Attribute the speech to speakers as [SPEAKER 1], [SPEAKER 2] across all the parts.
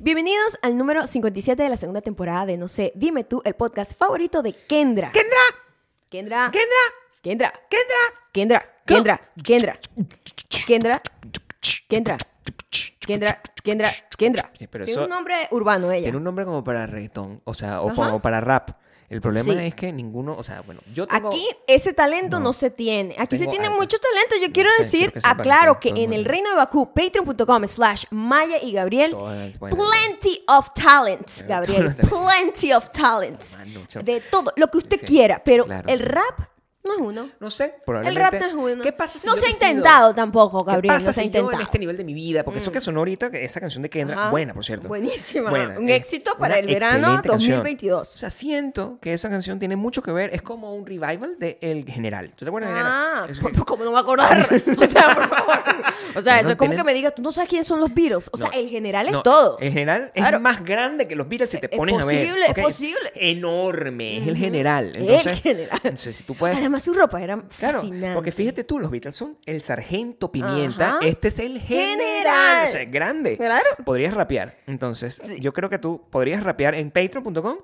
[SPEAKER 1] Bienvenidos al número 57 de la segunda temporada de No sé, dime tú, el podcast favorito de Kendra.
[SPEAKER 2] Kendra,
[SPEAKER 1] Kendra.
[SPEAKER 2] Kendra,
[SPEAKER 1] Kendra.
[SPEAKER 2] Kendra.
[SPEAKER 1] Kendra. Kendra. Kendra. Kendra. Kendra. Kendra. Kendra. Kendra.
[SPEAKER 3] Eh, pero
[SPEAKER 1] Tiene
[SPEAKER 3] eso-
[SPEAKER 1] un nombre urbano ella.
[SPEAKER 3] Tiene un nombre como para reggaetón, o sea, o,
[SPEAKER 1] Ajá.
[SPEAKER 3] pa- o para rap. El problema
[SPEAKER 1] Sí.
[SPEAKER 3] es que ninguno, o sea, bueno, yo tengo...
[SPEAKER 1] Aquí ese talento no,
[SPEAKER 3] No.
[SPEAKER 1] se tiene. Aquí se
[SPEAKER 3] Tengo
[SPEAKER 1] tienen
[SPEAKER 3] algo.
[SPEAKER 1] muchos talentos. Yo quiero
[SPEAKER 3] Sí,
[SPEAKER 1] decir,
[SPEAKER 3] quiero que sepan,
[SPEAKER 1] aclaro
[SPEAKER 3] sí,
[SPEAKER 1] que
[SPEAKER 3] todo el
[SPEAKER 1] en el
[SPEAKER 3] mundo.
[SPEAKER 1] reino de Bakú, patreon.com slash Maya y Gabriel,
[SPEAKER 3] Todas, bueno.
[SPEAKER 1] plenty of talents,
[SPEAKER 3] Pero
[SPEAKER 1] Gabriel.
[SPEAKER 3] todos los talentos.
[SPEAKER 1] Plenty of talents.
[SPEAKER 3] Hermano, chao.
[SPEAKER 1] De todo, lo que usted
[SPEAKER 3] Sí,
[SPEAKER 1] quiera, pero
[SPEAKER 3] claro.
[SPEAKER 1] el rap no es uno.
[SPEAKER 3] No sé,
[SPEAKER 1] El
[SPEAKER 3] probablemente...
[SPEAKER 1] rap no es uno.
[SPEAKER 3] ¿Qué pasa si
[SPEAKER 1] no
[SPEAKER 3] yo
[SPEAKER 1] se ha
[SPEAKER 3] decido-
[SPEAKER 1] intentado tampoco, Gabriel.
[SPEAKER 3] ¿Qué pasa
[SPEAKER 1] no se ha
[SPEAKER 3] si yo
[SPEAKER 1] intentado. Mm.
[SPEAKER 3] en este nivel de mi vida? Porque eso que sonó ahorita, que esa canción de Kendra,
[SPEAKER 1] Ajá.
[SPEAKER 3] buena, por cierto.
[SPEAKER 1] Buenísima. Un
[SPEAKER 3] eh,
[SPEAKER 1] éxito para
[SPEAKER 3] una
[SPEAKER 1] el verano
[SPEAKER 3] excelente canción.
[SPEAKER 1] 2022.
[SPEAKER 3] O sea, siento que esa canción tiene mucho que ver, es como un revival de El General. ¿Tú te acuerdas
[SPEAKER 1] Ah,
[SPEAKER 3] de General? Es-
[SPEAKER 1] pues, ¿cómo no me voy a acordar? O sea, por favor. O sea,
[SPEAKER 3] No,
[SPEAKER 1] eso
[SPEAKER 3] no
[SPEAKER 1] es como
[SPEAKER 3] tienen-
[SPEAKER 1] que me digas, tú no sabes quiénes son los Beatles. O sea,
[SPEAKER 3] No,
[SPEAKER 1] el general es
[SPEAKER 3] no,
[SPEAKER 1] todo.
[SPEAKER 3] El general es
[SPEAKER 1] Claro.
[SPEAKER 3] más grande que los Beatles si te
[SPEAKER 1] Es
[SPEAKER 3] pones a ver.
[SPEAKER 1] posible, es
[SPEAKER 3] ¿ok?
[SPEAKER 1] posible.
[SPEAKER 3] Enorme, es el general.
[SPEAKER 1] El
[SPEAKER 3] Entonces,
[SPEAKER 1] general.
[SPEAKER 3] Entonces, si tú puedes.
[SPEAKER 1] Además, su ropa era
[SPEAKER 3] Claro,
[SPEAKER 1] fascinante.
[SPEAKER 3] porque fíjate tú, los Beatles son el sargento pimienta,
[SPEAKER 1] Ajá.
[SPEAKER 3] este es el general,
[SPEAKER 1] General.
[SPEAKER 3] o sea, grande.
[SPEAKER 1] Claro.
[SPEAKER 3] Podrías rapear. Entonces,
[SPEAKER 1] Sí.
[SPEAKER 3] yo creo que tú podrías rapear en patreon.com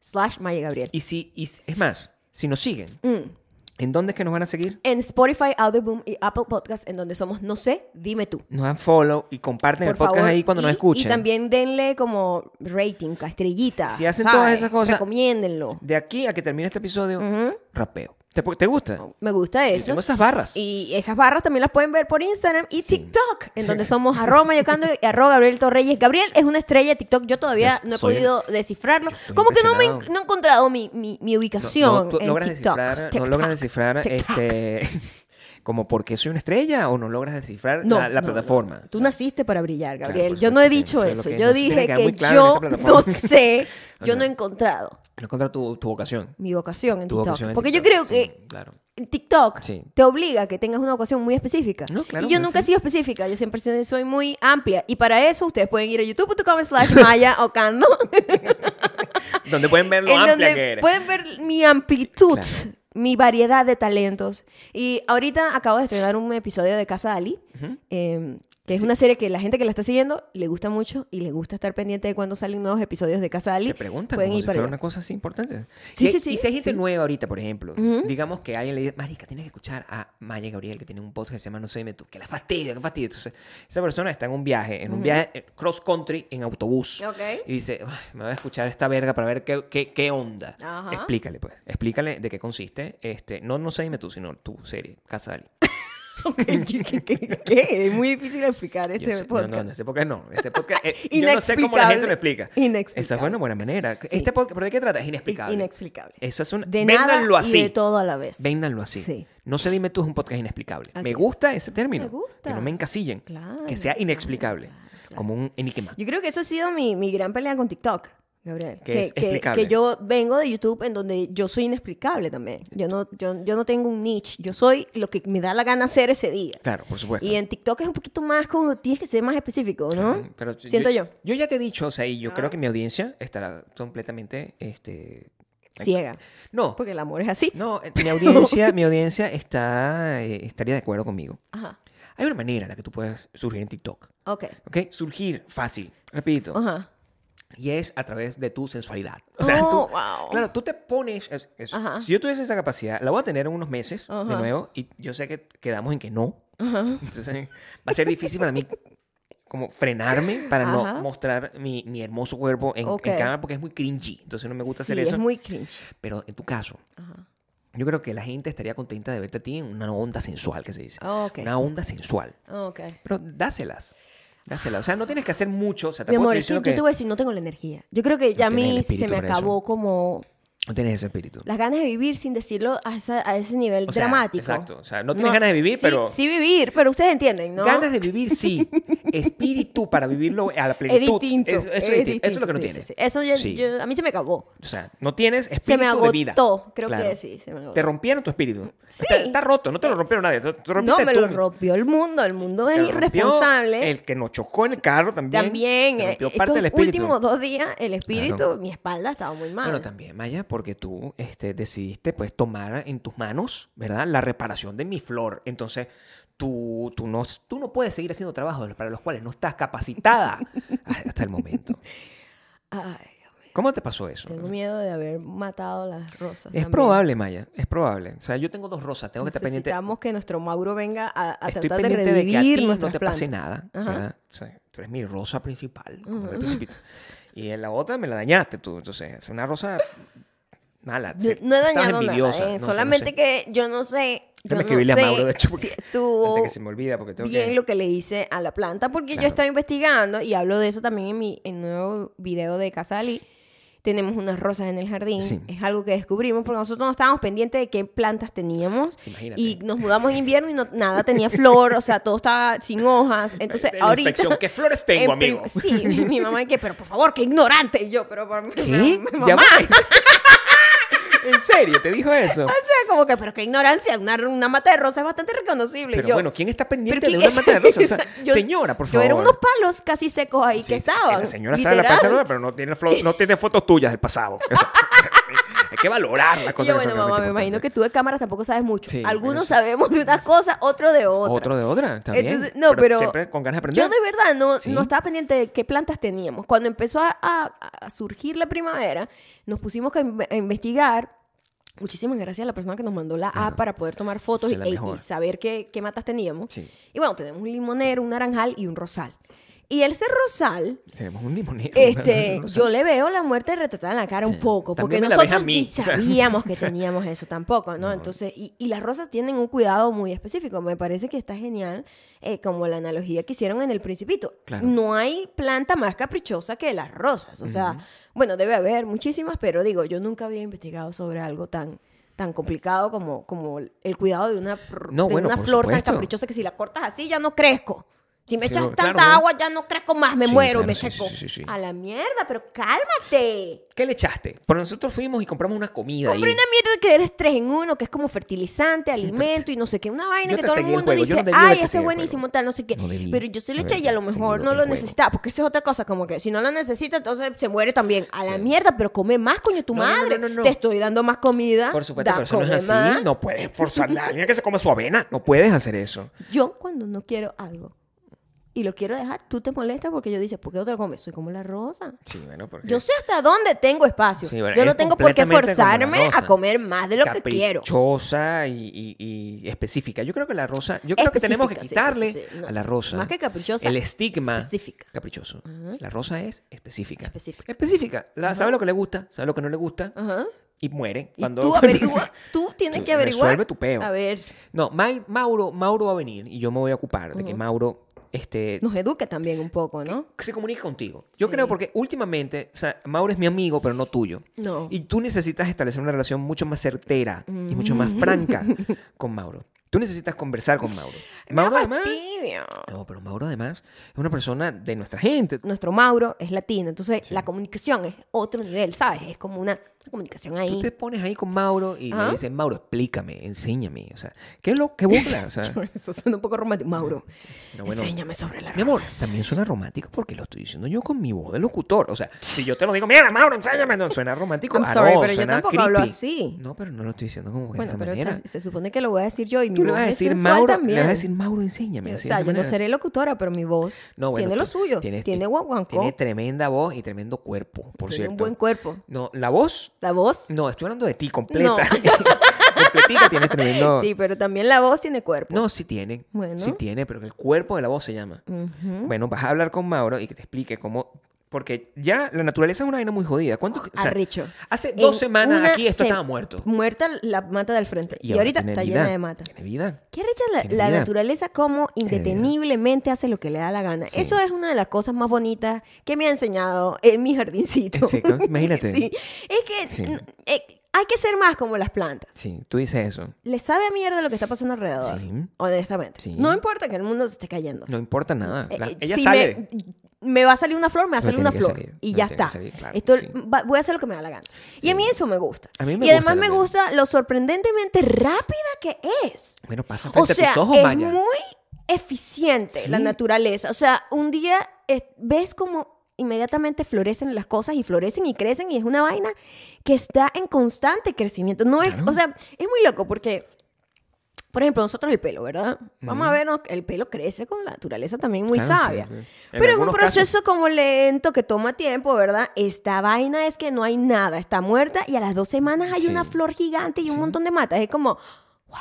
[SPEAKER 1] Slash Maya Gabriel.
[SPEAKER 3] y si y si- es más, si nos siguen,
[SPEAKER 1] Mm.
[SPEAKER 3] ¿en dónde es que nos van a seguir?
[SPEAKER 1] En Spotify, Audioboom y Apple Podcast, en donde somos No sé, dime tú.
[SPEAKER 3] Nos dan follow y comparten
[SPEAKER 1] Por
[SPEAKER 3] el podcast
[SPEAKER 1] favor.
[SPEAKER 3] ahí cuando nos
[SPEAKER 1] Y-
[SPEAKER 3] escuchen.
[SPEAKER 1] Y también denle como rating, a estrellita.
[SPEAKER 3] Si- si hacen
[SPEAKER 1] ¿sabes?
[SPEAKER 3] todas esas cosas-
[SPEAKER 1] Recomiéndenlo.
[SPEAKER 3] De aquí a que termine este episodio, rapeo. ¿Te, te gusta?
[SPEAKER 1] Me gusta
[SPEAKER 3] Yo
[SPEAKER 1] eso.
[SPEAKER 3] tengo esas barras.
[SPEAKER 1] Y esas barras también las pueden ver por Instagram y TikTok, en donde somos arroba mayocando y arroba Gabriel Torreyes. Gabriel es una estrella de TikTok, yo todavía
[SPEAKER 3] Yo
[SPEAKER 1] no he
[SPEAKER 3] soy-
[SPEAKER 1] podido descifrarlo.
[SPEAKER 3] estoy
[SPEAKER 1] Como que no, me,
[SPEAKER 3] impresionado.
[SPEAKER 1] no he encontrado mi, mi, mi
[SPEAKER 3] no,
[SPEAKER 1] ubicación
[SPEAKER 3] tú
[SPEAKER 1] en
[SPEAKER 3] logras
[SPEAKER 1] TikTok.
[SPEAKER 3] descifrar, no
[SPEAKER 1] TikTok,
[SPEAKER 3] logras descifrar
[SPEAKER 1] TikTok.
[SPEAKER 3] este como por qué soy una estrella o no logras descifrar
[SPEAKER 1] No,
[SPEAKER 3] la, la
[SPEAKER 1] no,
[SPEAKER 3] plataforma.
[SPEAKER 1] no. Tú
[SPEAKER 3] O sea,
[SPEAKER 1] naciste para brillar,
[SPEAKER 3] Claro,
[SPEAKER 1] Gabriel.
[SPEAKER 3] por
[SPEAKER 1] yo no he
[SPEAKER 3] supuesto,
[SPEAKER 1] dicho
[SPEAKER 3] sí, eso es
[SPEAKER 1] eso.
[SPEAKER 3] lo que-
[SPEAKER 1] yo
[SPEAKER 3] eso tiene
[SPEAKER 1] dije
[SPEAKER 3] que quedar
[SPEAKER 1] que
[SPEAKER 3] muy claro
[SPEAKER 1] yo
[SPEAKER 3] en esta
[SPEAKER 1] no
[SPEAKER 3] plataforma.
[SPEAKER 1] sé, yo
[SPEAKER 3] O sea,
[SPEAKER 1] no he encontrado
[SPEAKER 3] no encontrar tu, tu vocación.
[SPEAKER 1] mi vocación en
[SPEAKER 3] Tu
[SPEAKER 1] TikTok.
[SPEAKER 3] vocación en
[SPEAKER 1] Porque yo creo
[SPEAKER 3] TikTok, sí,
[SPEAKER 1] que
[SPEAKER 3] claro.
[SPEAKER 1] el TikTok
[SPEAKER 3] Sí.
[SPEAKER 1] te obliga a que tengas una ocasión muy específica.
[SPEAKER 3] No, claro
[SPEAKER 1] y yo
[SPEAKER 3] que
[SPEAKER 1] nunca he
[SPEAKER 3] sí.
[SPEAKER 1] sido específica, yo siempre se- soy muy amplia. Y para eso ustedes pueden ir a youtube.com slash maya ocando,
[SPEAKER 3] Donde pueden ver lo
[SPEAKER 1] en
[SPEAKER 3] amplia
[SPEAKER 1] donde
[SPEAKER 3] que eres.
[SPEAKER 1] pueden ver mi amplitud,
[SPEAKER 3] Claro.
[SPEAKER 1] mi variedad de talentos. Y ahorita acabo de estrenar un episodio de Casa Ali, eh, que es una serie que la gente que la está siguiendo le gusta mucho y le gusta estar pendiente de cuando salen nuevos episodios de Casa Ali.
[SPEAKER 3] Te preguntan
[SPEAKER 1] pueden
[SPEAKER 3] como
[SPEAKER 1] ir
[SPEAKER 3] si
[SPEAKER 1] para
[SPEAKER 3] fuera
[SPEAKER 1] allá.
[SPEAKER 3] una cosa así importante.
[SPEAKER 1] Sí,
[SPEAKER 3] y,
[SPEAKER 1] sí, sí,
[SPEAKER 3] y si hay gente
[SPEAKER 1] sí.
[SPEAKER 3] nueva ahorita, por ejemplo, digamos que alguien le dice, Marica, tienes que escuchar a Maya Gabriel, que tiene un podcast que se llama No sé, dime tú, que la fastidia, que fastidia. Entonces, esa persona está en un viaje, en un viaje eh, cross country en autobús.
[SPEAKER 1] Ok.
[SPEAKER 3] Y dice, "Ay, me voy a escuchar esta verga para ver qué, qué, qué onda.
[SPEAKER 1] Ajá.
[SPEAKER 3] Explícale, pues. Explícale de qué consiste. este No, no sé, dime tú, sino tu serie, Casa Dali.
[SPEAKER 1] ¿Qué, qué- qué- qué? Es muy difícil explicar
[SPEAKER 3] Yo
[SPEAKER 1] este
[SPEAKER 3] sé-
[SPEAKER 1] podcast.
[SPEAKER 3] No, no, en este podcast no. Este podcast, eh, yo no sé cómo la gente lo
[SPEAKER 1] Inexplicable.
[SPEAKER 3] explica. Esa
[SPEAKER 1] Inexplicable.
[SPEAKER 3] fue una buena manera. Este podcast, ¿pero de qué trata? Es inexplicable.
[SPEAKER 1] Inexplicable.
[SPEAKER 3] Eso es un...
[SPEAKER 1] De
[SPEAKER 3] véndanlo
[SPEAKER 1] nada
[SPEAKER 3] así.
[SPEAKER 1] y de todo a la vez.
[SPEAKER 3] Véndanlo así.
[SPEAKER 1] Sí.
[SPEAKER 3] No se dime tú es un podcast inexplicable.
[SPEAKER 1] Así
[SPEAKER 3] me
[SPEAKER 1] es.
[SPEAKER 3] gusta ese término.
[SPEAKER 1] Me gusta.
[SPEAKER 3] Que no me encasillen.
[SPEAKER 1] Claro,
[SPEAKER 3] que sea
[SPEAKER 1] claro,
[SPEAKER 3] inexplicable. Como un enigma.
[SPEAKER 1] Yo creo que eso ha sido mi, mi gran pelea con TikTok, Gabriel.
[SPEAKER 3] Que es explicable.
[SPEAKER 1] que yo vengo de YouTube en donde yo soy inexplicable también. Yo no, yo, yo no tengo un niche. Yo soy lo que me da la gana hacer ese día.
[SPEAKER 3] Claro, por supuesto.
[SPEAKER 1] Y en TikTok es un poquito más como tienes que ser más específico, ¿no?
[SPEAKER 3] Mm, Pero
[SPEAKER 1] Siento yo. Ah.
[SPEAKER 3] Yo ya te he dicho, o sea, y yo creo que mi audiencia estará completamente, este...
[SPEAKER 1] Ciega.
[SPEAKER 3] No,
[SPEAKER 1] Porque el amor es así.
[SPEAKER 3] no, eh, mi audiencia, mi audiencia está, eh, estaría de acuerdo conmigo.
[SPEAKER 1] Ajá.
[SPEAKER 3] Hay una manera en la que tú puedes surgir en TikTok.
[SPEAKER 1] Ok.
[SPEAKER 3] ¿Ok? Surgir fácil, repito.
[SPEAKER 1] Ajá.
[SPEAKER 3] Y es a través de tu sensualidad. O
[SPEAKER 1] Oh,
[SPEAKER 3] tú,
[SPEAKER 1] wow.
[SPEAKER 3] Claro, tú te pones... es- es-
[SPEAKER 1] Ajá.
[SPEAKER 3] si yo tuviese esa capacidad, la voy a tener en unos meses
[SPEAKER 1] Ajá.
[SPEAKER 3] de nuevo y yo sé que quedamos en que no. Entonces eh, va a ser difícil para mí como frenarme para
[SPEAKER 1] Ajá.
[SPEAKER 3] no mostrar mi, mi hermoso cuerpo en, en
[SPEAKER 1] Ok.
[SPEAKER 3] cámara porque es muy cringy. Entonces no me gusta
[SPEAKER 1] Sí,
[SPEAKER 3] hacer eso.
[SPEAKER 1] es muy cringe.
[SPEAKER 3] Pero en tu caso, yo creo que la gente estaría contenta de verte a ti en una onda sensual, que se dice.
[SPEAKER 1] Ah, ok.
[SPEAKER 3] Una onda sensual.
[SPEAKER 1] Ok.
[SPEAKER 3] Pero dáselas. Dáselas. O sea, no tienes que hacer mucho. O sea,
[SPEAKER 1] Mi
[SPEAKER 3] tampoco
[SPEAKER 1] amor,
[SPEAKER 3] estoy
[SPEAKER 1] es que yo
[SPEAKER 3] diciendo que
[SPEAKER 1] te voy a decir, no tengo la energía. Yo creo que ya a
[SPEAKER 3] tienes el
[SPEAKER 1] mí se
[SPEAKER 3] espíritu
[SPEAKER 1] me
[SPEAKER 3] para eso.
[SPEAKER 1] acabó como
[SPEAKER 3] no tienes ese espíritu.
[SPEAKER 1] las ganas de vivir sin decirlo a, esa- a ese nivel
[SPEAKER 3] O sea,
[SPEAKER 1] dramático.
[SPEAKER 3] exacto. O sea, no tienes ganas de vivir,
[SPEAKER 1] sí,
[SPEAKER 3] pero-
[SPEAKER 1] Sí, vivir, pero ustedes entienden, ¿no?
[SPEAKER 3] Ganas de vivir, sí. Espíritu para vivirlo a la
[SPEAKER 1] Es
[SPEAKER 3] plenitud.
[SPEAKER 1] distinto.
[SPEAKER 3] Eso, eso es, distinto. Eso es lo que no
[SPEAKER 1] sí,
[SPEAKER 3] tienes.
[SPEAKER 1] sí, sí. Eso ya-
[SPEAKER 3] Sí.
[SPEAKER 1] yo- a mí se me acabó.
[SPEAKER 3] O sea, no tienes espíritu
[SPEAKER 1] Se me
[SPEAKER 3] de vida.
[SPEAKER 1] agotó, creo que sí, se me agotó.
[SPEAKER 3] Te rompieron tu espíritu.
[SPEAKER 1] Sí. Eh,
[SPEAKER 3] Está, está roto, no te lo rompieron nadie. te- te
[SPEAKER 1] No,
[SPEAKER 3] rompiste
[SPEAKER 1] me
[SPEAKER 3] tú.
[SPEAKER 1] lo rompió el mundo. El mundo
[SPEAKER 3] Te
[SPEAKER 1] es
[SPEAKER 3] rompió
[SPEAKER 1] irresponsable.
[SPEAKER 3] El que nos chocó en el carro también.
[SPEAKER 1] También,
[SPEAKER 3] Te
[SPEAKER 1] eh,
[SPEAKER 3] rompió
[SPEAKER 1] estos
[SPEAKER 3] parte del espíritu.
[SPEAKER 1] últimos dos días, el espíritu,
[SPEAKER 3] Claro.
[SPEAKER 1] mi espalda estaba muy mal.
[SPEAKER 3] Bueno, también, Maya, porque tú este, decidiste pues tomar en tus manos, ¿verdad? La reparación de mi flor. Entonces, tú, tú, no, tú no puedes seguir haciendo trabajos para los cuales no estás capacitada. hasta el momento.
[SPEAKER 1] Ay, Dios mío.
[SPEAKER 3] ¿Cómo te pasó eso?
[SPEAKER 1] Tengo miedo de haber matado las rosas.
[SPEAKER 3] Es
[SPEAKER 1] también.
[SPEAKER 3] probable, Maya, es probable. O sea, yo tengo dos rosas, tengo que estar pendiente.
[SPEAKER 1] Necesitamos que nuestro Mauro venga a, a
[SPEAKER 3] Estoy
[SPEAKER 1] tratar de
[SPEAKER 3] pendiente de que a
[SPEAKER 1] revivir
[SPEAKER 3] ti no
[SPEAKER 1] nuestras
[SPEAKER 3] te
[SPEAKER 1] plantas.
[SPEAKER 3] pase nada,
[SPEAKER 1] Ajá.
[SPEAKER 3] ¿verdad? O sea, tú eres mi rosa principal, como el principito. Y en la otra me la dañaste tú, entonces es una rosa mala.
[SPEAKER 1] Yo-
[SPEAKER 3] sí,
[SPEAKER 1] No he
[SPEAKER 3] estabas
[SPEAKER 1] dañado
[SPEAKER 3] envidiosa,
[SPEAKER 1] nada. eh,
[SPEAKER 3] no sé, no
[SPEAKER 1] solamente
[SPEAKER 3] sé.
[SPEAKER 1] que yo no sé. Yo
[SPEAKER 3] Déjame
[SPEAKER 1] no
[SPEAKER 3] escribirle a
[SPEAKER 1] sé
[SPEAKER 3] Mauro, de hecho, porque-
[SPEAKER 1] si
[SPEAKER 3] Antes
[SPEAKER 1] estuvo
[SPEAKER 3] que se me olvida porque tengo
[SPEAKER 1] bien
[SPEAKER 3] que...
[SPEAKER 1] lo que le hice a la planta, porque yo
[SPEAKER 3] Claro.
[SPEAKER 1] estaba investigando y hablo de eso también en mi en nuevo video de Casali. Tenemos unas rosas en el jardín.
[SPEAKER 3] Sí.
[SPEAKER 1] Es algo que descubrimos porque nosotros no estábamos pendientes de qué plantas teníamos.
[SPEAKER 3] Imagínate.
[SPEAKER 1] Y nos mudamos en invierno y no- nada tenía flor, o sea, todo estaba sin hojas. Entonces,
[SPEAKER 3] En la
[SPEAKER 1] ahorita.
[SPEAKER 3] inspección, ¿qué flores tengo,
[SPEAKER 1] en prim-
[SPEAKER 3] amigo?
[SPEAKER 1] Sí, mi, mi mamá, que, pero por favor, qué ignorante. Y yo, pero por
[SPEAKER 3] ¿Qué?
[SPEAKER 1] mamá,
[SPEAKER 3] ¿Ya ves? ¿En serio? ¿Te dijo eso?
[SPEAKER 1] O sea, como que, pero qué ignorancia, una, una mata de rosa es bastante reconocible.
[SPEAKER 3] Pero
[SPEAKER 1] Yo,
[SPEAKER 3] bueno, ¿quién está pendiente
[SPEAKER 1] ¿pero
[SPEAKER 3] de
[SPEAKER 1] quién
[SPEAKER 3] una mata de
[SPEAKER 1] es?
[SPEAKER 3] rosas? O sea,
[SPEAKER 1] Yo-
[SPEAKER 3] señora, por
[SPEAKER 1] Yo
[SPEAKER 3] favor.
[SPEAKER 1] era unos palos casi secos ahí que
[SPEAKER 3] Sí, sí,
[SPEAKER 1] estaban.
[SPEAKER 3] La señora sabe la
[SPEAKER 1] literal.
[SPEAKER 3] panza rosa, pero no tiene, flo- no tiene fotos tuyas del pasado. O sea, hay que valorar las
[SPEAKER 1] Y
[SPEAKER 3] cosas
[SPEAKER 1] yo,
[SPEAKER 3] que son
[SPEAKER 1] bueno, mamá,
[SPEAKER 3] realmente
[SPEAKER 1] me imagino que
[SPEAKER 3] importantes.
[SPEAKER 1] tú de cámaras tampoco sabes mucho.
[SPEAKER 3] Sí,
[SPEAKER 1] Algunos
[SPEAKER 3] bueno, sí.
[SPEAKER 1] sabemos de una cosa, otro de otra.
[SPEAKER 3] Otro de otra, está bien.
[SPEAKER 1] Entonces, no, pero,
[SPEAKER 3] siempre con ganas de aprender.
[SPEAKER 1] yo de verdad no,
[SPEAKER 3] Sí.
[SPEAKER 1] no estaba pendiente de qué plantas teníamos. Cuando empezó a, a- a surgir la primavera, nos pusimos que inve- a investigar. Muchísimas gracias a la persona que nos mandó la app para poder tomar fotos y, e,
[SPEAKER 3] Sí, la
[SPEAKER 1] y- y
[SPEAKER 3] mejor.
[SPEAKER 1] saber qué, qué matas teníamos.
[SPEAKER 3] Sí.
[SPEAKER 1] Y bueno, tenemos un limonero, un naranjal y un rosal. Y ese rosal,
[SPEAKER 3] Tenemos un limonero.
[SPEAKER 1] este,
[SPEAKER 3] no lo sé.
[SPEAKER 1] yo le veo la muerte retratada en la cara un
[SPEAKER 3] Sí.
[SPEAKER 1] poco, porque
[SPEAKER 3] También me la ves a
[SPEAKER 1] nosotros
[SPEAKER 3] mí,
[SPEAKER 1] ni
[SPEAKER 3] o sea,
[SPEAKER 1] sabíamos que teníamos eso tampoco, ¿no? Entonces, y, y las rosas tienen un cuidado muy específico. Me parece que está genial, eh, como la analogía que hicieron en El Principito.
[SPEAKER 3] Claro.
[SPEAKER 1] No hay planta más caprichosa que las rosas. O sea, bueno, debe haber muchísimas, pero digo, yo nunca había investigado sobre algo tan tan complicado como, como el cuidado de una, r-
[SPEAKER 3] No,
[SPEAKER 1] de
[SPEAKER 3] bueno,
[SPEAKER 1] una
[SPEAKER 3] por
[SPEAKER 1] flor tan
[SPEAKER 3] supuesto.
[SPEAKER 1] caprichosa que si la cortas así ya no crezco. Si me
[SPEAKER 3] Sí,
[SPEAKER 1] echas
[SPEAKER 3] no,
[SPEAKER 1] tanta
[SPEAKER 3] claro, bueno.
[SPEAKER 1] agua ya no crezco más, me
[SPEAKER 3] Sí,
[SPEAKER 1] muero y
[SPEAKER 3] claro,
[SPEAKER 1] me
[SPEAKER 3] sí, sí,
[SPEAKER 1] seco.
[SPEAKER 3] sí, sí, sí.
[SPEAKER 1] A la mierda, pero cálmate.
[SPEAKER 3] ¿Qué le echaste? Pero nosotros fuimos y compramos una comida ahí.
[SPEAKER 1] Compré una mierda que eres tres en uno, que es como fertilizante, alimento y no sé qué, una vaina
[SPEAKER 3] Yo
[SPEAKER 1] que
[SPEAKER 3] te
[SPEAKER 1] todo el
[SPEAKER 3] seguí el
[SPEAKER 1] mundo
[SPEAKER 3] juego, yo
[SPEAKER 1] dice,
[SPEAKER 3] no debí
[SPEAKER 1] ay,
[SPEAKER 3] haberte
[SPEAKER 1] eso
[SPEAKER 3] seguido
[SPEAKER 1] es
[SPEAKER 3] el
[SPEAKER 1] buenísimo,
[SPEAKER 3] juego.
[SPEAKER 1] tal, no sé qué.
[SPEAKER 3] No debí
[SPEAKER 1] pero yo se lo
[SPEAKER 3] haberte
[SPEAKER 1] eché y a lo mejor
[SPEAKER 3] seguido
[SPEAKER 1] no
[SPEAKER 3] el
[SPEAKER 1] lo
[SPEAKER 3] juego.
[SPEAKER 1] necesitaba, porque esa es otra cosa, como que si no lo necesita, entonces se muere también. A la mierda, pero come más, coño, tu
[SPEAKER 3] No, no, no,
[SPEAKER 1] madre.
[SPEAKER 3] no, no.
[SPEAKER 1] Te estoy dando más comida.
[SPEAKER 3] Por supuesto,
[SPEAKER 1] Ah, da,
[SPEAKER 3] pero eso no es
[SPEAKER 1] come
[SPEAKER 3] así.
[SPEAKER 1] más.
[SPEAKER 3] No puedes forzar a alguien que se come su avena. No puedes hacer eso.
[SPEAKER 1] Yo cuando no quiero algo y lo quiero dejar, tú te molestas porque yo dices, ¿por qué no te lo comes? Soy como la rosa.
[SPEAKER 3] Sí, bueno, porque...
[SPEAKER 1] Yo sé hasta dónde tengo espacio.
[SPEAKER 3] Sí, bueno,
[SPEAKER 1] yo no
[SPEAKER 3] eres
[SPEAKER 1] tengo por qué
[SPEAKER 3] completamente como la
[SPEAKER 1] forzarme a
[SPEAKER 3] rosa.
[SPEAKER 1] comer más de lo que quiero.
[SPEAKER 3] Caprichosa y, y- y específica. Yo creo que la rosa, yo creo que
[SPEAKER 1] Específica,
[SPEAKER 3] tenemos que
[SPEAKER 1] sí, sí,
[SPEAKER 3] quitarle
[SPEAKER 1] sí, sí. No,
[SPEAKER 3] a la rosa.
[SPEAKER 1] más que caprichosa,
[SPEAKER 3] El estigma.
[SPEAKER 1] específica.
[SPEAKER 3] Caprichoso. La rosa es específica.
[SPEAKER 1] Específica.
[SPEAKER 3] Específica. La- sabe lo que le gusta, sabe lo que no le gusta
[SPEAKER 1] Ajá.
[SPEAKER 3] y muere.
[SPEAKER 1] Y
[SPEAKER 3] cuando,
[SPEAKER 1] tú
[SPEAKER 3] cuando-
[SPEAKER 1] averigua, tú tienes
[SPEAKER 3] Tú
[SPEAKER 1] que averiguar.
[SPEAKER 3] resuelve tu peo.
[SPEAKER 1] A ver,
[SPEAKER 3] No, Ma- Mauro, Mauro va a venir y yo me voy a ocupar de que Mauro este,
[SPEAKER 1] nos educa también un poco, ¿no?
[SPEAKER 3] que se comunique contigo. Yo
[SPEAKER 1] Sí.
[SPEAKER 3] creo porque últimamente, o sea, Mauro es mi amigo, pero no tuyo.
[SPEAKER 1] No.
[SPEAKER 3] Y tú necesitas establecer una relación mucho más certera y mucho más
[SPEAKER 1] Mm.
[SPEAKER 3] franca con Mauro. Tú necesitas conversar con Mauro. Mauro además...
[SPEAKER 1] Fastidio.
[SPEAKER 3] No, pero Mauro además es una persona de nuestra gente.
[SPEAKER 1] Nuestro Mauro es latino, entonces la comunicación es otro nivel, ¿sabes? Es como una comunicación
[SPEAKER 3] Tú
[SPEAKER 1] ahí.
[SPEAKER 3] te pones ahí con Mauro y
[SPEAKER 1] Ajá.
[SPEAKER 3] le dices, Mauro, explícame, enséñame. O sea, ¿qué es lo que buscas? O sea,
[SPEAKER 1] Eso suena un poco romántico. Mauro,
[SPEAKER 3] No, bueno.
[SPEAKER 1] enséñame sobre la
[SPEAKER 3] Mi amor,
[SPEAKER 1] rosas.
[SPEAKER 3] también suena romántico porque lo estoy diciendo yo con mi voz de locutor. O sea, si yo te lo digo, mira, Mauro, enséñame. No, suena romántico.
[SPEAKER 1] I'm
[SPEAKER 3] ah,
[SPEAKER 1] sorry,
[SPEAKER 3] no,
[SPEAKER 1] pero yo
[SPEAKER 3] suena
[SPEAKER 1] tampoco hablo
[SPEAKER 3] creepy.
[SPEAKER 1] así.
[SPEAKER 3] No, pero no lo estoy diciendo como que
[SPEAKER 1] Bueno,
[SPEAKER 3] pues, de esa
[SPEAKER 1] pero
[SPEAKER 3] manera.
[SPEAKER 1] esta- se supone que lo voy a decir yo y mi
[SPEAKER 3] Tú
[SPEAKER 1] voz
[SPEAKER 3] le vas a
[SPEAKER 1] es
[SPEAKER 3] decir,
[SPEAKER 1] sensual
[SPEAKER 3] Mauro,
[SPEAKER 1] también.
[SPEAKER 3] le vas a decir, Mauro, enséñame.
[SPEAKER 1] o
[SPEAKER 3] así, de
[SPEAKER 1] sea,
[SPEAKER 3] esa
[SPEAKER 1] yo no
[SPEAKER 3] manera.
[SPEAKER 1] seré locutora, pero mi voz
[SPEAKER 3] No, bueno,
[SPEAKER 1] tiene lo
[SPEAKER 3] tú-
[SPEAKER 1] suyo.
[SPEAKER 3] tienes-
[SPEAKER 1] tiene guaguancó.
[SPEAKER 3] Tiene tremenda voz y tremendo cuerpo, por
[SPEAKER 1] tiene
[SPEAKER 3] cierto.
[SPEAKER 1] un buen cuerpo.
[SPEAKER 3] No, la voz,
[SPEAKER 1] La voz,
[SPEAKER 3] no, estoy hablando de ti, completa.
[SPEAKER 1] No.
[SPEAKER 3] Completita, tienes tremendo...
[SPEAKER 1] sí, pero también la voz tiene cuerpo.
[SPEAKER 3] No, sí tiene.
[SPEAKER 1] Bueno.
[SPEAKER 3] Sí tiene, pero el cuerpo de la voz se llama. Bueno, vas a hablar con Mauro y que te explique cómo. Porque ya la naturaleza es una vaina muy jodida. ¿Cuánto, o sea,
[SPEAKER 1] Arrecho.
[SPEAKER 3] Hace
[SPEAKER 1] En
[SPEAKER 3] dos semanas
[SPEAKER 1] una
[SPEAKER 3] aquí esto
[SPEAKER 1] se-
[SPEAKER 3] estaba muerto.
[SPEAKER 1] Muerta la mata del frente. Y,
[SPEAKER 3] ahora
[SPEAKER 1] ahorita
[SPEAKER 3] tiene
[SPEAKER 1] está
[SPEAKER 3] vida.
[SPEAKER 1] llena de mata.
[SPEAKER 3] Tiene vida.
[SPEAKER 1] Qué arrecha la,
[SPEAKER 3] Tiene
[SPEAKER 1] la
[SPEAKER 3] vida.
[SPEAKER 1] naturaleza como indeteniblemente hace lo que le da la gana.
[SPEAKER 3] Sí.
[SPEAKER 1] Eso es una de las cosas más bonitas que me ha enseñado en mi jardincito.
[SPEAKER 3] Sí, claro, imagínate.
[SPEAKER 1] Sí. Es que
[SPEAKER 3] Sí.
[SPEAKER 1] n- eh, hay que ser más como las plantas.
[SPEAKER 3] Sí, tú dices eso.
[SPEAKER 1] Le sabe a mierda lo que está pasando alrededor.
[SPEAKER 3] Sí.
[SPEAKER 1] Honestamente.
[SPEAKER 3] Sí.
[SPEAKER 1] No importa que el mundo se esté cayendo.
[SPEAKER 3] No importa nada. La-
[SPEAKER 1] Eh, eh,
[SPEAKER 3] ella
[SPEAKER 1] si
[SPEAKER 3] sale.
[SPEAKER 1] Me, me va a salir una flor, me va a
[SPEAKER 3] No
[SPEAKER 1] salir una
[SPEAKER 3] tiene que
[SPEAKER 1] flor.
[SPEAKER 3] salir,
[SPEAKER 1] y
[SPEAKER 3] no
[SPEAKER 1] ya
[SPEAKER 3] tiene
[SPEAKER 1] está.
[SPEAKER 3] que salir, claro,
[SPEAKER 1] Esto
[SPEAKER 3] sí.
[SPEAKER 1] va- voy a hacer lo que me da la gana. Y a mí eso me gusta.
[SPEAKER 3] A mí me
[SPEAKER 1] y
[SPEAKER 3] gusta
[SPEAKER 1] además me
[SPEAKER 3] también.
[SPEAKER 1] gusta lo sorprendentemente rápida que es.
[SPEAKER 3] Bueno, pasa
[SPEAKER 1] O
[SPEAKER 3] frente
[SPEAKER 1] sea,
[SPEAKER 3] a tus ojos,
[SPEAKER 1] es
[SPEAKER 3] Maya.
[SPEAKER 1] muy eficiente
[SPEAKER 3] Sí.
[SPEAKER 1] la naturaleza. O sea, un día es- ves como inmediatamente florecen las cosas y florecen y crecen y es una vaina que está en constante crecimiento. No es,
[SPEAKER 3] Claro.
[SPEAKER 1] o sea, es muy loco porque Por ejemplo, nosotros el pelo, ¿verdad? Vamos a ver, no, el pelo crece con la naturaleza también muy
[SPEAKER 3] Claro, sí,
[SPEAKER 1] sabia.
[SPEAKER 3] sí. En
[SPEAKER 1] Pero es un
[SPEAKER 3] algunos
[SPEAKER 1] proceso
[SPEAKER 3] casos.
[SPEAKER 1] como lento que toma tiempo, ¿verdad? Esta vaina es que no hay nada, está muerta y a las dos semanas hay
[SPEAKER 3] Sí.
[SPEAKER 1] una flor gigante y un montón de matas. Es como, wow.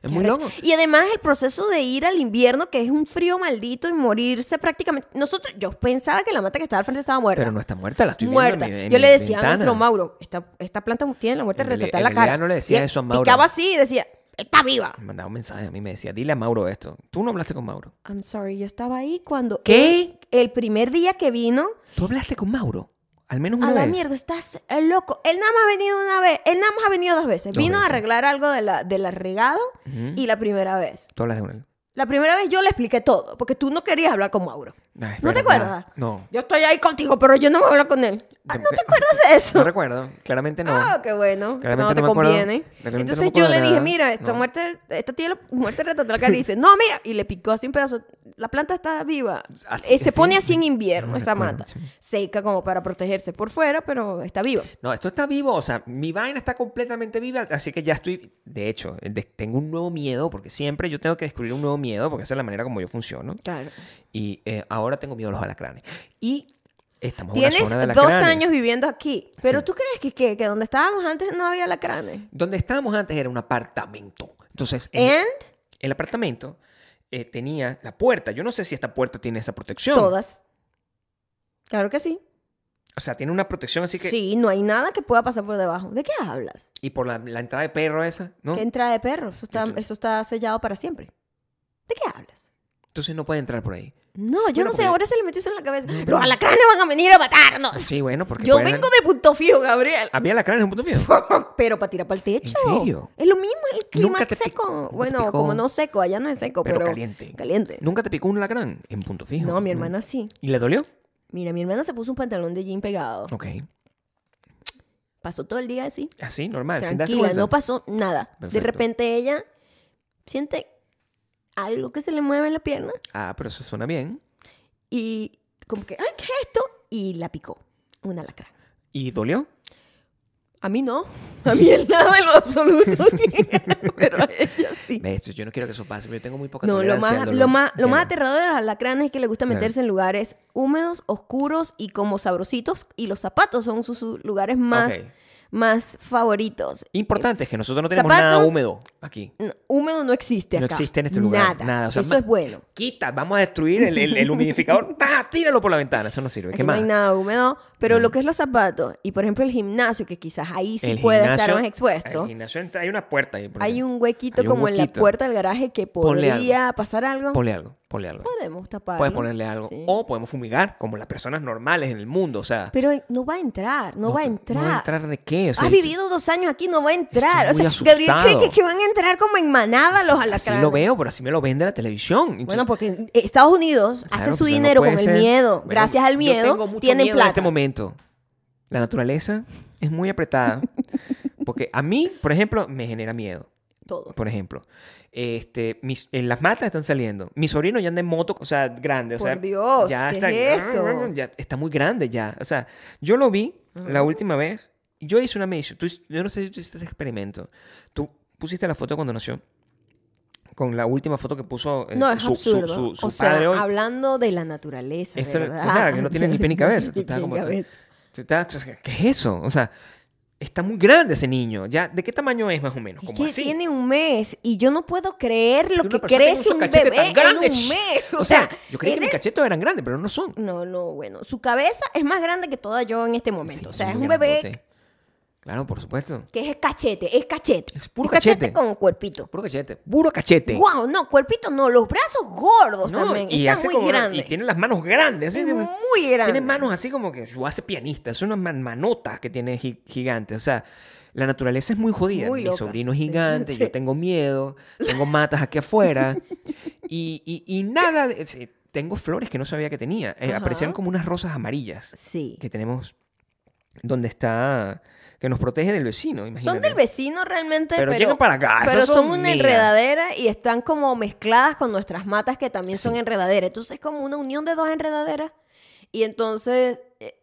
[SPEAKER 1] qué
[SPEAKER 3] muy
[SPEAKER 1] arrecho.
[SPEAKER 3] loco.
[SPEAKER 1] Y además el proceso de ir al invierno, que es un frío maldito y morirse prácticamente. Nosotros, yo pensaba que la mata que estaba al frente estaba muerta.
[SPEAKER 3] Pero no está muerta, la estoy viendo en
[SPEAKER 1] muerta.
[SPEAKER 3] mi- en
[SPEAKER 1] Yo
[SPEAKER 3] mi
[SPEAKER 1] le decía a
[SPEAKER 3] ventana.
[SPEAKER 1] nuestro Mauro, esta, esta planta tiene la muerte
[SPEAKER 3] En reali-
[SPEAKER 1] retratada en
[SPEAKER 3] en
[SPEAKER 1] la cara.
[SPEAKER 3] realidad no le
[SPEAKER 1] Y
[SPEAKER 3] decía
[SPEAKER 1] él
[SPEAKER 3] eso a Mauro.
[SPEAKER 1] Picaba así y decía, está viva.
[SPEAKER 3] Me mandaba un mensaje a mí, me decía, dile a Mauro esto. Tú no hablaste con Mauro.
[SPEAKER 1] I'm sorry, yo estaba ahí cuando...
[SPEAKER 3] ¿Qué?
[SPEAKER 1] él- el primer día que vino,
[SPEAKER 3] Tú hablaste con Mauro. Al menos
[SPEAKER 1] a
[SPEAKER 3] una
[SPEAKER 1] la
[SPEAKER 3] vez.
[SPEAKER 1] mierda, estás eh, loco. Él nada más ha venido una vez, él nada más ha venido dos veces.
[SPEAKER 3] Dos
[SPEAKER 1] vino a
[SPEAKER 3] veces.
[SPEAKER 1] arreglar algo de la, del regado
[SPEAKER 3] Ujú.
[SPEAKER 1] y la primera vez.
[SPEAKER 3] Tú hablaste con él.
[SPEAKER 1] La primera vez yo le expliqué todo, porque tú no querías hablar con Mauro.
[SPEAKER 3] Ay,
[SPEAKER 1] ¿No te
[SPEAKER 3] Ah, espera, nada.
[SPEAKER 1] acuerdas?
[SPEAKER 3] No.
[SPEAKER 1] Yo estoy ahí contigo, pero yo no me hablo con él. Ah, ¿No te acuerdas de eso?
[SPEAKER 3] No recuerdo. Claramente no.
[SPEAKER 1] Ah, qué bueno. que
[SPEAKER 3] Claramente
[SPEAKER 1] no te
[SPEAKER 3] no me acuerdo.
[SPEAKER 1] conviene.
[SPEAKER 3] Claramente no me
[SPEAKER 1] Entonces
[SPEAKER 3] acuerdo
[SPEAKER 1] yo le
[SPEAKER 3] de
[SPEAKER 1] dije,
[SPEAKER 3] nada.
[SPEAKER 1] mira, esta
[SPEAKER 3] No.
[SPEAKER 1] muerte, esta tía la muerte retratada la cara y dice, no, mira. Y le picó así un pedazo. La planta está viva.
[SPEAKER 3] Así,
[SPEAKER 1] Eh, se
[SPEAKER 3] así.
[SPEAKER 1] pone así en invierno,
[SPEAKER 3] No
[SPEAKER 1] esa
[SPEAKER 3] recuerdo,
[SPEAKER 1] mata.
[SPEAKER 3] sí.
[SPEAKER 1] Seca como para protegerse por fuera, pero está viva.
[SPEAKER 3] No, esto está vivo, o sea, mi vaina está completamente viva, así que ya estoy, de hecho, eh, de- tengo un nuevo miedo, porque siempre yo tengo que descubrir un nuevo miedo, porque esa es la manera como yo funciono,
[SPEAKER 1] Claro.
[SPEAKER 3] y eh, ahora tengo miedo a los alacranes. Y estamos en una
[SPEAKER 1] Tienes
[SPEAKER 3] zona de
[SPEAKER 1] dos
[SPEAKER 3] alacranes.
[SPEAKER 1] años viviendo aquí. Pero
[SPEAKER 3] Sí.
[SPEAKER 1] tú crees que, qué? que donde estábamos antes no había alacranes.
[SPEAKER 3] Donde estábamos antes era un apartamento, entonces en-
[SPEAKER 1] And
[SPEAKER 3] el apartamento eh, tenía la puerta, yo no sé si esta puerta tiene esa protección,
[SPEAKER 1] todas. Claro que sí.
[SPEAKER 3] o sea, tiene una protección así que,
[SPEAKER 1] Sí, no hay nada que pueda pasar por debajo. ¿De qué hablas?
[SPEAKER 3] y por la, la entrada de perro esa, ¿no?
[SPEAKER 1] Que entrada de perros. Eso está,
[SPEAKER 3] Yo te-
[SPEAKER 1] eso está sellado para siempre. ¿De qué hablas?
[SPEAKER 3] Entonces no puede entrar por ahí.
[SPEAKER 1] No, yo no
[SPEAKER 3] Bueno,
[SPEAKER 1] sé.
[SPEAKER 3] porque-
[SPEAKER 1] Ahora se le metió eso en la cabeza.
[SPEAKER 3] No, pero-
[SPEAKER 1] Los alacranes van a venir a matarnos.
[SPEAKER 3] Sí, bueno, porque
[SPEAKER 1] yo
[SPEAKER 3] pueden-
[SPEAKER 1] vengo de punto fijo, Gabriel.
[SPEAKER 3] Había alacranes en un punto fijo.
[SPEAKER 1] pero para tirar para el techo.
[SPEAKER 3] ¿En serio?
[SPEAKER 1] Es lo mismo el clima
[SPEAKER 3] Nunca te
[SPEAKER 1] seco.
[SPEAKER 3] picó, nunca te
[SPEAKER 1] bueno,
[SPEAKER 3] picó.
[SPEAKER 1] como no seco, allá no es seco, pero,
[SPEAKER 3] Pero caliente.
[SPEAKER 1] Caliente.
[SPEAKER 3] ¿Nunca te picó un lacrán? En punto fijo. Mm.
[SPEAKER 1] No, mi hermana sí.
[SPEAKER 3] ¿Y le dolió?
[SPEAKER 1] Mira, mi hermana se puso un pantalón de jean pegado.
[SPEAKER 3] Ok.
[SPEAKER 1] Pasó todo el día así.
[SPEAKER 3] Así, normal. sin darse
[SPEAKER 1] Tranquila,
[SPEAKER 3] cuenta.
[SPEAKER 1] no pasó nada. De
[SPEAKER 3] Perfecto.
[SPEAKER 1] repente ella siente algo que se le mueve en la pierna
[SPEAKER 3] Ah, pero eso suena bien.
[SPEAKER 1] y como que, ay, ¿qué es esto? Y la picó. Un alacrán.
[SPEAKER 3] ¿Y dolió?
[SPEAKER 1] A mí no. A mí el nada en lo absoluto. Pero a ella sí.
[SPEAKER 3] Ve, esto, Yo no quiero que eso pase, pero yo tengo muy poca
[SPEAKER 1] No, lo
[SPEAKER 3] tolerancia
[SPEAKER 1] más,
[SPEAKER 3] al
[SPEAKER 1] lo
[SPEAKER 3] dolor.
[SPEAKER 1] más, lo
[SPEAKER 3] Ya
[SPEAKER 1] más
[SPEAKER 3] no.
[SPEAKER 1] aterrador de los alacranes es que le gusta
[SPEAKER 3] Claro.
[SPEAKER 1] meterse en lugares húmedos, oscuros y como sabrositos. Y los zapatos son sus sus lugares más,
[SPEAKER 3] Ok.
[SPEAKER 1] más favoritos.
[SPEAKER 3] Importante es que nosotros no tenemos
[SPEAKER 1] Zapatos-
[SPEAKER 3] nada húmedo aquí.
[SPEAKER 1] No, Húmedo no existe
[SPEAKER 3] No
[SPEAKER 1] acá.
[SPEAKER 3] existe en este lugar.
[SPEAKER 1] Nada.
[SPEAKER 3] Nada, o sea,
[SPEAKER 1] Eso
[SPEAKER 3] ma-
[SPEAKER 1] es bueno.
[SPEAKER 3] Quita, vamos a destruir el, el- el humidificador. ¡Ta! Tíralo por la ventana. Eso no sirve.
[SPEAKER 1] Aquí
[SPEAKER 3] ¿Qué
[SPEAKER 1] no
[SPEAKER 3] más?
[SPEAKER 1] hay nada húmedo, pero lo que es los zapatos y por ejemplo el gimnasio, que quizás ahí sí
[SPEAKER 3] El
[SPEAKER 1] puede estar
[SPEAKER 3] gimnasio-
[SPEAKER 1] más expuesto,
[SPEAKER 3] El gimnasio entra- hay una puerta ahí. por
[SPEAKER 1] hay
[SPEAKER 3] ejemplo.
[SPEAKER 1] un huequito
[SPEAKER 3] Hay un
[SPEAKER 1] como en la
[SPEAKER 3] huequito.
[SPEAKER 1] puerta del garaje que
[SPEAKER 3] Ponle algo.
[SPEAKER 1] podría pasar algo.
[SPEAKER 3] Ponle algo, ponle algo.
[SPEAKER 1] Podemos taparlo.
[SPEAKER 3] Puedes ponerle algo.
[SPEAKER 1] Sí.
[SPEAKER 3] O podemos fumigar, como las personas normales en el mundo. O sea,
[SPEAKER 1] Pero no va a entrar, no, va a entrar.
[SPEAKER 3] ¿No va a entrar de qué? O sea,
[SPEAKER 1] Has
[SPEAKER 3] y-
[SPEAKER 1] vivido dos años aquí, no va a entrar.
[SPEAKER 3] Estoy
[SPEAKER 1] o
[SPEAKER 3] muy
[SPEAKER 1] sea, Gabriel cree que,
[SPEAKER 3] asustado.
[SPEAKER 1] que van a entrar como en manada los
[SPEAKER 3] Así
[SPEAKER 1] alacranes.
[SPEAKER 3] lo veo, pero así me lo vende la televisión.
[SPEAKER 1] Bueno, porque Estados Unidos
[SPEAKER 3] Claro,
[SPEAKER 1] hace su
[SPEAKER 3] pues, no
[SPEAKER 1] dinero
[SPEAKER 3] puede
[SPEAKER 1] con
[SPEAKER 3] ser.
[SPEAKER 1] el miedo.
[SPEAKER 3] Bueno,
[SPEAKER 1] Gracias al miedo,
[SPEAKER 3] yo tengo mucho
[SPEAKER 1] tienen
[SPEAKER 3] miedo en
[SPEAKER 1] plata.
[SPEAKER 3] este momento. La naturaleza es muy apretada. porque a mí, por ejemplo, me genera miedo.
[SPEAKER 1] Todo.
[SPEAKER 3] Por ejemplo, este, mis, en las matas están saliendo. Mi sobrino ya anda en moto, o sea, grande. O
[SPEAKER 1] Por
[SPEAKER 3] sea,
[SPEAKER 1] Dios, ¿qué es eso?
[SPEAKER 3] ya está muy grande ya. O sea, yo lo vi la última vez. y Yo hice una medición. Tú, hic- yo no sé si tú hiciste ese experimento. Tú pusiste la foto cuando nació. Con la última foto que puso eh,
[SPEAKER 1] No, es
[SPEAKER 3] su, su-
[SPEAKER 1] absurdo.
[SPEAKER 3] su- su
[SPEAKER 1] o
[SPEAKER 3] padre
[SPEAKER 1] sea,
[SPEAKER 3] hoy.
[SPEAKER 1] hablando de la naturaleza,
[SPEAKER 3] Eso-
[SPEAKER 1] ¿verdad?
[SPEAKER 3] o sea, que no tiene ni pie ni cabeza. Tú
[SPEAKER 1] Ni pie
[SPEAKER 3] estás
[SPEAKER 1] ni
[SPEAKER 3] como-
[SPEAKER 1] cabeza.
[SPEAKER 3] Tú estabas, o sea, ¿Qué es eso? O sea, está muy grande ese niño. Ya, ¿De qué tamaño es más o menos?
[SPEAKER 1] Es
[SPEAKER 3] Como
[SPEAKER 1] que
[SPEAKER 3] así.
[SPEAKER 1] tiene un mes y yo no puedo creer lo
[SPEAKER 3] Una
[SPEAKER 1] que
[SPEAKER 3] persona tiene
[SPEAKER 1] crece
[SPEAKER 3] esos
[SPEAKER 1] un
[SPEAKER 3] cachetes
[SPEAKER 1] bebé
[SPEAKER 3] tan
[SPEAKER 1] en un
[SPEAKER 3] grandes.
[SPEAKER 1] mes. O,
[SPEAKER 3] O
[SPEAKER 1] sea,
[SPEAKER 3] sea, yo creí que
[SPEAKER 1] es
[SPEAKER 3] mis
[SPEAKER 1] de-
[SPEAKER 3] cachetes eran grandes, pero no son.
[SPEAKER 1] No, no, bueno. Su cabeza es más grande que toda yo en este momento.
[SPEAKER 3] Sí,
[SPEAKER 1] o sea,
[SPEAKER 3] son
[SPEAKER 1] es
[SPEAKER 3] muy
[SPEAKER 1] un bebé
[SPEAKER 3] grandotes. Claro, por supuesto.
[SPEAKER 1] que es cachete, es cachete.
[SPEAKER 3] Es puro
[SPEAKER 1] Un cachete.
[SPEAKER 3] cachete.
[SPEAKER 1] con cuerpito.
[SPEAKER 3] Puro cachete. Puro cachete.
[SPEAKER 1] Guau, no, cuerpito no, los brazos gordos
[SPEAKER 3] No,
[SPEAKER 1] también.
[SPEAKER 3] y
[SPEAKER 1] Está
[SPEAKER 3] hace
[SPEAKER 1] muy
[SPEAKER 3] como-
[SPEAKER 1] grande.
[SPEAKER 3] Y tiene las manos grandes. así
[SPEAKER 1] Es
[SPEAKER 3] de-
[SPEAKER 1] muy grande.
[SPEAKER 3] Tiene manos así como que lo hace pianista. Son unas man- manotas que tiene gi- gigantes. O sea, la naturaleza es muy jodida.
[SPEAKER 1] Muy
[SPEAKER 3] Mi
[SPEAKER 1] loca.
[SPEAKER 3] sobrino es
[SPEAKER 1] Sí.
[SPEAKER 3] gigante,
[SPEAKER 1] Sí.
[SPEAKER 3] yo tengo miedo, tengo matas aquí afuera. y, y- y nada. de- sí, tengo flores que no sabía que tenía. Eh,
[SPEAKER 1] Ajá.
[SPEAKER 3] aparecieron como unas rosas amarillas
[SPEAKER 1] Sí.
[SPEAKER 3] que tenemos donde está. que nos protege del vecino. Imagínate.
[SPEAKER 1] Son del vecino realmente, pero,
[SPEAKER 3] Pero llegan para acá,
[SPEAKER 1] pero
[SPEAKER 3] esas
[SPEAKER 1] son,
[SPEAKER 3] Ah, son
[SPEAKER 1] una
[SPEAKER 3] mías.
[SPEAKER 1] enredadera y están como mezcladas con nuestras matas que también son enredaderas. Entonces es como una unión de dos enredaderas. Y entonces, eh,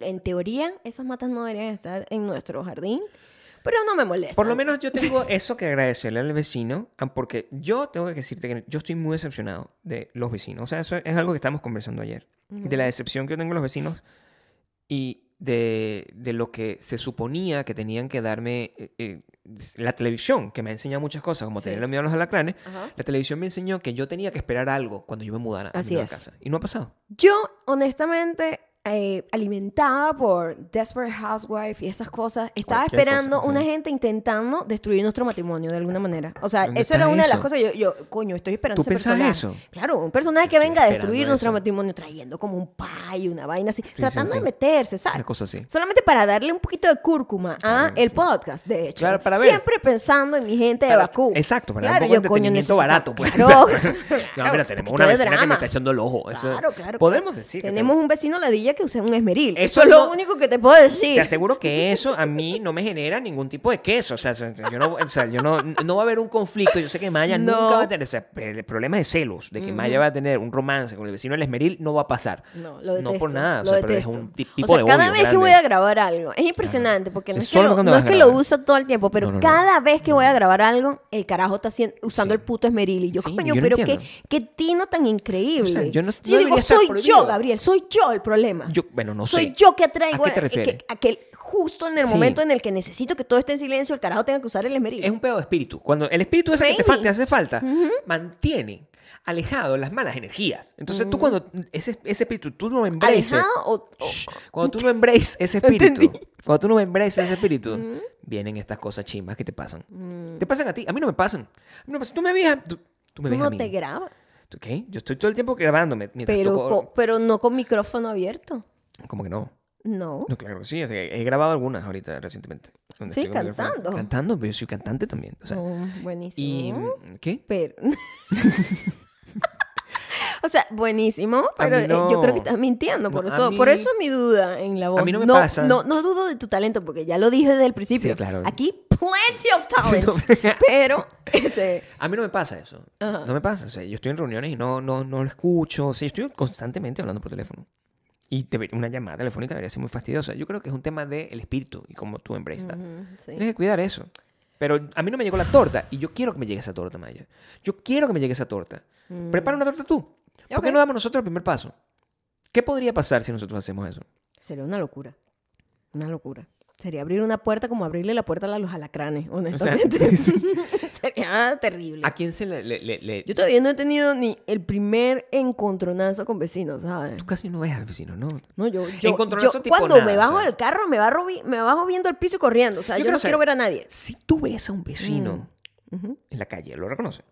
[SPEAKER 1] en teoría, esas matas no deberían estar en nuestro jardín. Pero no me molesta.
[SPEAKER 3] Por lo menos yo tengo eso que agradecerle al vecino, ah, porque yo tengo que decirte que yo estoy muy decepcionado de los vecinos. O sea, eso es algo que estábamos conversando ayer.
[SPEAKER 1] Mm.
[SPEAKER 3] De la decepción que yo tengo de los vecinos y de, de lo que se suponía que tenían que darme eh, eh, la televisión, que me ha enseñado muchas cosas, como
[SPEAKER 1] Sí.
[SPEAKER 3] tener miedo a los alacranes.
[SPEAKER 1] Ajá.
[SPEAKER 3] La televisión me enseñó que yo tenía que esperar algo cuando yo me mudara a
[SPEAKER 1] Así
[SPEAKER 3] mi nueva
[SPEAKER 1] es.
[SPEAKER 3] casa. Y no ha pasado.
[SPEAKER 1] Yo, honestamente, eh, alimentada por Desperate Housewife y esas cosas, estaba
[SPEAKER 3] Cualquier
[SPEAKER 1] esperando
[SPEAKER 3] cosa,
[SPEAKER 1] una
[SPEAKER 3] sí.
[SPEAKER 1] gente intentando destruir nuestro matrimonio de alguna manera. O sea,
[SPEAKER 3] ¿Dónde
[SPEAKER 1] eso era
[SPEAKER 3] está
[SPEAKER 1] una de las
[SPEAKER 3] eso?
[SPEAKER 1] cosas. Yo, yo, coño, estoy esperando ese
[SPEAKER 3] ¿Tú pensabas
[SPEAKER 1] personaje.
[SPEAKER 3] eso?
[SPEAKER 1] Claro, un personaje que
[SPEAKER 3] estoy
[SPEAKER 1] venga a
[SPEAKER 3] esperando
[SPEAKER 1] destruir nuestro
[SPEAKER 3] eso.
[SPEAKER 1] matrimonio trayendo como un pay, una vaina así,
[SPEAKER 3] dices,
[SPEAKER 1] tratando de
[SPEAKER 3] sí.
[SPEAKER 1] meterse, ¿sabes?
[SPEAKER 3] Una cosa así. Ah,
[SPEAKER 1] Solamente para darle un poquito de cúrcuma a el podcast, de hecho.
[SPEAKER 3] Claro, para ver.
[SPEAKER 1] Siempre pensando en mi gente de
[SPEAKER 3] Para-
[SPEAKER 1] Bakú.
[SPEAKER 3] Exacto, para
[SPEAKER 1] Claro,
[SPEAKER 3] un poco
[SPEAKER 1] yo,
[SPEAKER 3] de
[SPEAKER 1] coño,
[SPEAKER 3] entretenimiento
[SPEAKER 1] necesito-
[SPEAKER 3] barato. Pues.
[SPEAKER 1] Claro,
[SPEAKER 3] O sea, no,
[SPEAKER 1] claro,
[SPEAKER 3] mira,
[SPEAKER 1] un
[SPEAKER 3] tenemos
[SPEAKER 1] poquito
[SPEAKER 3] una
[SPEAKER 1] de
[SPEAKER 3] vecina que
[SPEAKER 1] drama.
[SPEAKER 3] me está echando el ojo. Eso-
[SPEAKER 1] Claro, claro.
[SPEAKER 3] Pues, eh, Podemos
[SPEAKER 1] claro.
[SPEAKER 3] decir que
[SPEAKER 1] Tenemos un vecino ladilla que usa un esmeril. Eso,
[SPEAKER 3] Eso
[SPEAKER 1] es lo
[SPEAKER 3] no-
[SPEAKER 1] único que te puedo decir.
[SPEAKER 3] Te aseguro que eso a mí no me genera ningún tipo de queso. O sea, yo no, o sea, yo no, no va a haber un conflicto. Yo sé que Maya
[SPEAKER 1] No.
[SPEAKER 3] nunca va a tener. O sea, el problema de celos, de que Maya va a tener un romance con el vecino del Esmeril, no va a pasar.
[SPEAKER 1] No, lo detesto.
[SPEAKER 3] por nada. O
[SPEAKER 1] lo
[SPEAKER 3] sea, pero es
[SPEAKER 1] detesto.
[SPEAKER 3] un ti-
[SPEAKER 1] O
[SPEAKER 3] tipo
[SPEAKER 1] sea,
[SPEAKER 3] de
[SPEAKER 1] cada
[SPEAKER 3] odio
[SPEAKER 1] vez que
[SPEAKER 3] grande.
[SPEAKER 1] voy a grabar algo, es impresionante porque no
[SPEAKER 3] Sí,
[SPEAKER 1] es que,
[SPEAKER 3] solo
[SPEAKER 1] lo,
[SPEAKER 3] cuando
[SPEAKER 1] no
[SPEAKER 3] vas
[SPEAKER 1] es
[SPEAKER 3] a
[SPEAKER 1] que lo
[SPEAKER 3] grabar.
[SPEAKER 1] uso todo el tiempo, pero
[SPEAKER 3] No, no, no.
[SPEAKER 1] cada vez que voy a grabar algo, el carajo está haciendo- usando el puto esmeril. Y yo,
[SPEAKER 3] Sí,
[SPEAKER 1] coño,
[SPEAKER 3] yo no
[SPEAKER 1] pero qué,
[SPEAKER 3] entiendo.
[SPEAKER 1] qué tino tan increíble.
[SPEAKER 3] O sea, yo no- no
[SPEAKER 1] digo,
[SPEAKER 3] debería estar
[SPEAKER 1] soy yo,
[SPEAKER 3] prohibido.
[SPEAKER 1] Gabriel, soy yo el problema.
[SPEAKER 3] Yo- bueno, no
[SPEAKER 1] soy
[SPEAKER 3] sé.
[SPEAKER 1] yo que
[SPEAKER 3] ¿A
[SPEAKER 1] atraigo
[SPEAKER 3] qué te
[SPEAKER 1] eh, que-
[SPEAKER 3] refieres?
[SPEAKER 1] a que justo en el
[SPEAKER 3] Sí.
[SPEAKER 1] momento en el que necesito que todo esté en silencio, el carajo tenga que usar el esmeril.
[SPEAKER 3] Es un pedo de espíritu. Cuando el espíritu ese que te, fa-
[SPEAKER 1] Maybe.
[SPEAKER 3] te hace falta mantiene alejado las malas energías. Entonces tú cuando ese, ese espíritu, tú no embraces.
[SPEAKER 1] Mm. ¿Alejado o- o-
[SPEAKER 3] Shh. Cuando tú no embraces ese espíritu, cuando tú no embraces ese espíritu, vienen estas cosas chimbas que te pasan. Te pasan a ti, a mí no me pasan. A mí no me pasan. Tú me ves a, tú, tú me
[SPEAKER 1] Mm. Tú
[SPEAKER 3] ves a
[SPEAKER 1] no
[SPEAKER 3] mí.
[SPEAKER 1] te grabas,
[SPEAKER 3] ¿Tú qué? Yo estoy todo el tiempo grabándome mientras
[SPEAKER 1] pero,
[SPEAKER 3] toco-
[SPEAKER 1] co- pero no con micrófono abierto.
[SPEAKER 3] Como que no.
[SPEAKER 1] No.
[SPEAKER 3] No, claro que sí. o sea, he grabado algunas ahorita recientemente. donde
[SPEAKER 1] Sí,
[SPEAKER 3] estoy con el micrófono.
[SPEAKER 1] cantando.
[SPEAKER 3] Cantando, pero yo soy cantante también. O sea,
[SPEAKER 1] Oh,
[SPEAKER 3] y,
[SPEAKER 1] buenísimo.
[SPEAKER 3] ¿Qué?
[SPEAKER 1] Pero. o sea, buenísimo,
[SPEAKER 3] A mí
[SPEAKER 1] pero eh, yo
[SPEAKER 3] no.
[SPEAKER 1] creo que estás mintiendo. Por,
[SPEAKER 3] No, a
[SPEAKER 1] eso, por
[SPEAKER 3] mí-
[SPEAKER 1] eso mi duda en la voz.
[SPEAKER 3] mí no me
[SPEAKER 1] no,
[SPEAKER 3] pasa.
[SPEAKER 1] No, no dudo de tu talento, porque ya lo dije desde el principio.
[SPEAKER 3] Sí, claro.
[SPEAKER 1] Aquí, plenty of talents.
[SPEAKER 3] No.
[SPEAKER 1] pero, este,
[SPEAKER 3] A mí no me pasa eso. No me pasa. O sea, yo estoy en reuniones y no, no, no lo escucho. O sea, yo estoy constantemente hablando por teléfono. Y debe- una llamada telefónica debería ser muy fastidiosa. Yo creo que es un tema del espíritu y cómo tú embraces. tal.
[SPEAKER 1] mm, sí.
[SPEAKER 3] Tienes que cuidar eso. Pero a mí no me llegó la torta y yo quiero que me llegue esa torta, Maya. Yo quiero que me llegue esa torta. Prepara una torta tú. ¿Por
[SPEAKER 1] Mm. Ok.
[SPEAKER 3] qué no damos nosotros el primer paso? ¿Qué podría pasar si nosotros hacemos eso?
[SPEAKER 1] sería una locura. Una locura. Sería abrir una puerta como abrirle la puerta a los alacranes,
[SPEAKER 3] sea,
[SPEAKER 1] honestamente. sería terrible.
[SPEAKER 3] ¿A quién se le...? le- le- le-
[SPEAKER 1] Yo todavía no he tenido ni el primer encontronazo con vecinos, ¿sabes?
[SPEAKER 3] Tú casi no ves al vecino, ¿no?
[SPEAKER 1] No, yo, yo,
[SPEAKER 3] Encontronazo
[SPEAKER 1] yo
[SPEAKER 3] tipo
[SPEAKER 1] cuando
[SPEAKER 3] nada,
[SPEAKER 1] me
[SPEAKER 3] o
[SPEAKER 1] bajo
[SPEAKER 3] sea.
[SPEAKER 1] del carro me bajo, vi- me bajo viendo el piso y corriendo. O sea, yo, no
[SPEAKER 3] saber,
[SPEAKER 1] quiero ver a nadie.
[SPEAKER 3] Si tú ves a un vecino
[SPEAKER 1] Mm.
[SPEAKER 3] en la calle, ¿lo reconoces?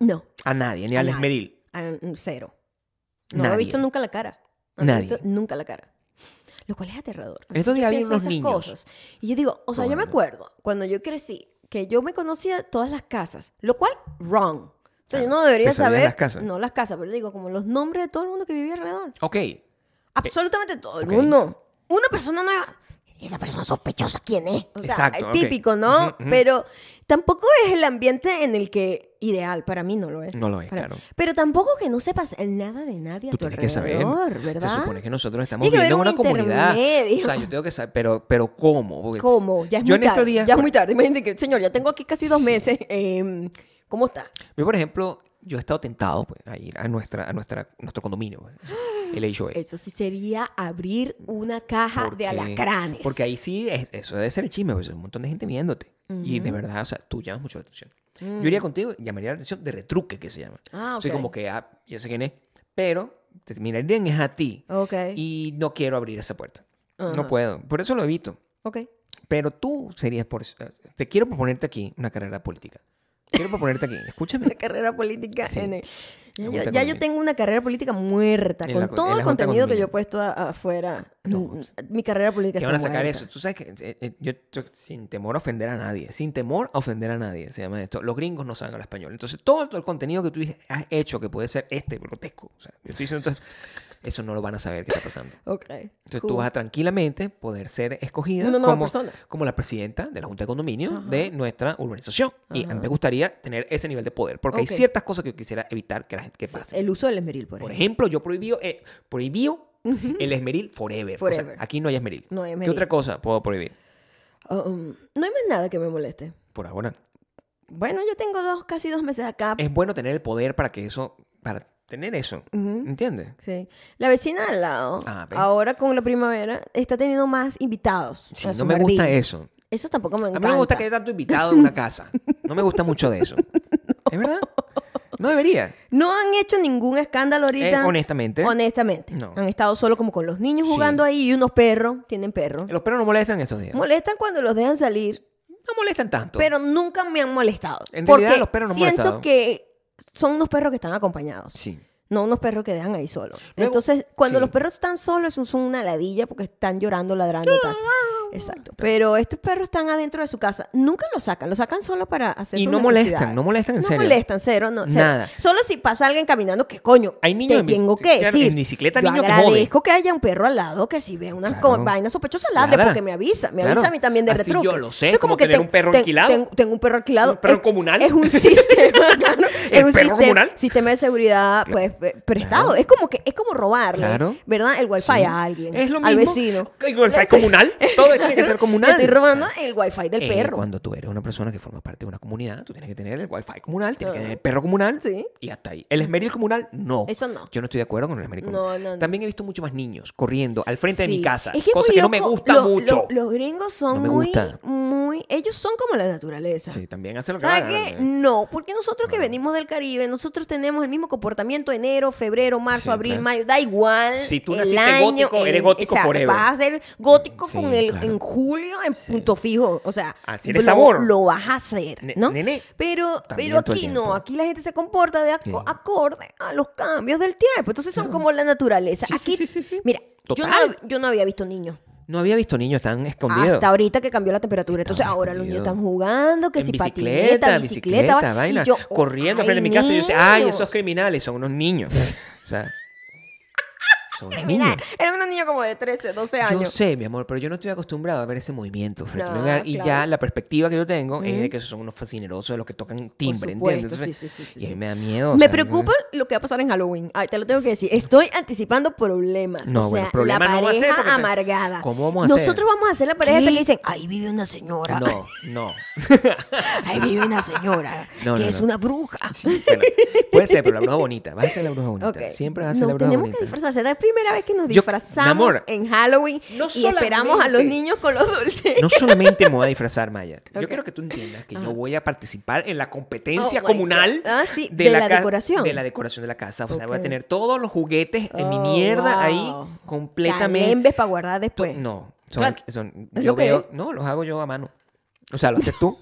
[SPEAKER 1] No.
[SPEAKER 3] A nadie, ni
[SPEAKER 1] A
[SPEAKER 3] al
[SPEAKER 1] nadie.
[SPEAKER 3] esmeril.
[SPEAKER 1] a- cero. No he
[SPEAKER 3] Nadie.
[SPEAKER 1] visto nunca la cara. No he
[SPEAKER 3] Nadie.
[SPEAKER 1] visto nunca la cara. Lo cual es aterrador. A
[SPEAKER 3] En
[SPEAKER 1] veces yo
[SPEAKER 3] estos días había
[SPEAKER 1] pienso
[SPEAKER 3] unos
[SPEAKER 1] esas
[SPEAKER 3] niños.
[SPEAKER 1] Y yo digo, o sea, yo me
[SPEAKER 3] Tomando.
[SPEAKER 1] acuerdo cuando yo crecí que yo me conocía todas las casas, lo cual, wrong. O sea, yo no debería
[SPEAKER 3] ¿Te sabías
[SPEAKER 1] saber.
[SPEAKER 3] las casas?
[SPEAKER 1] No las casas, pero digo, como los nombres de todo el mundo que vivía alrededor.
[SPEAKER 3] Ok.
[SPEAKER 1] Absolutamente todo el
[SPEAKER 3] Eh, ok.
[SPEAKER 1] mundo. Una persona nueva. Esa persona sospechosa, ¿quién es? O sea,
[SPEAKER 3] Exacto, ok.
[SPEAKER 1] típico, ¿no?
[SPEAKER 3] Ujú, ujú.
[SPEAKER 1] Pero tampoco es el ambiente en el que ideal. Para mí no lo es.
[SPEAKER 3] No lo es,
[SPEAKER 1] Para-
[SPEAKER 3] claro.
[SPEAKER 1] Pero tampoco que no sepas nada de nadie a
[SPEAKER 3] Tú
[SPEAKER 1] tu
[SPEAKER 3] tienes que saber.
[SPEAKER 1] alrededor, ¿verdad?
[SPEAKER 3] Se supone que nosotros estamos
[SPEAKER 1] Tiene que
[SPEAKER 3] viviendo
[SPEAKER 1] haber
[SPEAKER 3] en una
[SPEAKER 1] un
[SPEAKER 3] comunidad.
[SPEAKER 1] intermedio.
[SPEAKER 3] O sea, yo tengo que saber, pero, pero ¿cómo? Porque
[SPEAKER 1] ¿Cómo? Ya es muy
[SPEAKER 3] yo en
[SPEAKER 1] tarde.
[SPEAKER 3] estos días,
[SPEAKER 1] ya es
[SPEAKER 3] por,
[SPEAKER 1] muy tarde. Imagínate que, señor, ya tengo aquí casi dos meses. em, ¿Cómo está?
[SPEAKER 3] yo, por ejemplo, yo he estado tentado pues, a ir a, nuestra, a nuestra, nuestro condominio, pues, el HOA.
[SPEAKER 1] Eso sí sería abrir una caja
[SPEAKER 3] Porque-
[SPEAKER 1] de alacranes.
[SPEAKER 3] Porque ahí sí, es- eso debe ser el chisme, pues, un montón de gente viéndote. Y de verdad, o sea, tú llamas mucho la atención. Yo iría contigo y llamaría la atención de retruque, que se llama.
[SPEAKER 1] Mm. Ah,
[SPEAKER 3] Soy
[SPEAKER 1] ok.
[SPEAKER 3] como que, ah, ya sé quién es, pero te mirarían es a ti.
[SPEAKER 1] Ok.
[SPEAKER 3] Y no quiero abrir esa puerta.
[SPEAKER 1] Ajá.
[SPEAKER 3] No puedo. Por eso lo evito.
[SPEAKER 1] Ok.
[SPEAKER 3] Pero tú serías por... eh, Te quiero proponerte aquí una carrera política. Quiero proponerte aquí.
[SPEAKER 1] una
[SPEAKER 3] Escúchame.
[SPEAKER 1] carrera política
[SPEAKER 3] Sí.
[SPEAKER 1] en el-
[SPEAKER 3] Me
[SPEAKER 1] Ya,
[SPEAKER 3] gusta
[SPEAKER 1] yo,
[SPEAKER 3] el
[SPEAKER 1] ya yo
[SPEAKER 3] contenido.
[SPEAKER 1] tengo una carrera política muerta
[SPEAKER 3] En
[SPEAKER 1] con
[SPEAKER 3] la co- en
[SPEAKER 1] todo
[SPEAKER 3] la
[SPEAKER 1] el
[SPEAKER 3] junta
[SPEAKER 1] contenido que yo he
[SPEAKER 3] condominial.
[SPEAKER 1] puesto a- afuera.
[SPEAKER 3] No,
[SPEAKER 1] Mm, Mi carrera política
[SPEAKER 3] Que
[SPEAKER 1] está
[SPEAKER 3] van a sacar
[SPEAKER 1] muerta.
[SPEAKER 3] eso. Tú sabes que eh, eh, yo yo- sin temor a ofender a nadie, sin temor a ofender a nadie, se llama esto. Los gringos no saben hablar español. Entonces, todo, todo el contenido que tú has hecho, que puede ser este grotesco, o sea, yo estoy diciendo, entonces, eso no lo van a saber qué está pasando.
[SPEAKER 1] Ok.
[SPEAKER 3] Entonces,
[SPEAKER 1] cool.
[SPEAKER 3] tú vas a tranquilamente poder ser escogida
[SPEAKER 1] Una nueva
[SPEAKER 3] como,
[SPEAKER 1] persona.
[SPEAKER 3] como la presidenta de la Junta de Condominio de nuestra urbanización. Y a mí me gustaría tener ese nivel de poder, porque
[SPEAKER 1] Ok.
[SPEAKER 3] hay ciertas cosas que yo quisiera evitar que la gente que pase.
[SPEAKER 1] El uso del esmeril, por
[SPEAKER 3] Ah, Por
[SPEAKER 1] ejemplo.
[SPEAKER 3] ejemplo, yo prohibí, eh, prohibí el esmeril forever. O sea,
[SPEAKER 1] Forever.
[SPEAKER 3] aquí no hay esmeril.
[SPEAKER 1] No hay
[SPEAKER 3] ¿Qué
[SPEAKER 1] esmeril.
[SPEAKER 3] otra cosa puedo prohibir?
[SPEAKER 1] Um, no hay más nada que me moleste.
[SPEAKER 3] Por ahora.
[SPEAKER 1] Bueno, yo tengo dos, casi dos meses acá.
[SPEAKER 3] Es bueno tener el poder para que eso, para tener eso.
[SPEAKER 1] Ujú.
[SPEAKER 3] ¿Entiendes?
[SPEAKER 1] Sí. La vecina al lado,
[SPEAKER 3] Ah, ve.
[SPEAKER 1] ahora con la primavera, está teniendo más invitados.
[SPEAKER 3] Sí,
[SPEAKER 1] a su
[SPEAKER 3] no me gusta
[SPEAKER 1] jardín.
[SPEAKER 3] eso.
[SPEAKER 1] Eso tampoco me
[SPEAKER 3] A
[SPEAKER 1] encanta.
[SPEAKER 3] mí no me gusta que haya tanto invitado en una casa. No me gusta mucho de eso. ¿Es verdad? No debería.
[SPEAKER 1] No han hecho ningún escándalo ahorita.
[SPEAKER 3] Eh, honestamente.
[SPEAKER 1] Honestamente.
[SPEAKER 3] No.
[SPEAKER 1] Han estado solo como con los niños jugando ahí y unos perros. Tienen perros.
[SPEAKER 3] Los perros no molestan estos días.
[SPEAKER 1] Molestan cuando los dejan salir,
[SPEAKER 3] No molestan tanto.
[SPEAKER 1] pero nunca me han molestado.
[SPEAKER 3] En
[SPEAKER 1] porque
[SPEAKER 3] realidad, los perros no han
[SPEAKER 1] siento
[SPEAKER 3] molestado.
[SPEAKER 1] que son unos perros que están acompañados.
[SPEAKER 3] Sí.
[SPEAKER 1] No unos perros que dejan ahí solos.
[SPEAKER 3] Luego-
[SPEAKER 1] Entonces, cuando
[SPEAKER 3] sí.
[SPEAKER 1] los perros están solos, son, son una ladilla porque están llorando, ladrando. tal. Exacto. Pero estos perros están adentro de su casa. Nunca los sacan. Los sacan solo para hacer
[SPEAKER 3] Y
[SPEAKER 1] sus
[SPEAKER 3] no molestan,
[SPEAKER 1] necesidades.
[SPEAKER 3] no molestan en serio.
[SPEAKER 1] No molestan, cero. No, cero.
[SPEAKER 3] Nada.
[SPEAKER 1] Solo si pasa alguien caminando, que coño.
[SPEAKER 3] Hay niños
[SPEAKER 1] te
[SPEAKER 3] en bici-
[SPEAKER 1] tengo que
[SPEAKER 3] claro,
[SPEAKER 1] decir.
[SPEAKER 3] en bicicleta,
[SPEAKER 1] Yo
[SPEAKER 3] niño que jode.
[SPEAKER 1] agradezco que haya un perro al lado que si ve unas
[SPEAKER 3] Claro.
[SPEAKER 1] co- vainas sospechosas ladre
[SPEAKER 3] Ladra.
[SPEAKER 1] porque me avisa. Me
[SPEAKER 3] Claro.
[SPEAKER 1] avisa a mí también de
[SPEAKER 3] Así
[SPEAKER 1] retruque.
[SPEAKER 3] yo lo sé,
[SPEAKER 1] Entonces,
[SPEAKER 3] como tener un perro alquilado.
[SPEAKER 1] Tengo, tengo un perro alquilado.
[SPEAKER 3] Un perro
[SPEAKER 1] Es-
[SPEAKER 3] comunal.
[SPEAKER 1] Es un sistema, claro. es
[SPEAKER 3] El
[SPEAKER 1] un
[SPEAKER 3] perro
[SPEAKER 1] sistema,
[SPEAKER 3] comunal.
[SPEAKER 1] sistema de seguridad pues pre- prestado. Es como que es como robarle,
[SPEAKER 3] Claro.
[SPEAKER 1] ¿verdad? El wifi
[SPEAKER 3] Sí.
[SPEAKER 1] a alguien,
[SPEAKER 3] Mm. Es lo
[SPEAKER 1] al
[SPEAKER 3] mismo
[SPEAKER 1] vecino.
[SPEAKER 3] que el wifi comunal. Todo tiene que ser comunal.
[SPEAKER 1] Estoy robando el wifi del
[SPEAKER 3] Eh,
[SPEAKER 1] perro.
[SPEAKER 3] Cuando tú eres una persona que forma parte de una comunidad, tú tienes que tener el wifi comunal, tienes que tener el perro comunal
[SPEAKER 1] Ah. Sí.
[SPEAKER 3] y hasta ahí. El esmeril comunal, no.
[SPEAKER 1] Eso no.
[SPEAKER 3] Yo no estoy de acuerdo con el esmeril
[SPEAKER 1] No,
[SPEAKER 3] comunal.
[SPEAKER 1] no, no.
[SPEAKER 3] También he visto mucho más niños corriendo al frente de
[SPEAKER 1] Sí.
[SPEAKER 3] mi casa,
[SPEAKER 1] Es que es
[SPEAKER 3] cosa
[SPEAKER 1] muy
[SPEAKER 3] que no me
[SPEAKER 1] loco.
[SPEAKER 3] gusta
[SPEAKER 1] Lo-
[SPEAKER 3] mucho.
[SPEAKER 1] lo- los gringos son
[SPEAKER 3] No me
[SPEAKER 1] muy,
[SPEAKER 3] gusta.
[SPEAKER 1] muy. Ellos son como la naturaleza.
[SPEAKER 3] Sí, también hacen lo que
[SPEAKER 1] ¿Sabes
[SPEAKER 3] van.
[SPEAKER 1] qué? Mm. No, porque nosotros que venimos del Caribe, nosotros tenemos el mismo comportamiento enero, febrero, marzo,
[SPEAKER 3] Sí,
[SPEAKER 1] abril,
[SPEAKER 3] claro.
[SPEAKER 1] mayo, da igual.
[SPEAKER 3] Si tú
[SPEAKER 1] el
[SPEAKER 3] naciste
[SPEAKER 1] año,
[SPEAKER 3] gótico,
[SPEAKER 1] el-
[SPEAKER 3] eres gótico
[SPEAKER 1] o sea,
[SPEAKER 3] forever.
[SPEAKER 1] Vas a ser gótico
[SPEAKER 3] Sí,
[SPEAKER 1] con el
[SPEAKER 3] claro.
[SPEAKER 1] en julio en punto fijo, o sea,
[SPEAKER 3] Así eres
[SPEAKER 1] lo,
[SPEAKER 3] sabor.
[SPEAKER 1] lo vas a hacer,
[SPEAKER 3] Ne-
[SPEAKER 1] ¿no?
[SPEAKER 3] nene,
[SPEAKER 1] pero
[SPEAKER 3] también
[SPEAKER 1] pero
[SPEAKER 3] todo el
[SPEAKER 1] aquí no,
[SPEAKER 3] tiempo.
[SPEAKER 1] aquí la gente se comporta de aco- acorde a los cambios del tiempo, entonces son como la naturaleza.
[SPEAKER 3] Sí, sí,
[SPEAKER 1] aquí
[SPEAKER 3] sí, sí, sí.
[SPEAKER 1] mira, yo no,
[SPEAKER 3] Total.
[SPEAKER 1] yo no había visto niños
[SPEAKER 3] No había visto niños tan escondidos.
[SPEAKER 1] hasta ahorita que cambió la temperatura. Entonces
[SPEAKER 3] Estaban
[SPEAKER 1] ahora los niños
[SPEAKER 3] escondidos.
[SPEAKER 1] están jugando, que
[SPEAKER 3] en
[SPEAKER 1] si
[SPEAKER 3] bicicleta,
[SPEAKER 1] patineta, bicicleta,
[SPEAKER 3] bicicleta,
[SPEAKER 1] va-
[SPEAKER 3] vaina,
[SPEAKER 1] y yo,
[SPEAKER 3] corriendo
[SPEAKER 1] ay,
[SPEAKER 3] frente a mi casa y yo decía, ay, esos
[SPEAKER 1] niños".
[SPEAKER 3] criminales son unos niños. O sea, son unos niños.
[SPEAKER 1] Mira, Era un niño como de 13, 12
[SPEAKER 3] Yo
[SPEAKER 1] años.
[SPEAKER 3] sé, mi amor, pero yo no estoy acostumbrado a ver ese movimiento. Fred,
[SPEAKER 1] No,
[SPEAKER 3] ¿no? y ya
[SPEAKER 1] Ah, claro.
[SPEAKER 3] la perspectiva que yo tengo es de que esos son unos fascinerosos de los que tocan timbre, ¿entiendes?
[SPEAKER 1] supuesto, sí,
[SPEAKER 3] Entonces,
[SPEAKER 1] sí, sí, sí,
[SPEAKER 3] y a mí
[SPEAKER 1] sí.
[SPEAKER 3] me da miedo. o
[SPEAKER 1] Me
[SPEAKER 3] sea,
[SPEAKER 1] preocupa lo que va a pasar en Halloween. Ay, te lo tengo que decir. Estoy anticipando problemas.
[SPEAKER 3] No,
[SPEAKER 1] o sea,
[SPEAKER 3] bueno, problema
[SPEAKER 1] la
[SPEAKER 3] no va a ser
[SPEAKER 1] pareja
[SPEAKER 3] porque te-
[SPEAKER 1] amargada.
[SPEAKER 3] ¿Cómo vamos a hacer?
[SPEAKER 1] Nosotros vamos a hacer la pareja esa
[SPEAKER 3] ¿Qué?
[SPEAKER 1] que dicen, ahí vive una señora.
[SPEAKER 3] No, no.
[SPEAKER 1] Ahí vive una señora
[SPEAKER 3] No,
[SPEAKER 1] que
[SPEAKER 3] no,
[SPEAKER 1] es
[SPEAKER 3] no.
[SPEAKER 1] una bruja.
[SPEAKER 3] Bueno, puede ser, pero la bruja bonita. Vas a ser la bruja bonita.
[SPEAKER 1] Ok.
[SPEAKER 3] Siempre vas a ser
[SPEAKER 1] Nos
[SPEAKER 3] la bruja
[SPEAKER 1] tenemos
[SPEAKER 3] bonita.
[SPEAKER 1] que disfrazar. Es la primera vez que nos
[SPEAKER 3] Yo-
[SPEAKER 1] disfrazamos
[SPEAKER 3] Namor,
[SPEAKER 1] en Halloween
[SPEAKER 3] no
[SPEAKER 1] y esperamos a los
[SPEAKER 3] solamente-
[SPEAKER 1] niños con los dulces.
[SPEAKER 3] No solamente me voy a disfrazar, Maya.
[SPEAKER 1] Ok.
[SPEAKER 3] Yo quiero que tú entiendas que yo voy a participar en la competencia
[SPEAKER 1] Oh my
[SPEAKER 3] comunal
[SPEAKER 1] God. Ah, sí, de la
[SPEAKER 3] ca-
[SPEAKER 1] decoración.
[SPEAKER 3] De la decoración de la casa. O sea, voy a
[SPEAKER 1] Ok.
[SPEAKER 3] tener todos los juguetes en mi
[SPEAKER 1] Oh,
[SPEAKER 3] mierda
[SPEAKER 1] wow.
[SPEAKER 3] ahí completamente.
[SPEAKER 1] Calembes para guardar
[SPEAKER 3] Tú-
[SPEAKER 1] después.
[SPEAKER 3] No, son,
[SPEAKER 1] Claro.
[SPEAKER 3] son-
[SPEAKER 1] Es
[SPEAKER 3] yo
[SPEAKER 1] lo que
[SPEAKER 3] veo,
[SPEAKER 1] es.
[SPEAKER 3] no, los hago yo a mano. O sea, lo haces tú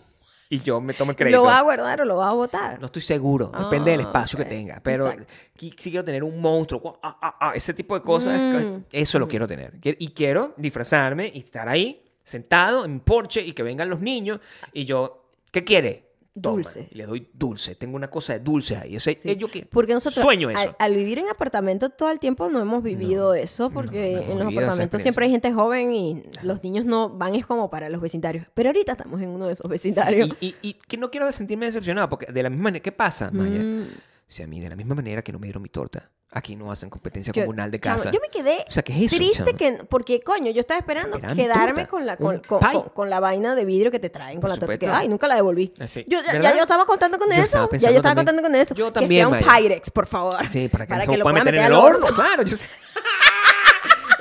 [SPEAKER 3] y yo me tomo el crédito.
[SPEAKER 1] ¿Lo va a guardar o lo va a botar?
[SPEAKER 3] No estoy seguro, depende del
[SPEAKER 1] Ah,
[SPEAKER 3] espacio
[SPEAKER 1] ok.
[SPEAKER 3] que tenga, pero
[SPEAKER 1] Exacto.
[SPEAKER 3] qui- si quiero tener un monstruo, guau, ah, ah, ah, ese tipo de cosas,
[SPEAKER 1] Mm.
[SPEAKER 3] eh, eso lo quiero tener. Qui- Y quiero disfrazarme y estar ahí sentado en mi porche y que vengan los niños y yo, ¿qué quiere? Toma.
[SPEAKER 1] Dulce.
[SPEAKER 3] Y le doy dulce, tengo una cosa de dulce ahí. O sea,
[SPEAKER 1] Sí.
[SPEAKER 3] yo que
[SPEAKER 1] porque nosotros
[SPEAKER 3] sueño
[SPEAKER 1] al-
[SPEAKER 3] eso.
[SPEAKER 1] Al, vivir en apartamento todo el tiempo no hemos vivido eso porque
[SPEAKER 3] no hemos
[SPEAKER 1] en los
[SPEAKER 3] vivido esa
[SPEAKER 1] apartamentos
[SPEAKER 3] experiencia.
[SPEAKER 1] siempre hay gente joven y los niños no van es como para los vecindarios. Pero ahorita estamos en uno de esos vecindarios.
[SPEAKER 3] Y, y- y que no quiero sentirme decepcionado, porque de la misma manera, ¿qué pasa, Maya?
[SPEAKER 1] Mm.
[SPEAKER 3] Si a mí de la misma manera que no me dieron mi torta, aquí no hacen competencia
[SPEAKER 1] Yo-
[SPEAKER 3] comunal de
[SPEAKER 1] chamo,
[SPEAKER 3] casa.
[SPEAKER 1] yo me quedé
[SPEAKER 3] O sea, ¿qué es eso,
[SPEAKER 1] triste
[SPEAKER 3] chamo?
[SPEAKER 1] que porque coño, yo estaba esperando
[SPEAKER 3] Gran
[SPEAKER 1] quedarme
[SPEAKER 3] torta.
[SPEAKER 1] con la
[SPEAKER 3] Un
[SPEAKER 1] con, con-
[SPEAKER 3] pie.
[SPEAKER 1] con- con la vaina de vidrio que te traen con
[SPEAKER 3] Por
[SPEAKER 1] la torta que
[SPEAKER 3] supuesto.
[SPEAKER 1] ay, nunca la devolví.
[SPEAKER 3] Así,
[SPEAKER 1] Yo, ya- ya,
[SPEAKER 3] ¿verdad?
[SPEAKER 1] yo estaba contando con
[SPEAKER 3] Yo
[SPEAKER 1] eso.
[SPEAKER 3] estaba
[SPEAKER 1] ya
[SPEAKER 3] pensando
[SPEAKER 1] yo estaba
[SPEAKER 3] también.
[SPEAKER 1] contando con eso.
[SPEAKER 3] Yo
[SPEAKER 1] que sea
[SPEAKER 3] también,
[SPEAKER 1] un
[SPEAKER 3] Maya.
[SPEAKER 1] Pyrex, por favor.
[SPEAKER 3] Sí, para que, no se
[SPEAKER 1] lo
[SPEAKER 3] pueda
[SPEAKER 1] puedan
[SPEAKER 3] meter en el horno. Claro, yo sé.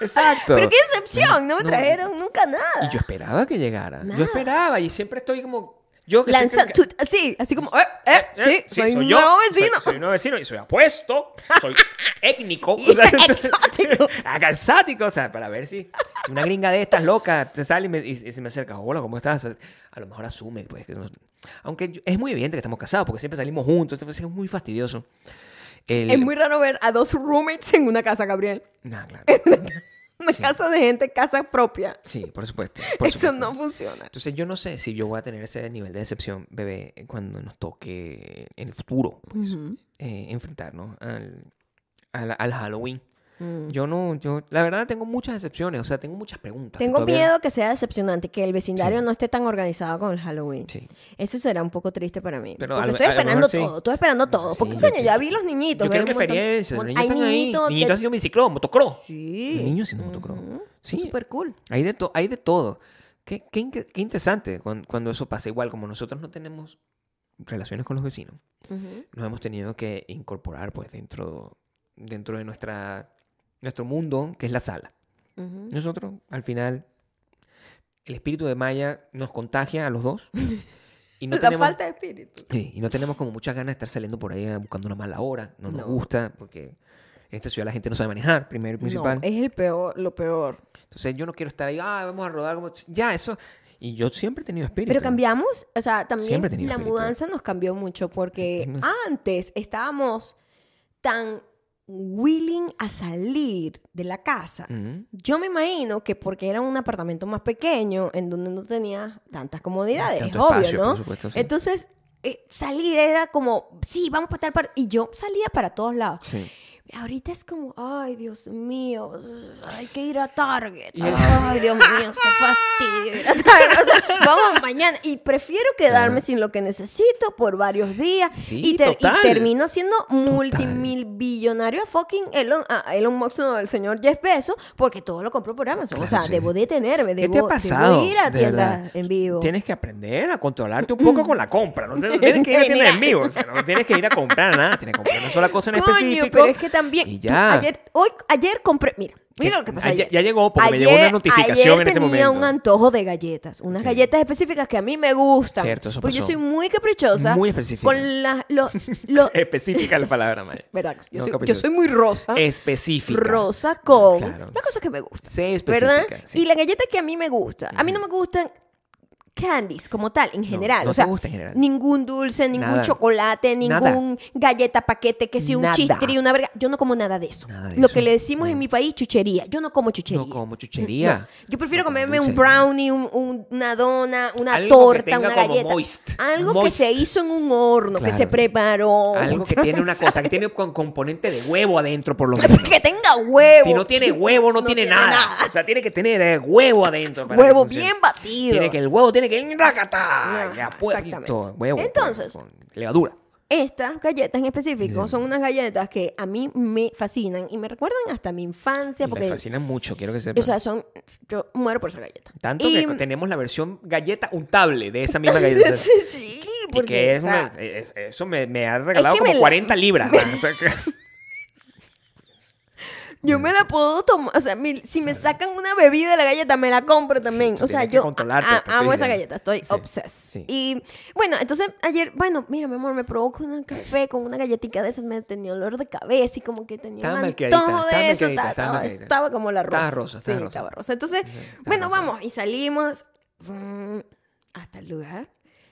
[SPEAKER 3] Exacto.
[SPEAKER 1] Pero qué decepción, no me
[SPEAKER 3] No,
[SPEAKER 1] trajeron nunca nada.
[SPEAKER 3] Y yo esperaba que llegara.
[SPEAKER 1] Nada.
[SPEAKER 3] Yo esperaba y siempre estoy como. Yo que
[SPEAKER 1] Lanza-
[SPEAKER 3] siempre-
[SPEAKER 1] tú- sí, así como, eh, eh, sí,
[SPEAKER 3] Eh,
[SPEAKER 1] soy un nuevo
[SPEAKER 3] soy-
[SPEAKER 1] vecino.
[SPEAKER 3] Soy, un nuevo vecino y soy apuesto, soy étnico. o sea,
[SPEAKER 1] Exótico.
[SPEAKER 3] acá exótico, o sea, para ver si, si una gringa de estas loca se sale y, me- y- y se me acerca. Hola, ¿cómo estás? A lo mejor asume, pues. que no- aunque yo- es muy evidente que estamos casados porque siempre salimos juntos, entonces es muy fastidioso. El-
[SPEAKER 1] Es muy raro ver a dos roommates en una casa, Gabriel.
[SPEAKER 3] Nah, claro.
[SPEAKER 1] Una casa de gente, casa propia.
[SPEAKER 3] Sí, por supuesto. por
[SPEAKER 1] eso
[SPEAKER 3] supuesto.
[SPEAKER 1] no funciona.
[SPEAKER 3] Entonces yo no sé si yo voy a tener ese nivel de decepción, bebé, cuando nos toque en el futuro, pues, eh, enfrentarnos al, al, al Halloween. Yo no, yo, la verdad tengo muchas decepciones, o sea, tengo muchas preguntas. que
[SPEAKER 1] Tengo
[SPEAKER 3] todavía-
[SPEAKER 1] miedo que sea decepcionante, que el vecindario no esté tan organizado con el Halloween.
[SPEAKER 3] Sí.
[SPEAKER 1] Eso será un poco triste para mí.
[SPEAKER 3] Pero a
[SPEAKER 1] porque
[SPEAKER 3] lo-
[SPEAKER 1] estoy
[SPEAKER 3] a lo mejor
[SPEAKER 1] esperando
[SPEAKER 3] sí. Ah,
[SPEAKER 1] todo, estoy esperando todo.
[SPEAKER 3] Sí,
[SPEAKER 1] porque,
[SPEAKER 3] yo
[SPEAKER 1] coño,
[SPEAKER 3] quiero-
[SPEAKER 1] ya vi los niñitos.
[SPEAKER 3] Yo quiero
[SPEAKER 1] veo
[SPEAKER 3] una
[SPEAKER 1] un montón-
[SPEAKER 3] experiencia, los niños
[SPEAKER 1] Hay
[SPEAKER 3] están ahí,
[SPEAKER 1] niñitos.
[SPEAKER 3] niñitos haciendo motocross, motocross.
[SPEAKER 1] Sí.
[SPEAKER 3] Niños haciendo motocross. Sí,
[SPEAKER 1] Súper cool.
[SPEAKER 3] hay de, to- hay de todo. Qué, qué inque- qué interesante cuan- cuando, eso pasa. Igual, como nosotros no tenemos relaciones con los vecinos,
[SPEAKER 1] Ujú.
[SPEAKER 3] nos hemos tenido que incorporar pues dentro, dentro de nuestra, nuestro mundo, que es la sala.
[SPEAKER 1] Ujú.
[SPEAKER 3] Nosotros, al final, el espíritu de Maya nos contagia a los dos. Y no
[SPEAKER 1] la
[SPEAKER 3] tenemos,
[SPEAKER 1] falta de espíritu.
[SPEAKER 3] Sí, y no tenemos como muchas ganas de estar saliendo por ahí eh, buscando una mala hora. No nos
[SPEAKER 1] No.
[SPEAKER 3] gusta porque en esta ciudad la gente no sabe manejar, primero y principal.
[SPEAKER 1] No, Eh. es el peor, lo peor.
[SPEAKER 3] Entonces yo no quiero estar ahí, ah, vamos a rodar como... Ya, eso... Y yo siempre he tenido espíritu.
[SPEAKER 1] Pero cambiamos, o sea, también
[SPEAKER 3] Siempre he tenido
[SPEAKER 1] la
[SPEAKER 3] espíritu.
[SPEAKER 1] mudanza nos cambió mucho porque
[SPEAKER 3] Ujú.
[SPEAKER 1] antes estábamos tan willing a salir de la casa.
[SPEAKER 3] Ujú.
[SPEAKER 1] Yo me imagino que porque era un apartamento más pequeño en donde no tenías tantas comodidades,
[SPEAKER 3] Tanto
[SPEAKER 1] es obvio,
[SPEAKER 3] espacio,
[SPEAKER 1] ¿no?
[SPEAKER 3] por supuesto, sí.
[SPEAKER 1] Entonces, eh, salir era como, sí, vamos para tal parte. Y yo salía para todos lados.
[SPEAKER 3] Sí.
[SPEAKER 1] Ahorita es como, ay, Dios mío, hay que ir a Target.
[SPEAKER 3] Y el-
[SPEAKER 1] Ay, Dios mío, qué fastidio ir a Target. O sea, vamos mañana. Y prefiero quedarme sin lo que necesito por varios días.
[SPEAKER 3] Sí,
[SPEAKER 1] y, ter- y
[SPEAKER 3] total.
[SPEAKER 1] termino siendo multimilbillonario a fucking Elon, a Elon Musk, no, el señor Jeff Bezos, porque todo lo compro por Amazon. o
[SPEAKER 3] Claro,
[SPEAKER 1] sea,
[SPEAKER 3] sí.
[SPEAKER 1] debo detenerme,
[SPEAKER 3] ¿Qué
[SPEAKER 1] debo,
[SPEAKER 3] te ha
[SPEAKER 1] debo
[SPEAKER 3] pasado?
[SPEAKER 1] ir a
[SPEAKER 3] De
[SPEAKER 1] tiendas
[SPEAKER 3] verdad.
[SPEAKER 1] en vivo.
[SPEAKER 3] Tienes que aprender a controlarte un poco con la compra. No te- tienes que ir a tiendas en vivo. O sea, no tienes que ir a comprar nada. Tienes que comprar una sola cosa en
[SPEAKER 1] Coño,
[SPEAKER 3] específico.
[SPEAKER 1] pero es que también.
[SPEAKER 3] Y
[SPEAKER 1] tú,
[SPEAKER 3] ya.
[SPEAKER 1] ayer, hoy, ayer compré. Mira, mira lo que pasó.
[SPEAKER 3] Ah, ya-
[SPEAKER 1] ayer.
[SPEAKER 3] ya llegó, porque me llegó una notificación
[SPEAKER 1] ayer
[SPEAKER 3] en este
[SPEAKER 1] tenía un
[SPEAKER 3] momento.
[SPEAKER 1] antojo de galletas. Unas galletas específicas que a mí me gustan.
[SPEAKER 3] Cierto, eso
[SPEAKER 1] Porque yo
[SPEAKER 3] pasó.
[SPEAKER 1] soy muy caprichosa.
[SPEAKER 3] Muy específica.
[SPEAKER 1] Con las. Lo, lo-
[SPEAKER 3] Específica la palabra, Maya.
[SPEAKER 1] ¿Verdad? Yo,
[SPEAKER 3] No,
[SPEAKER 1] soy, yo
[SPEAKER 3] caprichosa.
[SPEAKER 1] soy muy rosa.
[SPEAKER 3] Específica.
[SPEAKER 1] Rosa con
[SPEAKER 3] Claro.
[SPEAKER 1] las cosas que me gustan.
[SPEAKER 3] Sé específica.
[SPEAKER 1] ¿Verdad?
[SPEAKER 3] sí.
[SPEAKER 1] Y la galleta que a mí me gusta. A mí no me gustan candies como tal, en general.
[SPEAKER 3] no
[SPEAKER 1] o sea,
[SPEAKER 3] te gusta en general.
[SPEAKER 1] ningún dulce, ningún
[SPEAKER 3] Nada.
[SPEAKER 1] chocolate,
[SPEAKER 3] Nada.
[SPEAKER 1] ningún galleta paquete, que sea un
[SPEAKER 3] Nada.
[SPEAKER 1] chistri, una verga. Yo no como nada de eso.
[SPEAKER 3] Nada de
[SPEAKER 1] Lo
[SPEAKER 3] eso.
[SPEAKER 1] que le decimos en mi país, chuchería. Yo no como chuchería.
[SPEAKER 3] No como chuchería.
[SPEAKER 1] No. Yo prefiero
[SPEAKER 3] No como
[SPEAKER 1] comerme un
[SPEAKER 3] dulce.
[SPEAKER 1] brownie, un- un- una dona, una
[SPEAKER 3] Algo que
[SPEAKER 1] torta,
[SPEAKER 3] tenga
[SPEAKER 1] una
[SPEAKER 3] como
[SPEAKER 1] galleta.
[SPEAKER 3] moist.
[SPEAKER 1] Algo que
[SPEAKER 3] Moist.
[SPEAKER 1] se hizo en un horno, que
[SPEAKER 3] Claro.
[SPEAKER 1] se preparó.
[SPEAKER 3] Algo que tiene una cosa, que tiene con componente de huevo adentro, por lo menos.
[SPEAKER 1] Pues que tenga huevo.
[SPEAKER 3] Si no tiene huevo, no, tiene, nada. O sea, tiene que tener eh, huevo adentro. para que
[SPEAKER 1] Huevo
[SPEAKER 3] funcione.
[SPEAKER 1] bien batido.
[SPEAKER 3] Tiene que el huevo tiene que ir racata.
[SPEAKER 1] Ajá,
[SPEAKER 3] Ya pues,
[SPEAKER 1] exactamente.
[SPEAKER 3] listo, huevo. pues,
[SPEAKER 1] Entonces-
[SPEAKER 3] con levadura.
[SPEAKER 1] Estas galletas en específico son unas galletas que a mí me fascinan y me recuerdan hasta mi infancia
[SPEAKER 3] Me
[SPEAKER 1] porque
[SPEAKER 3] fascina mucho, quiero que sepan.
[SPEAKER 1] o sea, son yo muero por esa galleta.
[SPEAKER 3] Tanto
[SPEAKER 1] Y-
[SPEAKER 3] que tenemos la versión galleta untable de esa misma galleta. O sea,
[SPEAKER 1] sí, sí,
[SPEAKER 3] y
[SPEAKER 1] porque
[SPEAKER 3] que es
[SPEAKER 1] o sea,
[SPEAKER 3] una- es- eso me, me ha regalado
[SPEAKER 1] que
[SPEAKER 3] como
[SPEAKER 1] me la-
[SPEAKER 3] 40 libras. man. O sea, que-
[SPEAKER 1] yo me la puedo tomar, o sea, mi- si me sacan una bebida de la galleta me la compro también.
[SPEAKER 3] tú
[SPEAKER 1] o sea,
[SPEAKER 3] tienes que
[SPEAKER 1] yo
[SPEAKER 3] controlarte,
[SPEAKER 1] a-
[SPEAKER 3] te estoy
[SPEAKER 1] amo esa
[SPEAKER 3] diciendo.
[SPEAKER 1] galleta, estoy
[SPEAKER 3] Sí,
[SPEAKER 1] obsessed.
[SPEAKER 3] sí.
[SPEAKER 1] Y bueno, entonces ayer, bueno, mira, mi amor, me provoca un café con una galletita de esas, me tenía olor de cabeza y como que tenía
[SPEAKER 3] Estaba
[SPEAKER 1] un
[SPEAKER 3] malcriadita,
[SPEAKER 1] antojo
[SPEAKER 3] estaba
[SPEAKER 1] de eso,
[SPEAKER 3] malcriadita,
[SPEAKER 1] ta-
[SPEAKER 3] estaba
[SPEAKER 1] estaba,
[SPEAKER 3] malcriadita.
[SPEAKER 1] estaba como la rosa.
[SPEAKER 3] Estaba rosa, estaba
[SPEAKER 1] sí,
[SPEAKER 3] rosa.
[SPEAKER 1] estaba rosa. Entonces, bueno, vamos y salimos mm, hasta el lugar.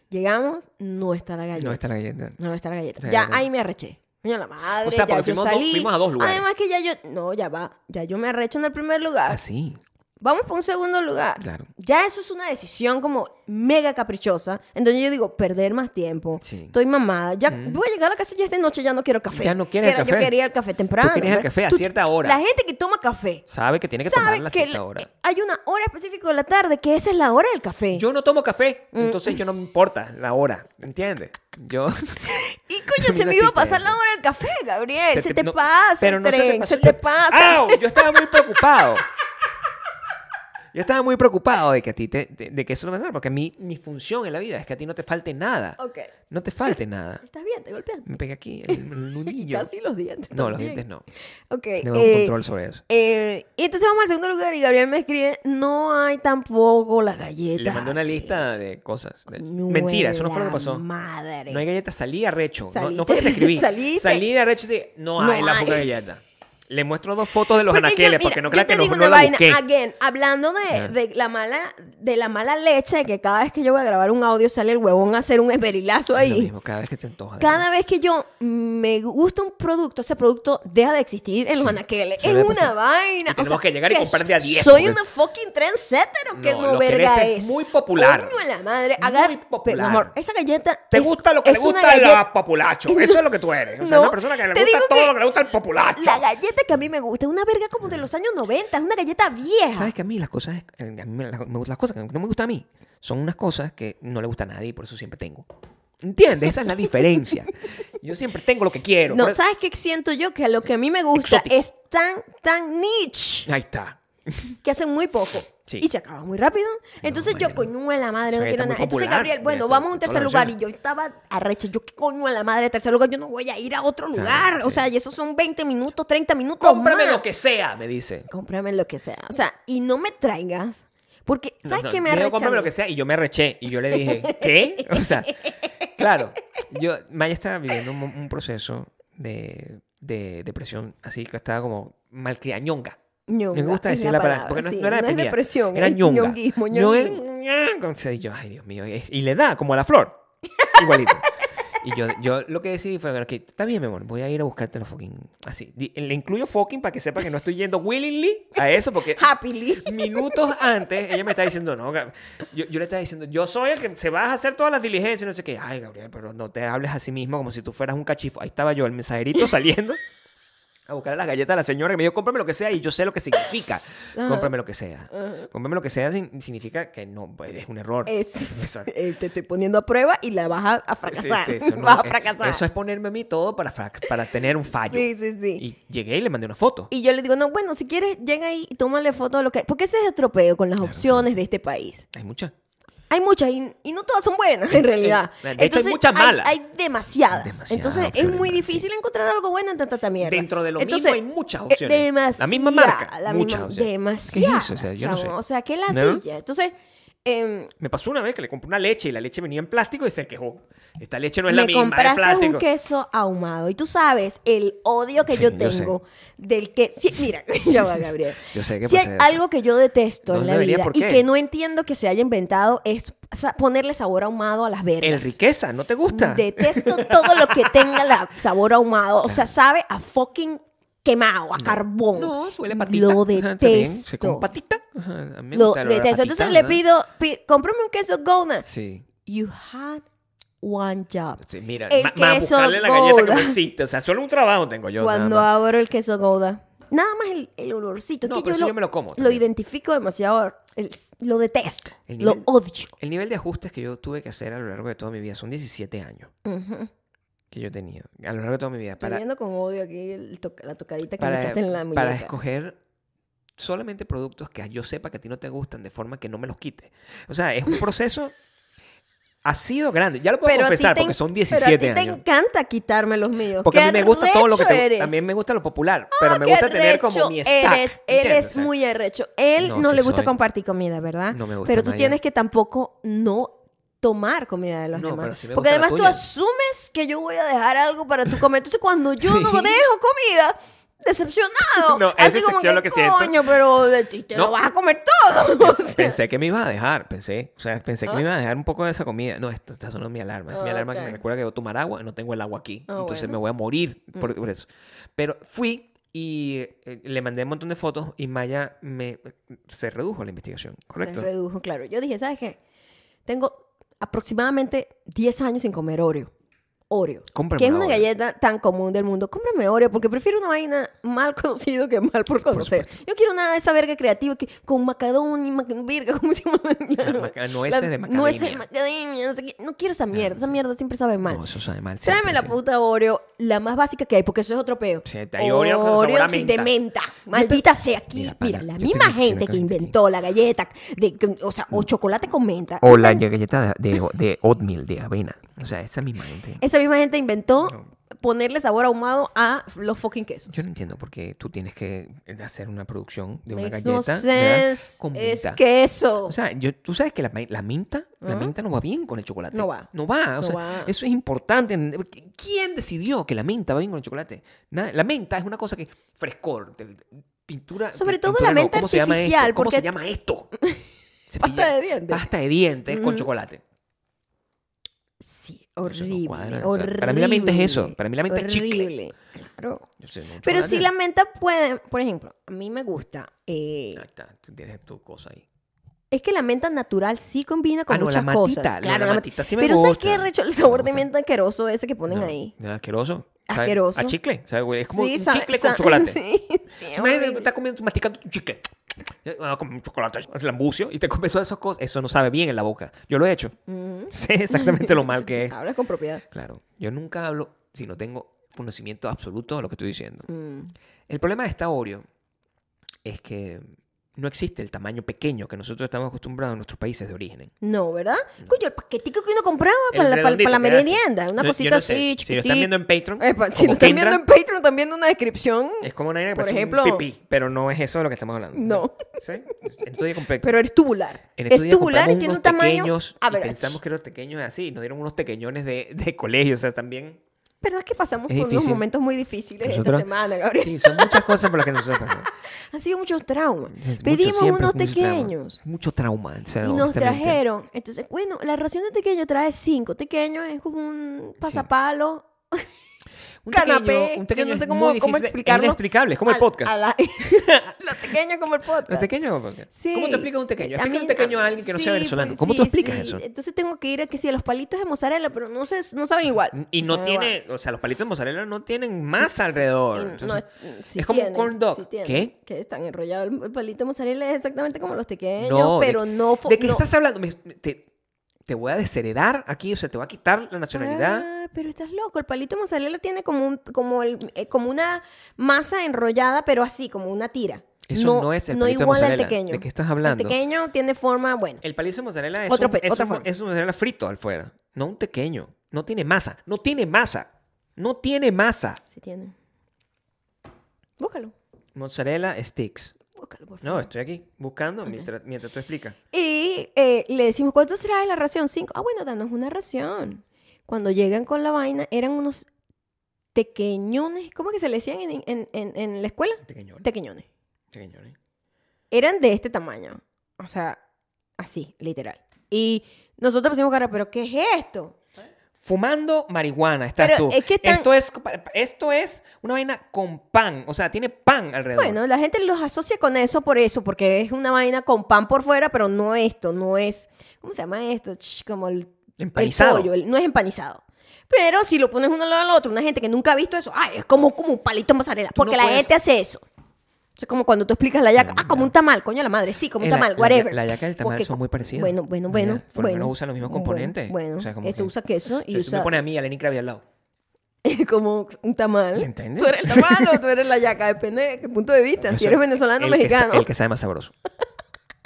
[SPEAKER 1] Llegamos, no está la galleta.
[SPEAKER 3] no está la galleta.
[SPEAKER 1] No está la galleta.
[SPEAKER 3] Está la
[SPEAKER 1] ya
[SPEAKER 3] galleta.
[SPEAKER 1] ahí me arreché. Coño, la madre.
[SPEAKER 3] O sea,
[SPEAKER 1] ya
[SPEAKER 3] porque
[SPEAKER 1] yo
[SPEAKER 3] fuimos dos-
[SPEAKER 1] salí.
[SPEAKER 3] fuimos a dos lugares.
[SPEAKER 1] Además que ya yo. No, ya va. Ya yo me arrecho en el primer lugar.
[SPEAKER 3] Así.
[SPEAKER 1] Vamos por un segundo lugar.
[SPEAKER 3] Claro.
[SPEAKER 1] Ya eso es una decisión como mega caprichosa. Entonces yo digo, perder más tiempo.
[SPEAKER 3] Sí. Mm.
[SPEAKER 1] Estoy mamada. Ya voy a llegar a la casa ya es de noche, ya no quiero café.
[SPEAKER 3] Ya no quieres
[SPEAKER 1] Era-
[SPEAKER 3] el
[SPEAKER 1] Yo
[SPEAKER 3] café.
[SPEAKER 1] quería el café temprano.
[SPEAKER 3] Tú querías el
[SPEAKER 1] ¿verdad?
[SPEAKER 3] café a
[SPEAKER 1] Tú-
[SPEAKER 3] cierta hora.
[SPEAKER 1] La gente que toma café
[SPEAKER 3] Sabe que tiene que
[SPEAKER 1] sabe
[SPEAKER 3] tomar la
[SPEAKER 1] que
[SPEAKER 3] cierta
[SPEAKER 1] la-
[SPEAKER 3] hora.
[SPEAKER 1] hay una hora específica de la tarde que esa es la hora del café.
[SPEAKER 3] Yo no tomo café,
[SPEAKER 1] Mm.
[SPEAKER 3] entonces yo no me importa la hora, ¿entiendes? Yo
[SPEAKER 1] Y coño, se
[SPEAKER 3] Mira,
[SPEAKER 1] me iba a
[SPEAKER 3] chiste
[SPEAKER 1] pasar
[SPEAKER 3] eso.
[SPEAKER 1] la hora del café, Gabriel. Se, te,
[SPEAKER 3] no-
[SPEAKER 1] pasa
[SPEAKER 3] pero
[SPEAKER 1] el
[SPEAKER 3] no
[SPEAKER 1] tren,
[SPEAKER 3] pasó.
[SPEAKER 1] se te pasa.
[SPEAKER 3] ¡Au! Yo estaba muy preocupado. Yo estaba muy preocupado de que a ti te, de, de que eso no me pasara, porque a mí mi función en la vida es que a ti no te falte nada.
[SPEAKER 1] Ok.
[SPEAKER 3] No te falte nada.
[SPEAKER 1] Estás bien, te golpean.
[SPEAKER 3] Me pegué aquí el, el nudillo.
[SPEAKER 1] Casi los dientes.
[SPEAKER 3] no, los
[SPEAKER 1] también.
[SPEAKER 3] dientes no.
[SPEAKER 1] Ok.
[SPEAKER 3] No
[SPEAKER 1] eh,
[SPEAKER 3] tengo control sobre eso.
[SPEAKER 1] eh, y entonces vamos al segundo lugar y Gabriel me escribe: No hay tampoco la galleta.
[SPEAKER 3] Le mandé una lista de cosas. de hecho.
[SPEAKER 1] No
[SPEAKER 3] Mentira,
[SPEAKER 1] es
[SPEAKER 3] eso no fue lo
[SPEAKER 1] la
[SPEAKER 3] que pasó.
[SPEAKER 1] Madre.
[SPEAKER 3] No hay galletas, salí arrecho. No,
[SPEAKER 1] Salí-
[SPEAKER 3] no fue que te escribí.
[SPEAKER 1] salí-
[SPEAKER 3] Salí de arrecho y dije, no
[SPEAKER 1] No
[SPEAKER 3] hay la poca
[SPEAKER 1] hay.
[SPEAKER 3] galleta. Le muestro dos fotos de los
[SPEAKER 1] Porque yo,
[SPEAKER 3] anaqueles
[SPEAKER 1] mira,
[SPEAKER 3] porque no
[SPEAKER 1] yo
[SPEAKER 3] crean
[SPEAKER 1] te
[SPEAKER 3] que no,
[SPEAKER 1] digo
[SPEAKER 3] no
[SPEAKER 1] una
[SPEAKER 3] la
[SPEAKER 1] vaina,
[SPEAKER 3] busqué.
[SPEAKER 1] again, hablando de, de la mala, de la mala leche que cada vez que yo voy a grabar un audio sale el huevón a hacer un esberilazo
[SPEAKER 3] Es Lo
[SPEAKER 1] ahí.
[SPEAKER 3] mismo, cada vez que te antoja. de
[SPEAKER 1] Cada vez que yo me gusta un producto, ese producto deja de existir en los anaqueles. Es
[SPEAKER 3] Suele
[SPEAKER 1] una
[SPEAKER 3] pasar.
[SPEAKER 1] vaina.
[SPEAKER 3] Y tenemos que llegar y comprar de a 10,
[SPEAKER 1] Soy
[SPEAKER 3] porque-
[SPEAKER 1] una fucking trendsetter o qué
[SPEAKER 3] No,
[SPEAKER 1] no,
[SPEAKER 3] lo que
[SPEAKER 1] verga
[SPEAKER 3] eres es muy popular.
[SPEAKER 1] Coño de la madre.
[SPEAKER 3] Muy
[SPEAKER 1] Agar...
[SPEAKER 3] popular.
[SPEAKER 1] Pero, amor, esa galleta.
[SPEAKER 3] Te
[SPEAKER 1] es-
[SPEAKER 3] gusta lo que
[SPEAKER 1] es
[SPEAKER 3] le
[SPEAKER 1] una
[SPEAKER 3] gusta
[SPEAKER 1] galleta-
[SPEAKER 3] el populacho. Eso es lo que tú eres. O sea,
[SPEAKER 1] No,
[SPEAKER 3] una persona que le
[SPEAKER 1] te
[SPEAKER 3] gusta
[SPEAKER 1] digo
[SPEAKER 3] todo
[SPEAKER 1] que
[SPEAKER 3] lo que le gusta el populacho.
[SPEAKER 1] La galleta que a mí me gusta es una verga como de los años 90. Es una galleta vieja.
[SPEAKER 3] ¿Sabes que a mí las cosas, eh, a mí me- las, me gustan- las cosas que no me gustan a mí son unas cosas que no le gusta a nadie y por eso siempre tengo. ¿Entiendes? Esa es la diferencia. Yo siempre tengo lo que quiero.
[SPEAKER 1] No,
[SPEAKER 3] por eso-
[SPEAKER 1] ¿sabes qué siento yo? Que lo que a mí me gusta
[SPEAKER 3] Exótico.
[SPEAKER 1] es tan, tan niche.
[SPEAKER 3] Ahí está.
[SPEAKER 1] que hacen muy poco
[SPEAKER 3] Sí.
[SPEAKER 1] y se acaba muy rápido. Entonces yo,
[SPEAKER 3] imagínate.
[SPEAKER 1] coño a la madre, no
[SPEAKER 3] Eso
[SPEAKER 1] quiero
[SPEAKER 3] está muy
[SPEAKER 1] nada. Entonces
[SPEAKER 3] popular.
[SPEAKER 1] Gabriel,
[SPEAKER 3] Ya
[SPEAKER 1] bueno,
[SPEAKER 3] está-
[SPEAKER 1] vamos a un
[SPEAKER 3] todas
[SPEAKER 1] tercer
[SPEAKER 3] las
[SPEAKER 1] lugar y
[SPEAKER 3] opciones.
[SPEAKER 1] yo estaba arrecha. Yo, ¿qué coño a la madre, tercer lugar? Yo no voy a ir a otro
[SPEAKER 3] Claro,
[SPEAKER 1] lugar. O
[SPEAKER 3] sí.
[SPEAKER 1] sea, y esos son 20 minutos, 30 minutos.
[SPEAKER 3] Cómprame
[SPEAKER 1] más.
[SPEAKER 3] lo que sea, me dice.
[SPEAKER 1] Cómprame lo que sea. O sea, y no me traigas. Porque,
[SPEAKER 3] No,
[SPEAKER 1] ¿sabes
[SPEAKER 3] no,
[SPEAKER 1] qué me
[SPEAKER 3] dijo,
[SPEAKER 1] arrecha?
[SPEAKER 3] "Cómprame
[SPEAKER 1] a
[SPEAKER 3] lo
[SPEAKER 1] mí?
[SPEAKER 3] que sea. Y yo me arreché. Y yo le dije, ¿qué? O sea, claro. Yo, Maya estaba viviendo un, un proceso de, de depresión. Así que estaba como malcriañonga.
[SPEAKER 1] Ñonga,
[SPEAKER 3] Me gusta
[SPEAKER 1] es
[SPEAKER 3] decir la palabra. Porque no,
[SPEAKER 1] sí,
[SPEAKER 3] no
[SPEAKER 1] no
[SPEAKER 3] era
[SPEAKER 1] es
[SPEAKER 3] deprimida,
[SPEAKER 1] depresión,
[SPEAKER 3] Era
[SPEAKER 1] es
[SPEAKER 3] ñonga.
[SPEAKER 1] ñonguismo,
[SPEAKER 3] Yo, eh,
[SPEAKER 1] ñonguismo.
[SPEAKER 3] ñonga. O sea, y yo, ay, Dios mío. es- Y le da, como a la flor. Igualito. Y yo, yo lo que decidí fue, bueno, que está bien, mi amor, voy a ir a buscarte los fucking. Así. Di- Le incluyo fucking para que sepa que no estoy yendo willingly a eso porque
[SPEAKER 1] Happily.
[SPEAKER 3] minutos antes, ella me está diciendo, no, Gab-". yo, yo le estaba diciendo, yo soy el que se va a hacer todas las diligencias, y no sé qué, ay, Gabriel, pero no te hables a sí mismo como si tú fueras un cachifo. Ahí estaba yo, el mensajerito saliendo. A buscar las galletas a la señora que me dijo, cómprame lo que sea y yo sé lo que significa. Cómprame lo que sea. Cómprame lo que sea sin- significa que no, pues, es un error.
[SPEAKER 1] Es-
[SPEAKER 3] Eso-
[SPEAKER 1] eh, te estoy poniendo a prueba y la vas a, a
[SPEAKER 3] sí,
[SPEAKER 1] fracasar.
[SPEAKER 3] sí, eso no-
[SPEAKER 1] vas a
[SPEAKER 3] eh,
[SPEAKER 1] fracasar.
[SPEAKER 3] Eso es ponerme a mí todo para, frac- para tener un fallo.
[SPEAKER 1] Sí, sí, sí.
[SPEAKER 3] Y llegué y le mandé una foto.
[SPEAKER 1] Y yo le digo, no, bueno, si quieres, llega ahí y tómale foto de lo que hay. Porque ese es el tropeo con las opciones de este país.
[SPEAKER 3] Hay muchas.
[SPEAKER 1] Hay muchas y, y no todas son buenas, en realidad.
[SPEAKER 3] eh, de hecho, hay muchas malas.
[SPEAKER 1] Hay, demasiadas.
[SPEAKER 3] Demasiadas
[SPEAKER 1] Entonces, es
[SPEAKER 3] opciones
[SPEAKER 1] muy
[SPEAKER 3] malas,
[SPEAKER 1] difícil encontrar algo bueno en tanta, tanta mierda.
[SPEAKER 3] Dentro de lo mismo
[SPEAKER 1] Entonces,
[SPEAKER 3] hay muchas
[SPEAKER 1] eh,
[SPEAKER 3] opciones.
[SPEAKER 1] demasiada,
[SPEAKER 3] La misma marca,
[SPEAKER 1] la
[SPEAKER 3] muchas
[SPEAKER 1] misma-
[SPEAKER 3] opciones.
[SPEAKER 1] Demasiada,
[SPEAKER 3] ¿Qué es eso? O sea, yo no
[SPEAKER 1] chamo.
[SPEAKER 3] sé.
[SPEAKER 1] O sea, qué
[SPEAKER 3] ¿No?
[SPEAKER 1] ladilla. Entonces, em,
[SPEAKER 3] Me pasó una vez que le compré una leche y la leche venía en plástico y se quejó. Esta leche no es la
[SPEAKER 1] me
[SPEAKER 3] misma, es
[SPEAKER 1] compraste
[SPEAKER 3] plástico.
[SPEAKER 1] un queso ahumado y tú sabes el odio que
[SPEAKER 3] Sí,
[SPEAKER 1] yo
[SPEAKER 3] yo sé.
[SPEAKER 1] tengo del que sí, mira ya va Gabriel
[SPEAKER 3] Yo sé que
[SPEAKER 1] si hay
[SPEAKER 3] posee-
[SPEAKER 1] algo que yo detesto
[SPEAKER 3] No
[SPEAKER 1] en la
[SPEAKER 3] debería,
[SPEAKER 1] vida
[SPEAKER 3] ¿por
[SPEAKER 1] y
[SPEAKER 3] qué?
[SPEAKER 1] que no entiendo que se haya inventado es sa- ponerle sabor ahumado a las vergas
[SPEAKER 3] El riqueza, ¿no te gusta?
[SPEAKER 1] detesto todo lo que tenga la sabor ahumado o sea sabe a fucking quemado a carbón
[SPEAKER 3] No, suele patita.
[SPEAKER 1] lo
[SPEAKER 3] Ajá, está bien. Se come
[SPEAKER 1] detesto
[SPEAKER 3] patita. Ajá, a mí me
[SPEAKER 1] lo
[SPEAKER 3] gusta el olor a
[SPEAKER 1] detesto
[SPEAKER 3] patita,
[SPEAKER 1] entonces le
[SPEAKER 3] ¿no?
[SPEAKER 1] pido pi- cómprame un queso Gouda
[SPEAKER 3] Sí. pues
[SPEAKER 1] you had one job
[SPEAKER 3] Sí, mira,
[SPEAKER 1] El
[SPEAKER 3] ma- más
[SPEAKER 1] queso
[SPEAKER 3] buscarle la galleta
[SPEAKER 1] Gouda.
[SPEAKER 3] como existe. O sea, solo un trabajo tengo yo. nada
[SPEAKER 1] cuando
[SPEAKER 3] más.
[SPEAKER 1] abro el queso Gouda. Nada más el, el olorcito.
[SPEAKER 3] No,
[SPEAKER 1] que
[SPEAKER 3] pero eso yo me lo como
[SPEAKER 1] Lo
[SPEAKER 3] también.
[SPEAKER 1] identifico demasiado. el- lo detesto.
[SPEAKER 3] El
[SPEAKER 1] Lo
[SPEAKER 3] nivel-
[SPEAKER 1] odio.
[SPEAKER 3] El nivel de ajustes que yo tuve que hacer a lo largo de toda mi vida son 17 años
[SPEAKER 1] Ujú.
[SPEAKER 3] que yo he tenido. A lo largo de toda mi vida.
[SPEAKER 1] Estoy
[SPEAKER 3] Para,
[SPEAKER 1] viendo con odio aquí el to- la tocadita que me
[SPEAKER 3] para,
[SPEAKER 1] echaste en la
[SPEAKER 3] para
[SPEAKER 1] muñeca.
[SPEAKER 3] escoger solamente productos que yo sepa que a ti no te gustan de forma que no me los quite. O sea, es un proceso ha sido grande. Ya lo puedo
[SPEAKER 1] Pero a ti
[SPEAKER 3] confesar
[SPEAKER 1] te en-
[SPEAKER 3] porque son
[SPEAKER 1] pero
[SPEAKER 3] 17
[SPEAKER 1] a ti
[SPEAKER 3] años.
[SPEAKER 1] te encanta quitarme los míos.
[SPEAKER 3] Porque a
[SPEAKER 1] ¡Qué
[SPEAKER 3] mí me gusta todo lo que
[SPEAKER 1] arrecho
[SPEAKER 3] te
[SPEAKER 1] eres! Ah,
[SPEAKER 3] También me gusta lo popular, pero me
[SPEAKER 1] ¡Qué
[SPEAKER 3] gusta tener
[SPEAKER 1] arrecho
[SPEAKER 3] como mi stack.
[SPEAKER 1] eres! Él
[SPEAKER 3] ¿entiendes?
[SPEAKER 1] es
[SPEAKER 3] O sea,
[SPEAKER 1] muy arrecho. Él no,
[SPEAKER 3] No, sí
[SPEAKER 1] le gusta
[SPEAKER 3] soy.
[SPEAKER 1] compartir comida, ¿verdad?
[SPEAKER 3] No me gusta,
[SPEAKER 1] Pero tú
[SPEAKER 3] Maya.
[SPEAKER 1] tienes que tampoco no tomar comida de los
[SPEAKER 3] No,
[SPEAKER 1] demás.
[SPEAKER 3] pero sí me
[SPEAKER 1] Porque
[SPEAKER 3] gusta la
[SPEAKER 1] además tú
[SPEAKER 3] tuya.
[SPEAKER 1] asumes que yo voy a dejar algo para tu comer. Entonces cuando yo no
[SPEAKER 3] Sí.
[SPEAKER 1] dejo comida, decepcionado.
[SPEAKER 3] No, es
[SPEAKER 1] Así como que,
[SPEAKER 3] decepción lo que siento.
[SPEAKER 1] coño, pero de ti te
[SPEAKER 3] No.
[SPEAKER 1] lo vas a comer todo. O sea,
[SPEAKER 3] Pensé que me iba a dejar, pensé. O sea, pensé
[SPEAKER 1] Ah.
[SPEAKER 3] que me iba a dejar un poco de esa comida. No, esta, esta sonó mi alarma. Es mi
[SPEAKER 1] Ah,
[SPEAKER 3] alarma que
[SPEAKER 1] ok.
[SPEAKER 3] me recuerda que debo tomar agua y no tengo el agua aquí.
[SPEAKER 1] Ah,
[SPEAKER 3] Entonces
[SPEAKER 1] bueno. Mm.
[SPEAKER 3] me voy a morir por, por eso. Pero fui y eh, le mandé un montón de fotos y Maya me se redujo la investigación. Correcto.
[SPEAKER 1] Se redujo, claro. Yo dije, ¿sabes qué? Tengo aproximadamente 10 años sin comer Oreo. Oreo.
[SPEAKER 3] Cómprame
[SPEAKER 1] que es
[SPEAKER 3] una
[SPEAKER 1] una
[SPEAKER 3] Oreo.
[SPEAKER 1] galleta tan común del mundo. Cómprame Oreo porque prefiero una vaina mal conocido que mal por conocer.
[SPEAKER 3] supuesto.
[SPEAKER 1] Yo quiero nada de esa verga creativa que con macadón y mac virga, ¿cómo se llama?
[SPEAKER 3] Las maca- nueces de macadamia.
[SPEAKER 1] Nueces de macadamia, no sé qué. No quiero esa mierda. Esa mierda siempre sabe mal.
[SPEAKER 3] No, eso sabe mal.
[SPEAKER 1] Tráeme
[SPEAKER 3] siempre,
[SPEAKER 1] la
[SPEAKER 3] sí.
[SPEAKER 1] puta Oreo, la más básica que hay, porque eso es otro peo.
[SPEAKER 3] Sí, hay Oreo con sabor a
[SPEAKER 1] sin
[SPEAKER 3] menta.
[SPEAKER 1] de menta. Maldita sea aquí. Mira,
[SPEAKER 3] Mira,
[SPEAKER 1] la
[SPEAKER 3] pana, yo te
[SPEAKER 1] misma
[SPEAKER 3] digo, si
[SPEAKER 1] gente
[SPEAKER 3] una Mm.
[SPEAKER 1] que
[SPEAKER 3] galleta
[SPEAKER 1] inventó la galleta, de, o sea, o chocolate con menta.
[SPEAKER 3] O la galleta de, de, de oatmeal, de avena. O sea, esa misma gente.
[SPEAKER 1] Esa misma gente inventó
[SPEAKER 3] No.
[SPEAKER 1] ponerle sabor ahumado a los fucking quesos.
[SPEAKER 3] Yo no entiendo por qué tú tienes que hacer una producción de una
[SPEAKER 1] Makes
[SPEAKER 3] galleta
[SPEAKER 1] no
[SPEAKER 3] ¿verdad?
[SPEAKER 1] sense.
[SPEAKER 3] con
[SPEAKER 1] Es
[SPEAKER 3] menta.
[SPEAKER 1] queso.
[SPEAKER 3] O sea, yo- tú sabes que la, ma- la menta, la menta no va bien con el chocolate.
[SPEAKER 1] No va.
[SPEAKER 3] No va. O
[SPEAKER 1] No
[SPEAKER 3] sea,
[SPEAKER 1] va.
[SPEAKER 3] eso es importante. ¿Quién decidió que la menta va bien con el chocolate? Nada. La menta es una cosa que frescor, de- de- pintura.
[SPEAKER 1] Sobre
[SPEAKER 3] pin-
[SPEAKER 1] todo la
[SPEAKER 3] pintura no,
[SPEAKER 1] menta
[SPEAKER 3] ¿cómo se llama esto?
[SPEAKER 1] artificial,
[SPEAKER 3] ¿Cómo
[SPEAKER 1] porque-
[SPEAKER 3] se llama esto?
[SPEAKER 1] Pasta
[SPEAKER 3] Cepilla-
[SPEAKER 1] de dientes.
[SPEAKER 3] Pasta de dientes con chocolate.
[SPEAKER 1] sí,
[SPEAKER 3] Eso no
[SPEAKER 1] horrible,
[SPEAKER 3] cuadra, o sea,
[SPEAKER 1] horrible.
[SPEAKER 3] para mí la menta es eso, para mí la menta es chicle.
[SPEAKER 1] Horrible, Claro.
[SPEAKER 3] Yo sé, no,
[SPEAKER 1] Pero
[SPEAKER 3] chocolate.
[SPEAKER 1] si la menta puede, por ejemplo, a mí me gusta eh,
[SPEAKER 3] Ahí está, tú tienes tu cosa ahí.
[SPEAKER 1] Es que la menta natural sí combina con
[SPEAKER 3] Ah, no,
[SPEAKER 1] muchas
[SPEAKER 3] la
[SPEAKER 1] cosas.
[SPEAKER 3] matita, no,
[SPEAKER 1] claro,
[SPEAKER 3] la
[SPEAKER 1] la
[SPEAKER 3] matita
[SPEAKER 1] mat-
[SPEAKER 3] sí me
[SPEAKER 1] Pero ¿sabes
[SPEAKER 3] gusta.
[SPEAKER 1] qué recho el
[SPEAKER 3] Sí me
[SPEAKER 1] sabor de
[SPEAKER 3] gusta.
[SPEAKER 1] menta asqueroso ese que ponen
[SPEAKER 3] No,
[SPEAKER 1] ahí?
[SPEAKER 3] no, asqueroso. Sabe
[SPEAKER 1] Asqueroso.
[SPEAKER 3] A chicle. sabe, güey, Es como
[SPEAKER 1] Sí,
[SPEAKER 3] un
[SPEAKER 1] sabe-
[SPEAKER 3] chicle
[SPEAKER 1] sabe-
[SPEAKER 3] con chocolate.
[SPEAKER 1] Sí, sí, es
[SPEAKER 3] Imagínate que tú
[SPEAKER 1] horrible.
[SPEAKER 3] estás comiendo, masticando tu chicle. Ah, Como un chocolate, lambucio, y te comes todas esas cosas. Eso no sabe bien en la boca. Yo lo he hecho.
[SPEAKER 1] ¿Mm?
[SPEAKER 3] Sé exactamente lo mal que es.
[SPEAKER 1] Hablas con propiedad.
[SPEAKER 3] Claro, yo nunca hablo si no tengo
[SPEAKER 1] Mm,
[SPEAKER 3] conocimiento absoluto de lo que estoy diciendo. El problema de esta Oreo es que no existe el tamaño pequeño que nosotros estamos acostumbrados en nuestros países de origen.
[SPEAKER 1] No, ¿verdad? Coño, el paquetico que uno compraba Ah, para la, para- para la merienda. Una cosita así,
[SPEAKER 3] Si lo están viendo
[SPEAKER 1] chiquitita.
[SPEAKER 3] en Patreon,
[SPEAKER 1] Epa,
[SPEAKER 3] como
[SPEAKER 1] si lo están
[SPEAKER 3] Kendra,
[SPEAKER 1] viendo en Patreon, están viendo una descripción.
[SPEAKER 3] es como una vaina que
[SPEAKER 1] por
[SPEAKER 3] parece
[SPEAKER 1] ejemplo-
[SPEAKER 3] un pipí, pero no es eso de lo que estamos hablando.
[SPEAKER 1] No.
[SPEAKER 3] ¿Sí? En tu día compré-
[SPEAKER 1] Pero es tubular.
[SPEAKER 3] en estos
[SPEAKER 1] es
[SPEAKER 3] días
[SPEAKER 1] tubular y
[SPEAKER 3] compramos
[SPEAKER 1] tiene
[SPEAKER 3] unos
[SPEAKER 1] un tamaño.
[SPEAKER 3] pequeños
[SPEAKER 1] A
[SPEAKER 3] y
[SPEAKER 1] ver,
[SPEAKER 3] pensamos que los pequeños es así, y nos dieron unos pequeñones de, de colegio, o sea, también...
[SPEAKER 1] ¿verdad que pasamos
[SPEAKER 3] Es
[SPEAKER 1] por unos
[SPEAKER 3] difícil.
[SPEAKER 1] momentos muy difíciles
[SPEAKER 3] Nosotros-
[SPEAKER 1] esta semana, Gabriel?
[SPEAKER 3] Sí, son muchas cosas por las que nosotros pasamos.
[SPEAKER 1] Han sido muchos traumas.
[SPEAKER 3] Mucho,
[SPEAKER 1] Pedimos
[SPEAKER 3] siempre
[SPEAKER 1] unos
[SPEAKER 3] es mucho trauma.
[SPEAKER 1] pequeños.
[SPEAKER 3] Mucho trauma. o sea,
[SPEAKER 1] Y nos
[SPEAKER 3] honestamente.
[SPEAKER 1] trajeron. Entonces, bueno, la ración de tequeño trae cinco. Tequeño es como un pasapalo.
[SPEAKER 3] Un
[SPEAKER 1] canapé,
[SPEAKER 3] tequeño- un
[SPEAKER 1] que
[SPEAKER 3] tequeño
[SPEAKER 1] no sé
[SPEAKER 3] es
[SPEAKER 1] cómo-
[SPEAKER 3] muy
[SPEAKER 1] cómo
[SPEAKER 3] difícil de-
[SPEAKER 1] explicarlo.
[SPEAKER 3] Es inexplicable, es como el
[SPEAKER 1] Al-
[SPEAKER 3] podcast.
[SPEAKER 1] a la- lo tequeño como el podcast.
[SPEAKER 3] ¿Los tequeños o podcast?
[SPEAKER 1] Sí.
[SPEAKER 3] ¿Cómo te explicas un tequeño?
[SPEAKER 1] mí-
[SPEAKER 3] Explica un tequeño a alguien que no sea
[SPEAKER 1] sí,
[SPEAKER 3] venezolano.
[SPEAKER 1] pues,
[SPEAKER 3] ¿Cómo tú
[SPEAKER 1] sí,
[SPEAKER 3] explicas
[SPEAKER 1] sí.
[SPEAKER 3] eso?
[SPEAKER 1] Entonces tengo que ir a que si a los palitos de mozzarella, pero no sé, no saben igual.
[SPEAKER 3] Y no
[SPEAKER 1] Saben igual.
[SPEAKER 3] tiene, o sea, los palitos de mozzarella no tienen masa alrededor.
[SPEAKER 1] Y no-
[SPEAKER 3] Entonces,
[SPEAKER 1] sí
[SPEAKER 3] es como un
[SPEAKER 1] tienen,
[SPEAKER 3] corn dog.
[SPEAKER 1] sí tienen,
[SPEAKER 3] ¿Qué?
[SPEAKER 1] Que están enrollados. El el palito de mozzarella es exactamente como los tequeños,
[SPEAKER 3] ¿de-
[SPEAKER 1] pero no... fo-
[SPEAKER 3] ¿De qué
[SPEAKER 1] no-
[SPEAKER 3] estás hablando? Me- me- te, te voy a desheredar aquí, o sea, te voy a quitar la nacionalidad.
[SPEAKER 1] Ah, pero estás loco. El palito de mozzarella tiene como, un, como, el- eh, como una masa enrollada, pero así, como una tira.
[SPEAKER 3] Eso no es el palito de
[SPEAKER 1] igual al
[SPEAKER 3] mozzarella.
[SPEAKER 1] tequeño.
[SPEAKER 3] ¿De qué estás hablando?
[SPEAKER 1] El tequeño tiene forma, bueno.
[SPEAKER 3] El palito de mozzarella es,
[SPEAKER 1] Otro
[SPEAKER 3] un,
[SPEAKER 1] pe-
[SPEAKER 3] es
[SPEAKER 1] otra
[SPEAKER 3] un-
[SPEAKER 1] forma.
[SPEAKER 3] es un mozzarella frito al fuera, no un pequeño. No tiene masa, no tiene masa, no tiene masa.
[SPEAKER 1] Sí tiene. Búscalo.
[SPEAKER 3] Mozzarella sticks.
[SPEAKER 1] Búscalo, por favor.
[SPEAKER 3] No, estoy aquí buscando mientras, mientras tú explicas.
[SPEAKER 1] Y eh, le decimos, ¿cuánto será la ración? Cinco. Ah, bueno, danos una ración. Cuando llegan con la vaina, eran unos tequeñones. ¿Cómo que se le decían en, en- en- en la escuela?
[SPEAKER 3] Pequeño,
[SPEAKER 1] Tequeñones.
[SPEAKER 3] pequeño, ¿eh?
[SPEAKER 1] Eran de este tamaño. O sea, así, literal. Y nosotros pusimos cara, ¿pero qué es esto?
[SPEAKER 3] Fumando marihuana, estás
[SPEAKER 1] Pero
[SPEAKER 3] tú.
[SPEAKER 1] es que están-
[SPEAKER 3] esto, es, esto es una vaina con pan, o sea, tiene pan alrededor.
[SPEAKER 1] Bueno, la gente los asocia con eso por eso, porque es una vaina con pan por fuera, pero no esto, no es. ¿Cómo se llama esto? Ch, Como el, el
[SPEAKER 3] Empanizado.
[SPEAKER 1] pollo, el- no es empanizado. Pero si lo pones uno al lado del otro, una gente que nunca ha visto eso, ay, es como, como un palito de mozzarella, porque
[SPEAKER 3] no
[SPEAKER 1] la
[SPEAKER 3] puedes-
[SPEAKER 1] gente hace eso. Es como cuando tú explicas la yaca, ah, como un tamal, coño la madre, sí, como un
[SPEAKER 3] Eh, la-
[SPEAKER 1] tamal,
[SPEAKER 3] la-
[SPEAKER 1] whatever.
[SPEAKER 3] la yaca y el tamal
[SPEAKER 1] Porque
[SPEAKER 3] son muy parecidos.
[SPEAKER 1] Bueno, bueno,
[SPEAKER 3] Ya,
[SPEAKER 1] bueno.
[SPEAKER 3] por lo menos
[SPEAKER 1] bueno,
[SPEAKER 3] usan los mismos
[SPEAKER 1] bueno,
[SPEAKER 3] componentes.
[SPEAKER 1] Bueno,
[SPEAKER 3] O sea, como
[SPEAKER 1] esto
[SPEAKER 3] que-
[SPEAKER 1] usa queso
[SPEAKER 3] O
[SPEAKER 1] y
[SPEAKER 3] sea, tú
[SPEAKER 1] usa
[SPEAKER 3] me pones a mí y a Lenny Kravitz al lado.
[SPEAKER 1] como un tamal.
[SPEAKER 3] ¿Me entiendes?
[SPEAKER 1] Tú eres el tamal o tú eres la yaca, depende de qué punto de vista.
[SPEAKER 3] Yo
[SPEAKER 1] si
[SPEAKER 3] soy
[SPEAKER 1] eres venezolano o
[SPEAKER 3] el que sa-
[SPEAKER 1] mexicano.
[SPEAKER 3] el que sabe más sabroso.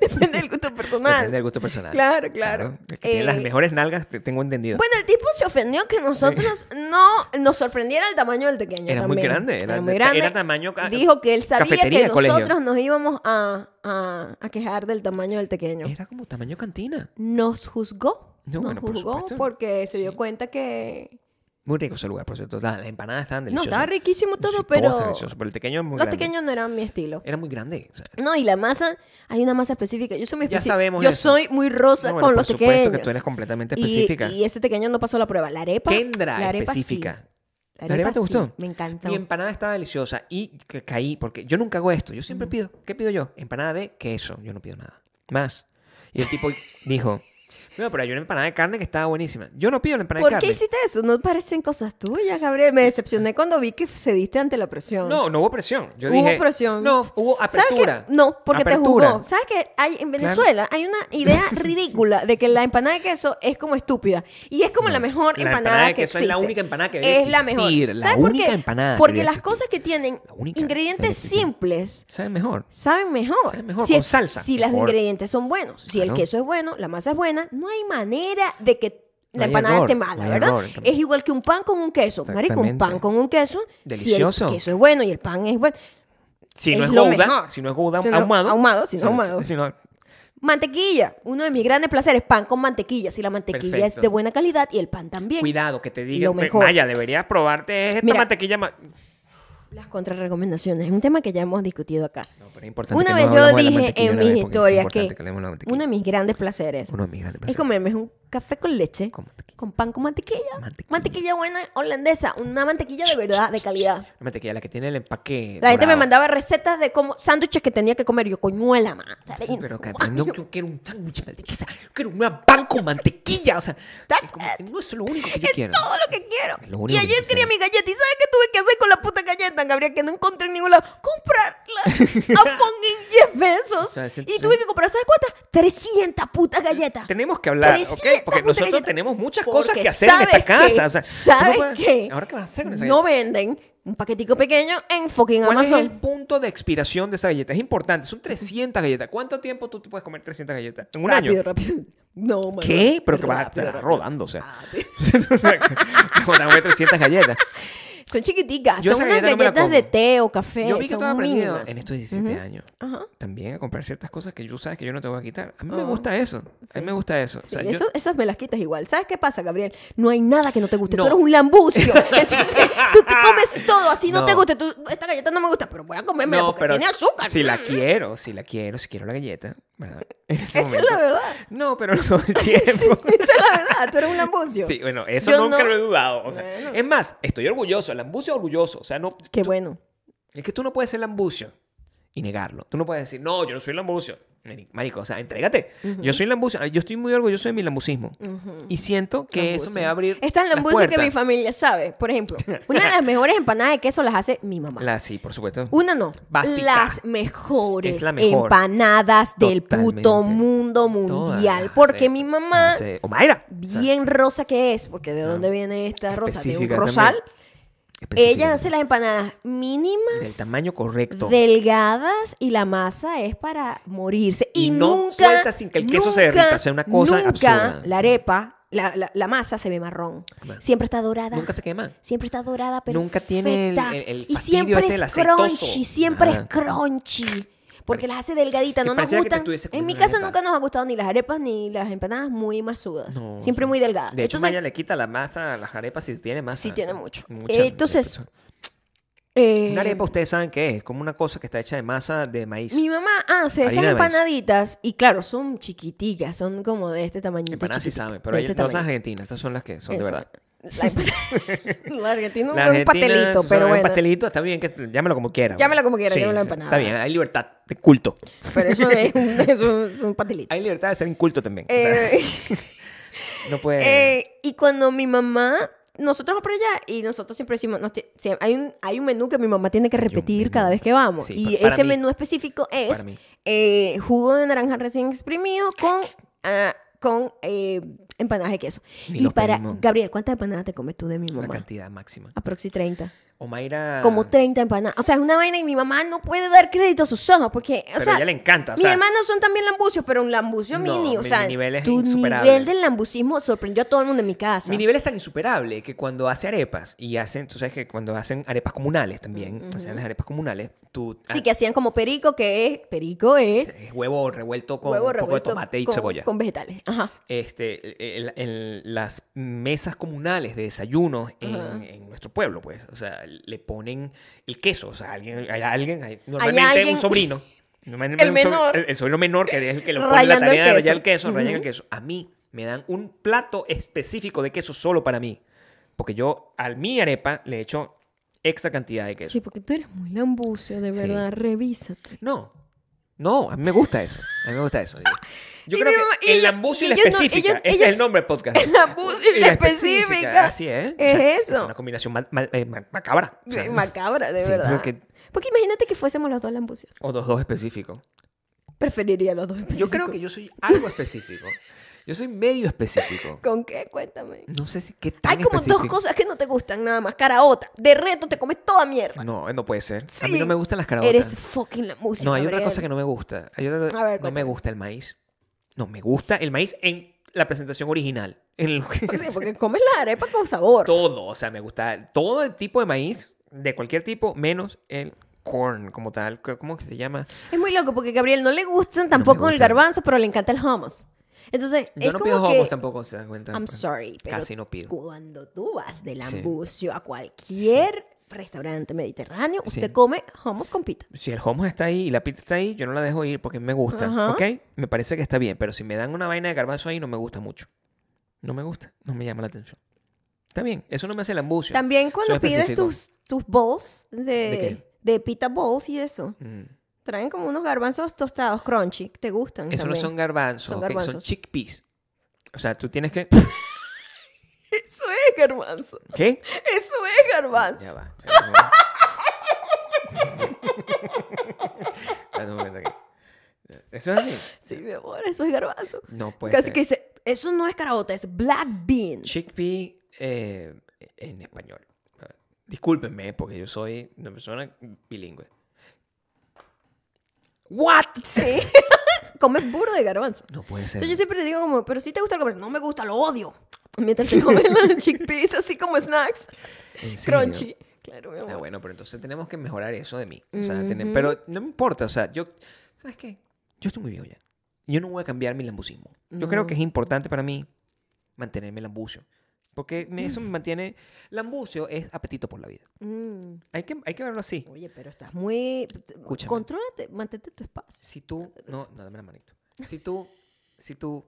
[SPEAKER 1] Depende del gusto personal.
[SPEAKER 3] Depende del gusto personal.
[SPEAKER 1] Claro, claro.
[SPEAKER 3] El que tiene las
[SPEAKER 1] Eh,
[SPEAKER 3] mejores nalgas, te- tengo entendido.
[SPEAKER 1] Bueno, el tipo se ofendió que nosotros no nos sorprendiera el tamaño del pequeño.
[SPEAKER 3] Era muy
[SPEAKER 1] también.
[SPEAKER 3] grande, era-
[SPEAKER 1] Era muy
[SPEAKER 3] era
[SPEAKER 1] grande.
[SPEAKER 3] tamaño ca-
[SPEAKER 1] Dijo que él sabía
[SPEAKER 3] cafetería
[SPEAKER 1] que
[SPEAKER 3] de colegio.
[SPEAKER 1] nosotros nos íbamos a, a- a quejar del tamaño del pequeño.
[SPEAKER 3] Era como tamaño cantina.
[SPEAKER 1] Nos juzgó.
[SPEAKER 3] No,
[SPEAKER 1] nos
[SPEAKER 3] bueno, por
[SPEAKER 1] juzgó
[SPEAKER 3] supuesto.
[SPEAKER 1] porque se dio cuenta que.
[SPEAKER 3] Muy rico ese lugar, por cierto. La- Las empanadas estaban
[SPEAKER 1] No,
[SPEAKER 3] deliciosas.
[SPEAKER 1] estaba riquísimo todo,
[SPEAKER 3] Sí,
[SPEAKER 1] pero.
[SPEAKER 3] estaba delicioso, pero el pequeño es
[SPEAKER 1] los
[SPEAKER 3] muy grande.
[SPEAKER 1] pequeños no eran mi estilo.
[SPEAKER 3] Era muy grande. o sea,
[SPEAKER 1] No, y la masa, hay una masa específica. Yo soy muy
[SPEAKER 3] Ya
[SPEAKER 1] específica.
[SPEAKER 3] sabemos
[SPEAKER 1] Yo
[SPEAKER 3] eso.
[SPEAKER 1] soy muy rosa
[SPEAKER 3] No, bueno,
[SPEAKER 1] con
[SPEAKER 3] por
[SPEAKER 1] los
[SPEAKER 3] supuesto que
[SPEAKER 1] pequeños.
[SPEAKER 3] tú eres completamente
[SPEAKER 1] Y-
[SPEAKER 3] específica.
[SPEAKER 1] Y, ese pequeño no pasó la prueba. La arepa.
[SPEAKER 3] Kendra
[SPEAKER 1] la arepa sí.
[SPEAKER 3] específica.
[SPEAKER 1] La
[SPEAKER 3] ¿La arepa te
[SPEAKER 1] sí,
[SPEAKER 3] gustó?
[SPEAKER 1] Me encanta.
[SPEAKER 3] Mi empanada estaba deliciosa y que caí, porque yo nunca hago esto. Yo siempre pido, ¿qué pido yo? Empanada de queso. Yo no pido nada. Más. Y el tipo dijo, no, pero hay una empanada de carne que estaba buenísima. Yo no pido la empanada de
[SPEAKER 1] ¿Por
[SPEAKER 3] carne.
[SPEAKER 1] qué hiciste eso? No parecen cosas tuyas, Gabriel. Me decepcioné cuando vi que cediste ante la presión.
[SPEAKER 3] No, no hubo presión. Yo
[SPEAKER 1] Hubo
[SPEAKER 3] dije,
[SPEAKER 1] presión.
[SPEAKER 3] No, hubo
[SPEAKER 1] ¿Sabes qué?
[SPEAKER 3] apertura.
[SPEAKER 1] No, porque
[SPEAKER 3] Apertura.
[SPEAKER 1] te jugó. ¿Sabes qué? Hay, en Venezuela hay una idea ridícula de que la empanada de queso es como estúpida. Y es como la mejor
[SPEAKER 3] la
[SPEAKER 1] empanada,
[SPEAKER 3] empanada de
[SPEAKER 1] que
[SPEAKER 3] queso es la
[SPEAKER 1] existe.
[SPEAKER 3] única empanada que debe
[SPEAKER 1] Es la mejor.
[SPEAKER 3] existir, la
[SPEAKER 1] ¿Sabes por qué?
[SPEAKER 3] única empanada que
[SPEAKER 1] Porque
[SPEAKER 3] debe
[SPEAKER 1] las
[SPEAKER 3] existir.
[SPEAKER 1] cosas que tienen
[SPEAKER 3] La única que debe
[SPEAKER 1] ingredientes
[SPEAKER 3] existir.
[SPEAKER 1] simples
[SPEAKER 3] ¿Sabe mejor?
[SPEAKER 1] saben mejor.
[SPEAKER 3] Saben mejor,
[SPEAKER 1] si
[SPEAKER 3] con salsa,
[SPEAKER 1] Si los
[SPEAKER 3] mejor.
[SPEAKER 1] ingredientes son buenos, si el
[SPEAKER 3] Claro.
[SPEAKER 1] queso es bueno, la masa es buena, no hay manera de que
[SPEAKER 3] No
[SPEAKER 1] la
[SPEAKER 3] hay
[SPEAKER 1] empanada
[SPEAKER 3] error,
[SPEAKER 1] esté
[SPEAKER 3] no
[SPEAKER 1] mala,
[SPEAKER 3] hay
[SPEAKER 1] ¿verdad?
[SPEAKER 3] error, en cambio.
[SPEAKER 1] es igual que un pan con un queso. Marico, un pan
[SPEAKER 3] Exactamente.
[SPEAKER 1] con un queso.
[SPEAKER 3] Delicioso.
[SPEAKER 1] Si el queso es bueno y el pan es bueno.
[SPEAKER 3] Si
[SPEAKER 1] Es
[SPEAKER 3] no es
[SPEAKER 1] lo
[SPEAKER 3] gouda,
[SPEAKER 1] mejor.
[SPEAKER 3] si no es gouda
[SPEAKER 1] Si no-
[SPEAKER 3] ahumado.
[SPEAKER 1] ahumado, si no
[SPEAKER 3] o sea,
[SPEAKER 1] ahumado.
[SPEAKER 3] si no-
[SPEAKER 1] Mantequilla. Uno de mis grandes placeres, pan con mantequilla. Si la mantequilla
[SPEAKER 3] Perfecto.
[SPEAKER 1] es de buena calidad y el pan también.
[SPEAKER 3] cuidado, que te digan,
[SPEAKER 1] Lo
[SPEAKER 3] "Pe-
[SPEAKER 1] mejor.
[SPEAKER 3] Maya, deberías probarte esta
[SPEAKER 1] Mira.
[SPEAKER 3] mantequilla más.
[SPEAKER 1] Las contrarrecomendaciones. Es un tema que ya hemos discutido acá.
[SPEAKER 3] No, pero es importante
[SPEAKER 1] Una
[SPEAKER 3] que
[SPEAKER 1] vez
[SPEAKER 3] no hablemos
[SPEAKER 1] yo
[SPEAKER 3] de la
[SPEAKER 1] dije
[SPEAKER 3] mantequilla
[SPEAKER 1] en
[SPEAKER 3] una vez,
[SPEAKER 1] mis
[SPEAKER 3] porque es
[SPEAKER 1] historias que,
[SPEAKER 3] importante hablemos de la mantequilla.
[SPEAKER 1] uno de mis grandes placeres
[SPEAKER 3] Uno de mis grandes
[SPEAKER 1] es
[SPEAKER 3] placeres.
[SPEAKER 1] comerme un café con leche
[SPEAKER 3] Con mantequilla.
[SPEAKER 1] con pan con mantequilla.
[SPEAKER 3] Mantequilla.
[SPEAKER 1] mantequilla. buena holandesa, una mantequilla de verdad, de calidad.
[SPEAKER 3] La mantequilla, la que tiene el empaque.
[SPEAKER 1] La gente me
[SPEAKER 3] dorado.
[SPEAKER 1] mandaba recetas de cómo sándwiches que tenía que comer. Yo, coñuela, madre.
[SPEAKER 3] Pero cantando, yo quiero un sándwich de mantequilla, yo quiero un pan con mantequilla. O sea,
[SPEAKER 1] That's
[SPEAKER 3] es como-
[SPEAKER 1] it.
[SPEAKER 3] no eso es lo único que yo
[SPEAKER 1] Es
[SPEAKER 3] quiero.
[SPEAKER 1] todo lo que quiero.
[SPEAKER 3] Lo único
[SPEAKER 1] y
[SPEAKER 3] que
[SPEAKER 1] ayer
[SPEAKER 3] quise.
[SPEAKER 1] quería mi galleta. ¿Y sabes qué tuve que hacer con la puta galleta, Gabriel? Que no encontré en ningún lado. Comprarla a fucking 10 pesos.
[SPEAKER 3] sea, es-
[SPEAKER 1] y tuve que comprar, ¿sabes cuántas? 300 putas galletas.
[SPEAKER 3] Tenemos que hablar, ¿ok?
[SPEAKER 1] estas
[SPEAKER 3] Porque
[SPEAKER 1] putas
[SPEAKER 3] nosotros
[SPEAKER 1] galletas.
[SPEAKER 3] tenemos muchas
[SPEAKER 1] Porque
[SPEAKER 3] cosas que hacer en
[SPEAKER 1] ¿sabes
[SPEAKER 3] esta casa.
[SPEAKER 1] qué?
[SPEAKER 3] o sea, tú no
[SPEAKER 1] ¿Sabes
[SPEAKER 3] puedes-
[SPEAKER 1] qué?
[SPEAKER 3] ¿Ahora qué vas a hacer con esa
[SPEAKER 1] No
[SPEAKER 3] galleta?
[SPEAKER 1] venden un paquetico pequeño en fucking
[SPEAKER 3] ¿Cuál es el
[SPEAKER 1] Amazon.
[SPEAKER 3] punto de expiración de esa galleta? Es importante. Son 300 galletas. ¿Cuánto tiempo tú te puedes comer 300 galletas? ¿En un
[SPEAKER 1] rápido,
[SPEAKER 3] año?
[SPEAKER 1] rápido. No, man.
[SPEAKER 3] ¿Qué? Pero que vas a
[SPEAKER 1] Rápido,
[SPEAKER 3] estar
[SPEAKER 1] rápido.
[SPEAKER 3] rodando, o sea.
[SPEAKER 1] Rápido.
[SPEAKER 3] o sea, que te vas a comer 300 galletas.
[SPEAKER 1] Son chiquiticas.
[SPEAKER 3] Yo
[SPEAKER 1] son
[SPEAKER 3] esa
[SPEAKER 1] unas
[SPEAKER 3] galleta no me la
[SPEAKER 1] galletas de
[SPEAKER 3] como.
[SPEAKER 1] té o café.
[SPEAKER 3] Yo vi
[SPEAKER 1] son
[SPEAKER 3] que estaba aprendiendo
[SPEAKER 1] mínimas.
[SPEAKER 3] en estos 17 años
[SPEAKER 1] Ajá.
[SPEAKER 3] también a comprar ciertas cosas que yo sabes que yo no te voy a quitar. A mí me
[SPEAKER 1] Oh,
[SPEAKER 3] gusta eso. A mí me gusta eso. O
[SPEAKER 1] Sí,
[SPEAKER 3] sea, yo-
[SPEAKER 1] eso- esas me las quitas igual. ¿Sabes qué pasa, Gabriel? No hay nada que no te guste.
[SPEAKER 3] No.
[SPEAKER 1] Tú eres un lambucio. Entonces, tú te comes todo. Así no,
[SPEAKER 3] No.
[SPEAKER 1] te gusta. Tú, esta galleta no me gusta, pero voy a comérmela porque tiene azúcar.
[SPEAKER 3] Si la
[SPEAKER 1] Mm.
[SPEAKER 3] quiero, si la quiero, si quiero la galleta, ¿verdad? En ese
[SPEAKER 1] Esa es
[SPEAKER 3] momento.
[SPEAKER 1] la verdad.
[SPEAKER 3] No, pero no todo el
[SPEAKER 1] Sí,
[SPEAKER 3] tiempo.
[SPEAKER 1] esa es la verdad. Tú eres un lambucio.
[SPEAKER 3] Sí, bueno, eso
[SPEAKER 1] Yo
[SPEAKER 3] nunca
[SPEAKER 1] no-
[SPEAKER 3] lo he dudado. o sea,
[SPEAKER 1] Bueno.
[SPEAKER 3] Es más, estoy orgulloso, el ambucio orgulloso. O sea, no,
[SPEAKER 1] Qué bueno.
[SPEAKER 3] es que tú no puedes ser lambucio y negarlo. Tú no puedes decir, no, yo no soy lambucio. Mari- Marico, o sea, entrégate. Yo soy lambucio. Yo estoy muy orgulloso de mi lambucismo. Y siento que eso
[SPEAKER 1] Lambucio.
[SPEAKER 3] me va a abrir.
[SPEAKER 1] Es tan
[SPEAKER 3] las
[SPEAKER 1] lambucio que
[SPEAKER 3] puertas.
[SPEAKER 1] mi familia sabe. Por ejemplo, una de las mejores empanadas de queso las hace mi mamá.
[SPEAKER 3] La, sí, por supuesto.
[SPEAKER 1] Una no.
[SPEAKER 3] Básica.
[SPEAKER 1] Las mejores
[SPEAKER 3] Es la mejor.
[SPEAKER 1] empanadas del puto
[SPEAKER 3] Totalmente.
[SPEAKER 1] mundo
[SPEAKER 3] Todas
[SPEAKER 1] mundial.
[SPEAKER 3] las
[SPEAKER 1] porque
[SPEAKER 3] hace-
[SPEAKER 1] mi mamá,
[SPEAKER 3] hace- O Mayra. O sea,
[SPEAKER 1] bien rosa que es, porque ¿de
[SPEAKER 3] sea,
[SPEAKER 1] dónde viene esta rosa? De un
[SPEAKER 3] específica
[SPEAKER 1] rosal.
[SPEAKER 3] también.
[SPEAKER 1] Ella
[SPEAKER 3] específicamente.
[SPEAKER 1] hace las empanadas
[SPEAKER 3] Del
[SPEAKER 1] mínimas,
[SPEAKER 3] tamaño correcto.
[SPEAKER 1] delgadas y la masa es para morirse. Y,
[SPEAKER 3] Y no
[SPEAKER 1] nunca.
[SPEAKER 3] suelta sin que el queso se derrita, o sea, una cosa
[SPEAKER 1] nunca
[SPEAKER 3] absurda.
[SPEAKER 1] La arepa, la, la- la masa se ve marrón.
[SPEAKER 3] Claro.
[SPEAKER 1] Siempre está dorada.
[SPEAKER 3] Nunca se quema.
[SPEAKER 1] Siempre está dorada, pero
[SPEAKER 3] Nunca tiene el- el- el
[SPEAKER 1] y
[SPEAKER 3] fastidio
[SPEAKER 1] siempre
[SPEAKER 3] este del
[SPEAKER 1] es
[SPEAKER 3] aceitoso.
[SPEAKER 1] crunchy, siempre
[SPEAKER 3] Ajá.
[SPEAKER 1] es crunchy. Porque
[SPEAKER 3] Parece-
[SPEAKER 1] las hace delgaditas,
[SPEAKER 3] que
[SPEAKER 1] no nos
[SPEAKER 3] pareciera que te
[SPEAKER 1] gustan.
[SPEAKER 3] estuviese
[SPEAKER 1] En
[SPEAKER 3] comiendo
[SPEAKER 1] mi
[SPEAKER 3] una
[SPEAKER 1] casa
[SPEAKER 3] arepa.
[SPEAKER 1] nunca nos ha gustado ni las arepas ni las empanadas muy masudas.
[SPEAKER 3] No,
[SPEAKER 1] siempre
[SPEAKER 3] sí.
[SPEAKER 1] muy delgadas.
[SPEAKER 3] De
[SPEAKER 1] Ah,
[SPEAKER 3] hecho,
[SPEAKER 1] Entonces,
[SPEAKER 3] Maya le quita la masa a las arepas si tiene masa.
[SPEAKER 1] Sí
[SPEAKER 3] o
[SPEAKER 1] tiene
[SPEAKER 3] sea,
[SPEAKER 1] mucho.
[SPEAKER 3] mucha-
[SPEAKER 1] Eh, entonces,
[SPEAKER 3] mucha-
[SPEAKER 1] eh,
[SPEAKER 3] Una arepa, ustedes saben qué es, como una cosa que está hecha de masa de maíz.
[SPEAKER 1] Mi mamá hace esas
[SPEAKER 3] Harina de maíz.
[SPEAKER 1] empanaditas y claro, son chiquiticas, son como de este tamañito.
[SPEAKER 3] Empanadas sí
[SPEAKER 1] chiquitico,
[SPEAKER 3] saben, pero
[SPEAKER 1] de
[SPEAKER 3] ellas
[SPEAKER 1] este
[SPEAKER 3] no son las
[SPEAKER 1] tamaño.
[SPEAKER 3] argentinas, estas son las que son de
[SPEAKER 1] Eso.
[SPEAKER 3] verdad.
[SPEAKER 1] La, empan- la argentina
[SPEAKER 3] Las
[SPEAKER 1] es un pastelito,
[SPEAKER 3] argentinas,
[SPEAKER 1] pero
[SPEAKER 3] son-
[SPEAKER 1] bueno.
[SPEAKER 3] Un pastelito, está bien, que llámalo como quiera. pues.
[SPEAKER 1] Llámalo como quiera,
[SPEAKER 3] Sí,
[SPEAKER 1] llámalo
[SPEAKER 3] sí,
[SPEAKER 1] empanada.
[SPEAKER 3] Está bien, hay libertad de culto.
[SPEAKER 1] Pero eso es un, es un- es un pastelito.
[SPEAKER 3] Hay libertad de ser inculto también. o sea,
[SPEAKER 1] Eh,
[SPEAKER 3] no puede...
[SPEAKER 1] eh, y cuando mi mamá, nosotros vamos para allá y nosotros siempre decimos, nos ti- sí, hay, un, hay un menú que mi mamá tiene que
[SPEAKER 3] un
[SPEAKER 1] repetir
[SPEAKER 3] menú.
[SPEAKER 1] cada vez que vamos.
[SPEAKER 3] Sí,
[SPEAKER 1] y
[SPEAKER 3] pa- para
[SPEAKER 1] ese
[SPEAKER 3] mí.
[SPEAKER 1] menú específico es
[SPEAKER 3] Para mí.
[SPEAKER 1] eh, jugo de naranja recién exprimido con, ah, con eh, empanadas de queso.
[SPEAKER 3] Ni
[SPEAKER 1] y
[SPEAKER 3] los
[SPEAKER 1] para,
[SPEAKER 3] pedimos.
[SPEAKER 1] Gabriel, ¿cuántas empanadas te comes tú de mi
[SPEAKER 3] la
[SPEAKER 1] mamá?
[SPEAKER 3] cantidad Ah. máxima.
[SPEAKER 1] Aproxi 30.
[SPEAKER 3] O Mayra...
[SPEAKER 1] Como 30 empanadas. O sea, es una vaina y mi mamá no puede dar crédito a sus ojos porque, o
[SPEAKER 3] Pero
[SPEAKER 1] sea,
[SPEAKER 3] a ella le encanta, o
[SPEAKER 1] mis
[SPEAKER 3] sea.
[SPEAKER 1] hermanos son también lambucios, pero un lambucio
[SPEAKER 3] No,
[SPEAKER 1] mini, o
[SPEAKER 3] mi
[SPEAKER 1] sea,
[SPEAKER 3] nivel es
[SPEAKER 1] tu
[SPEAKER 3] insuperable.
[SPEAKER 1] nivel del lambucismo sorprendió a todo el mundo en mi casa.
[SPEAKER 3] Mi nivel es tan insuperable que cuando hace arepas, y hacen, tú sabes que cuando hacen arepas comunales también, hacen las arepas comunales, tú...
[SPEAKER 1] Sí,
[SPEAKER 3] ah,
[SPEAKER 1] que hacían como perico, que es, perico es
[SPEAKER 3] es huevo revuelto con
[SPEAKER 1] huevo
[SPEAKER 3] un poco de
[SPEAKER 1] revuelto
[SPEAKER 3] tomate y
[SPEAKER 1] con-
[SPEAKER 3] cebolla.
[SPEAKER 1] Con vegetales. Ajá.
[SPEAKER 3] Este, el- el- el- las mesas comunales de desayuno en, en nuestro pueblo, pues, o sea, le ponen el queso, o sea, alguien, hay alguien, hay- normalmente
[SPEAKER 1] alguien-
[SPEAKER 3] un sobrino. normalmente
[SPEAKER 1] El
[SPEAKER 3] un sobr-
[SPEAKER 1] menor.
[SPEAKER 3] el, el sobrino menor que es el que le pone la
[SPEAKER 1] Rayando el
[SPEAKER 3] tarea de rayar el
[SPEAKER 1] queso.
[SPEAKER 3] queso, rayan el queso. A mí me dan un plato específico de queso solo para mí, porque yo a mi arepa le echo extra cantidad de queso.
[SPEAKER 1] Sí, porque tú eres muy lambucio, de
[SPEAKER 3] Sí.
[SPEAKER 1] verdad, revísate.
[SPEAKER 3] No. No, a mí me gusta eso. A mí me gusta eso. Yo,
[SPEAKER 1] Y
[SPEAKER 3] creo
[SPEAKER 1] mi mamá-
[SPEAKER 3] que
[SPEAKER 1] y
[SPEAKER 3] el
[SPEAKER 1] ella-
[SPEAKER 3] lambucio y
[SPEAKER 1] y
[SPEAKER 3] la
[SPEAKER 1] ellos no-
[SPEAKER 3] específica.
[SPEAKER 1] ellos-
[SPEAKER 3] ese
[SPEAKER 1] ellos-
[SPEAKER 3] es el nombre del podcast.
[SPEAKER 1] El lambucio y la específica.
[SPEAKER 3] Así es.
[SPEAKER 1] Es eso.
[SPEAKER 3] Es una combinación ma- ma- eh, ma- macabra. O sea,
[SPEAKER 1] Macabra, de
[SPEAKER 3] sí,
[SPEAKER 1] verdad.
[SPEAKER 3] creo que-
[SPEAKER 1] Porque imagínate que fuésemos los dos lambucios.
[SPEAKER 3] o los dos específicos.
[SPEAKER 1] Preferiría los dos
[SPEAKER 3] Yo creo
[SPEAKER 1] específicos.
[SPEAKER 3] que yo soy algo específico. Yo soy medio específico.
[SPEAKER 1] ¿Con qué? Cuéntame.
[SPEAKER 3] No sé si qué tan
[SPEAKER 1] Hay como
[SPEAKER 3] específico.
[SPEAKER 1] dos cosas que no te gustan nada más. Caraota. De reto te comes toda mierda.
[SPEAKER 3] No, no puede ser. A mí
[SPEAKER 1] Sí.
[SPEAKER 3] no me gustan las caraotas.
[SPEAKER 1] Eres fucking la música.
[SPEAKER 3] No, hay otra cosa que no me gusta. Hay otra-
[SPEAKER 1] A ver,
[SPEAKER 3] no
[SPEAKER 1] cuéntame.
[SPEAKER 3] me gusta el maíz. No, me gusta el maíz en la presentación original. En lo que-
[SPEAKER 1] Sí, porque comes la arepa con sabor.
[SPEAKER 3] todo, o sea, me gusta todo el tipo de maíz, de cualquier tipo, menos el corn como tal. ¿Qué- ¿Cómo que se llama?
[SPEAKER 1] Es muy loco porque a Gabriel no le gustan tampoco el
[SPEAKER 3] gustan.
[SPEAKER 1] garbanzo, pero le encanta el hummus. Entonces,
[SPEAKER 3] Yo
[SPEAKER 1] es
[SPEAKER 3] no
[SPEAKER 1] como
[SPEAKER 3] pido
[SPEAKER 1] que,
[SPEAKER 3] hongos tampoco, se dan cuenta.
[SPEAKER 1] I'm
[SPEAKER 3] Pues,
[SPEAKER 1] sorry, pero
[SPEAKER 3] Casi no pido.
[SPEAKER 1] cuando tú vas del ambucio a cualquier restaurante mediterráneo, usted come hummus con pita.
[SPEAKER 3] Si el hummus está ahí y la pizza está ahí, yo no la dejo ir porque me gusta,
[SPEAKER 1] Ajá.
[SPEAKER 3] ¿ok? Me parece que está bien, pero si me dan una vaina de garbanzo ahí, no me gusta mucho. No me gusta, no me llama la atención. Está bien, eso no me hace el ambucio.
[SPEAKER 1] También cuando
[SPEAKER 3] Soy
[SPEAKER 1] pides
[SPEAKER 3] específico.
[SPEAKER 1] tus, tus bowls de,
[SPEAKER 3] ¿De qué?
[SPEAKER 1] de pita bowls y eso,
[SPEAKER 3] Mm.
[SPEAKER 1] traen como unos garbanzos tostados crunchy. ¿Te gustan?
[SPEAKER 3] Eso no
[SPEAKER 1] también.
[SPEAKER 3] son garbanzos,
[SPEAKER 1] Son
[SPEAKER 3] ¿ok? son
[SPEAKER 1] garbanzos.
[SPEAKER 3] chickpeas. O sea, tú tienes que...
[SPEAKER 1] Eso es garbanzo.
[SPEAKER 3] ¿Qué?
[SPEAKER 1] Eso es garbanzo.
[SPEAKER 3] Ya va. espérate un momento. Espérate un momento aquí. ¿Eso es así?
[SPEAKER 1] Sí, mi amor, eso es garbanzo.
[SPEAKER 3] No puede
[SPEAKER 1] Casi
[SPEAKER 3] ser.
[SPEAKER 1] que dice, Eso no es caraota, es black beans.
[SPEAKER 3] Chickpea eh, en español. Discúlpenme, porque yo soy una persona bilingüe.
[SPEAKER 1] ¿What? Sí. Comes burro de garbanzo.
[SPEAKER 3] No puede ser.
[SPEAKER 1] Entonces yo siempre te digo como, pero si te gusta el garbanzo. No me gusta, lo odio. Mientras te comen los chickpeas así como snacks.
[SPEAKER 3] ¿En serio?
[SPEAKER 1] Crunchy. Claro, mi amor.
[SPEAKER 3] Ah, bueno, pero entonces tenemos que mejorar eso de mí. O sea, tener- pero no me importa, o sea, yo, ¿sabes qué? Yo estoy muy bien ya. Yo no voy a cambiar mi lambucismo. Yo creo que es importante para mí mantenerme lambucio. Porque me- eso me mantiene... Lambucio es apetito por la vida.
[SPEAKER 1] Mm.
[SPEAKER 3] Hay que, hay que verlo así.
[SPEAKER 1] Oye, pero estás muy...
[SPEAKER 3] Escúchame.
[SPEAKER 1] Contrólate, mantente tu espacio.
[SPEAKER 3] Si tú... No, no, dame la manito. Si tú... Si tú...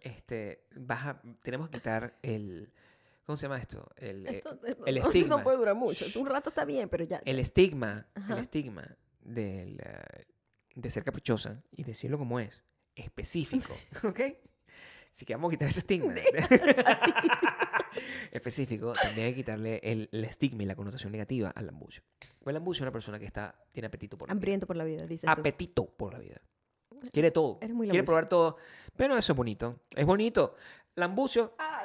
[SPEAKER 3] Este... Vas a... Tenemos que quitar el... ¿Cómo se llama esto? El, eh,
[SPEAKER 1] Esto-
[SPEAKER 3] el
[SPEAKER 1] esto
[SPEAKER 3] estigma.
[SPEAKER 1] no puede durar mucho. Un rato está bien, pero ya.
[SPEAKER 3] el estigma, el estigma de, la- de ser caprichosa y decirlo como es, específico, ¿ok? Si queremos quitar ese estigma específico, también hay que quitarle el, el estigma y la connotación negativa al ambucio. El ambucio es una persona que está, tiene apetito por la vida.
[SPEAKER 1] Hambriento por la vida,
[SPEAKER 3] Ah,
[SPEAKER 1] dices Este, tú.
[SPEAKER 3] Apetito por la vida. Quiere todo.
[SPEAKER 1] Eres muy
[SPEAKER 3] Quiere
[SPEAKER 1] lambucio.
[SPEAKER 3] probar todo. Pero eso es bonito. Es bonito. Lambucio.
[SPEAKER 1] Ah,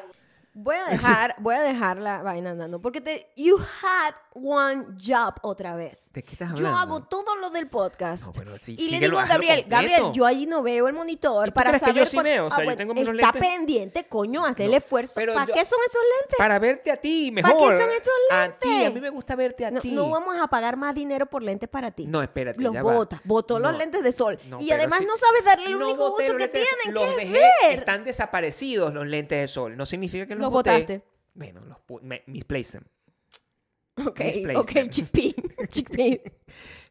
[SPEAKER 1] Voy a dejar, voy a dejar la vaina andando porque te you had one job otra vez.
[SPEAKER 3] ¿De qué estás
[SPEAKER 1] Yo
[SPEAKER 3] hablando?
[SPEAKER 1] hago todo lo del podcast.
[SPEAKER 3] No, pero sí,
[SPEAKER 1] y le
[SPEAKER 3] síguelo,
[SPEAKER 1] digo a
[SPEAKER 3] hazlo
[SPEAKER 1] Gabriel,
[SPEAKER 3] completo.
[SPEAKER 1] Gabriel, yo ahí no veo el monitor
[SPEAKER 3] ¿Y tú
[SPEAKER 1] para
[SPEAKER 3] crees que yo
[SPEAKER 1] saber
[SPEAKER 3] sí
[SPEAKER 1] cuánto-
[SPEAKER 3] veo? O sea, yo tengo unos
[SPEAKER 1] está
[SPEAKER 3] lentes.
[SPEAKER 1] pendiente, coño, haz el
[SPEAKER 3] No,
[SPEAKER 1] esfuerzo.
[SPEAKER 3] pero
[SPEAKER 1] ¿Para
[SPEAKER 3] yo-
[SPEAKER 1] qué son esos lentes?
[SPEAKER 3] Para verte a ti,
[SPEAKER 1] ¿Para
[SPEAKER 3] mejor.
[SPEAKER 1] qué son estos
[SPEAKER 3] A ti, a
[SPEAKER 1] lentes?
[SPEAKER 3] mí me gusta verte a
[SPEAKER 1] No,
[SPEAKER 3] ti.
[SPEAKER 1] no vamos a pagar más dinero por lentes para ti.
[SPEAKER 3] No, espérate.
[SPEAKER 1] los
[SPEAKER 3] ya va.
[SPEAKER 1] botas, botó los
[SPEAKER 3] No,
[SPEAKER 1] lentes de sol.
[SPEAKER 3] no,
[SPEAKER 1] y
[SPEAKER 3] pero
[SPEAKER 1] además
[SPEAKER 3] sí-
[SPEAKER 1] no sabes darle el
[SPEAKER 3] no
[SPEAKER 1] único
[SPEAKER 3] boté
[SPEAKER 1] uso
[SPEAKER 3] los
[SPEAKER 1] que
[SPEAKER 3] lentes de sol,
[SPEAKER 1] tienen,
[SPEAKER 3] los
[SPEAKER 1] que es
[SPEAKER 3] dejé,
[SPEAKER 1] ver.
[SPEAKER 3] Están desaparecidos los lentes de sol. No significa que los,
[SPEAKER 1] Los
[SPEAKER 3] boté.
[SPEAKER 1] botaste.
[SPEAKER 3] Bueno, los pu- me, misplaced them.
[SPEAKER 1] Ok,
[SPEAKER 3] misplaced
[SPEAKER 1] ok,
[SPEAKER 3] them.
[SPEAKER 1] chickpea, chickpea.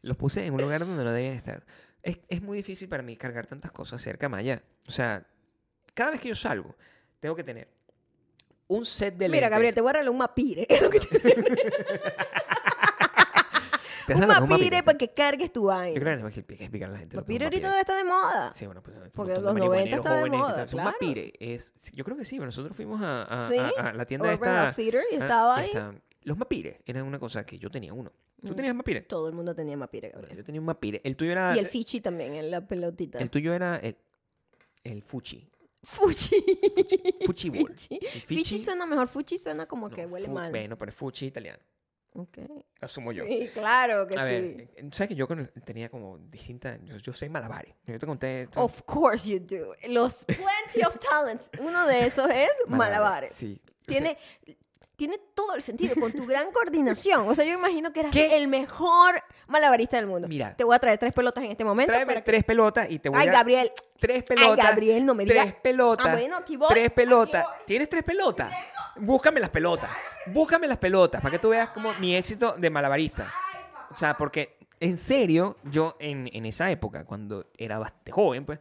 [SPEAKER 3] Los puse en un lugar donde no debían estar. Es, es muy difícil para mí cargar tantas cosas cerca más allá. O sea, cada vez que yo salgo, tengo que tener un set de lentes.
[SPEAKER 1] Mira, Gabriel, te voy a regalar un mapire. Es lo que te-
[SPEAKER 3] Te
[SPEAKER 1] un
[SPEAKER 3] hacen la-
[SPEAKER 1] mapire para
[SPEAKER 3] Yo
[SPEAKER 1] que cargues tu vaina.
[SPEAKER 3] creo que tenemos que explicar a la gente. lo que es
[SPEAKER 1] Mapire
[SPEAKER 3] un
[SPEAKER 1] ahorita
[SPEAKER 3] mapire.
[SPEAKER 1] debe estar de moda.
[SPEAKER 3] Sí, bueno, pues un
[SPEAKER 1] Porque
[SPEAKER 3] montón de
[SPEAKER 1] los 90
[SPEAKER 3] marihuaneros
[SPEAKER 1] está de
[SPEAKER 3] jóvenes que
[SPEAKER 1] moda,
[SPEAKER 3] están- son
[SPEAKER 1] claro.
[SPEAKER 3] papire, es- sí, yo creo que sí, bueno, nosotros fuimos a, a-
[SPEAKER 1] Sí,
[SPEAKER 3] a- a la tienda
[SPEAKER 1] Urban
[SPEAKER 3] esta-
[SPEAKER 1] Outfitter y
[SPEAKER 3] ah,
[SPEAKER 1] estaba ahí. Mm.
[SPEAKER 3] esta- los mapires eran una cosa que yo tenía uno. ¿Tú tenías mapire?
[SPEAKER 1] Todo el mundo tenía mapire,
[SPEAKER 3] Bueno,
[SPEAKER 1] Gabriel.
[SPEAKER 3] yo tenía un mapire. El tuyo era
[SPEAKER 1] Y el fichi también, en la pelotita.
[SPEAKER 3] Ah, eh. el tuyo era el el fuchi.
[SPEAKER 1] Fuchi.
[SPEAKER 3] Fuchi ball.
[SPEAKER 1] Fichi.
[SPEAKER 3] El
[SPEAKER 1] Fichi suena mejor. Fuchi suena como
[SPEAKER 3] no,
[SPEAKER 1] que huele
[SPEAKER 3] fu-
[SPEAKER 1] mal.
[SPEAKER 3] Bueno, pero es fuchi italiano,
[SPEAKER 1] Ok.
[SPEAKER 3] asumo yo.
[SPEAKER 1] Sí, claro que
[SPEAKER 3] A ver,
[SPEAKER 1] sí.
[SPEAKER 3] eh, ¿sabes que yo con el- tenía como distintas yo, yo sé malabares. Yo te conté esto.
[SPEAKER 1] Of course you do. Los plenty of talents. Uno de esos es malabares.
[SPEAKER 3] Sí. O sea,
[SPEAKER 1] Tiene, tiene todo el sentido con tu gran coordinación. O sea, yo imagino que eras
[SPEAKER 3] ¿Qué?
[SPEAKER 1] el mejor malabarista del mundo.
[SPEAKER 3] Mira.
[SPEAKER 1] Te voy a traer tres pelotas en este momento.
[SPEAKER 3] Tráeme
[SPEAKER 1] para que-
[SPEAKER 3] tres pelotas y te voy
[SPEAKER 1] Ay,
[SPEAKER 3] a
[SPEAKER 1] Gabriel.
[SPEAKER 3] Tres pelotas.
[SPEAKER 1] Ay, Gabriel, no me digas.
[SPEAKER 3] Tres pelotas.
[SPEAKER 1] Ah, bueno, aquí voy,
[SPEAKER 3] Tres
[SPEAKER 1] aquí
[SPEAKER 3] pelotas.
[SPEAKER 1] voy.
[SPEAKER 3] ¿Tienes tres pelotas? Búscame las pelotas. Búscame las pelotas para que tú veas como mi éxito de malabarista. O sea, porque en serio, yo en, en esa época, cuando era bastante joven, pues,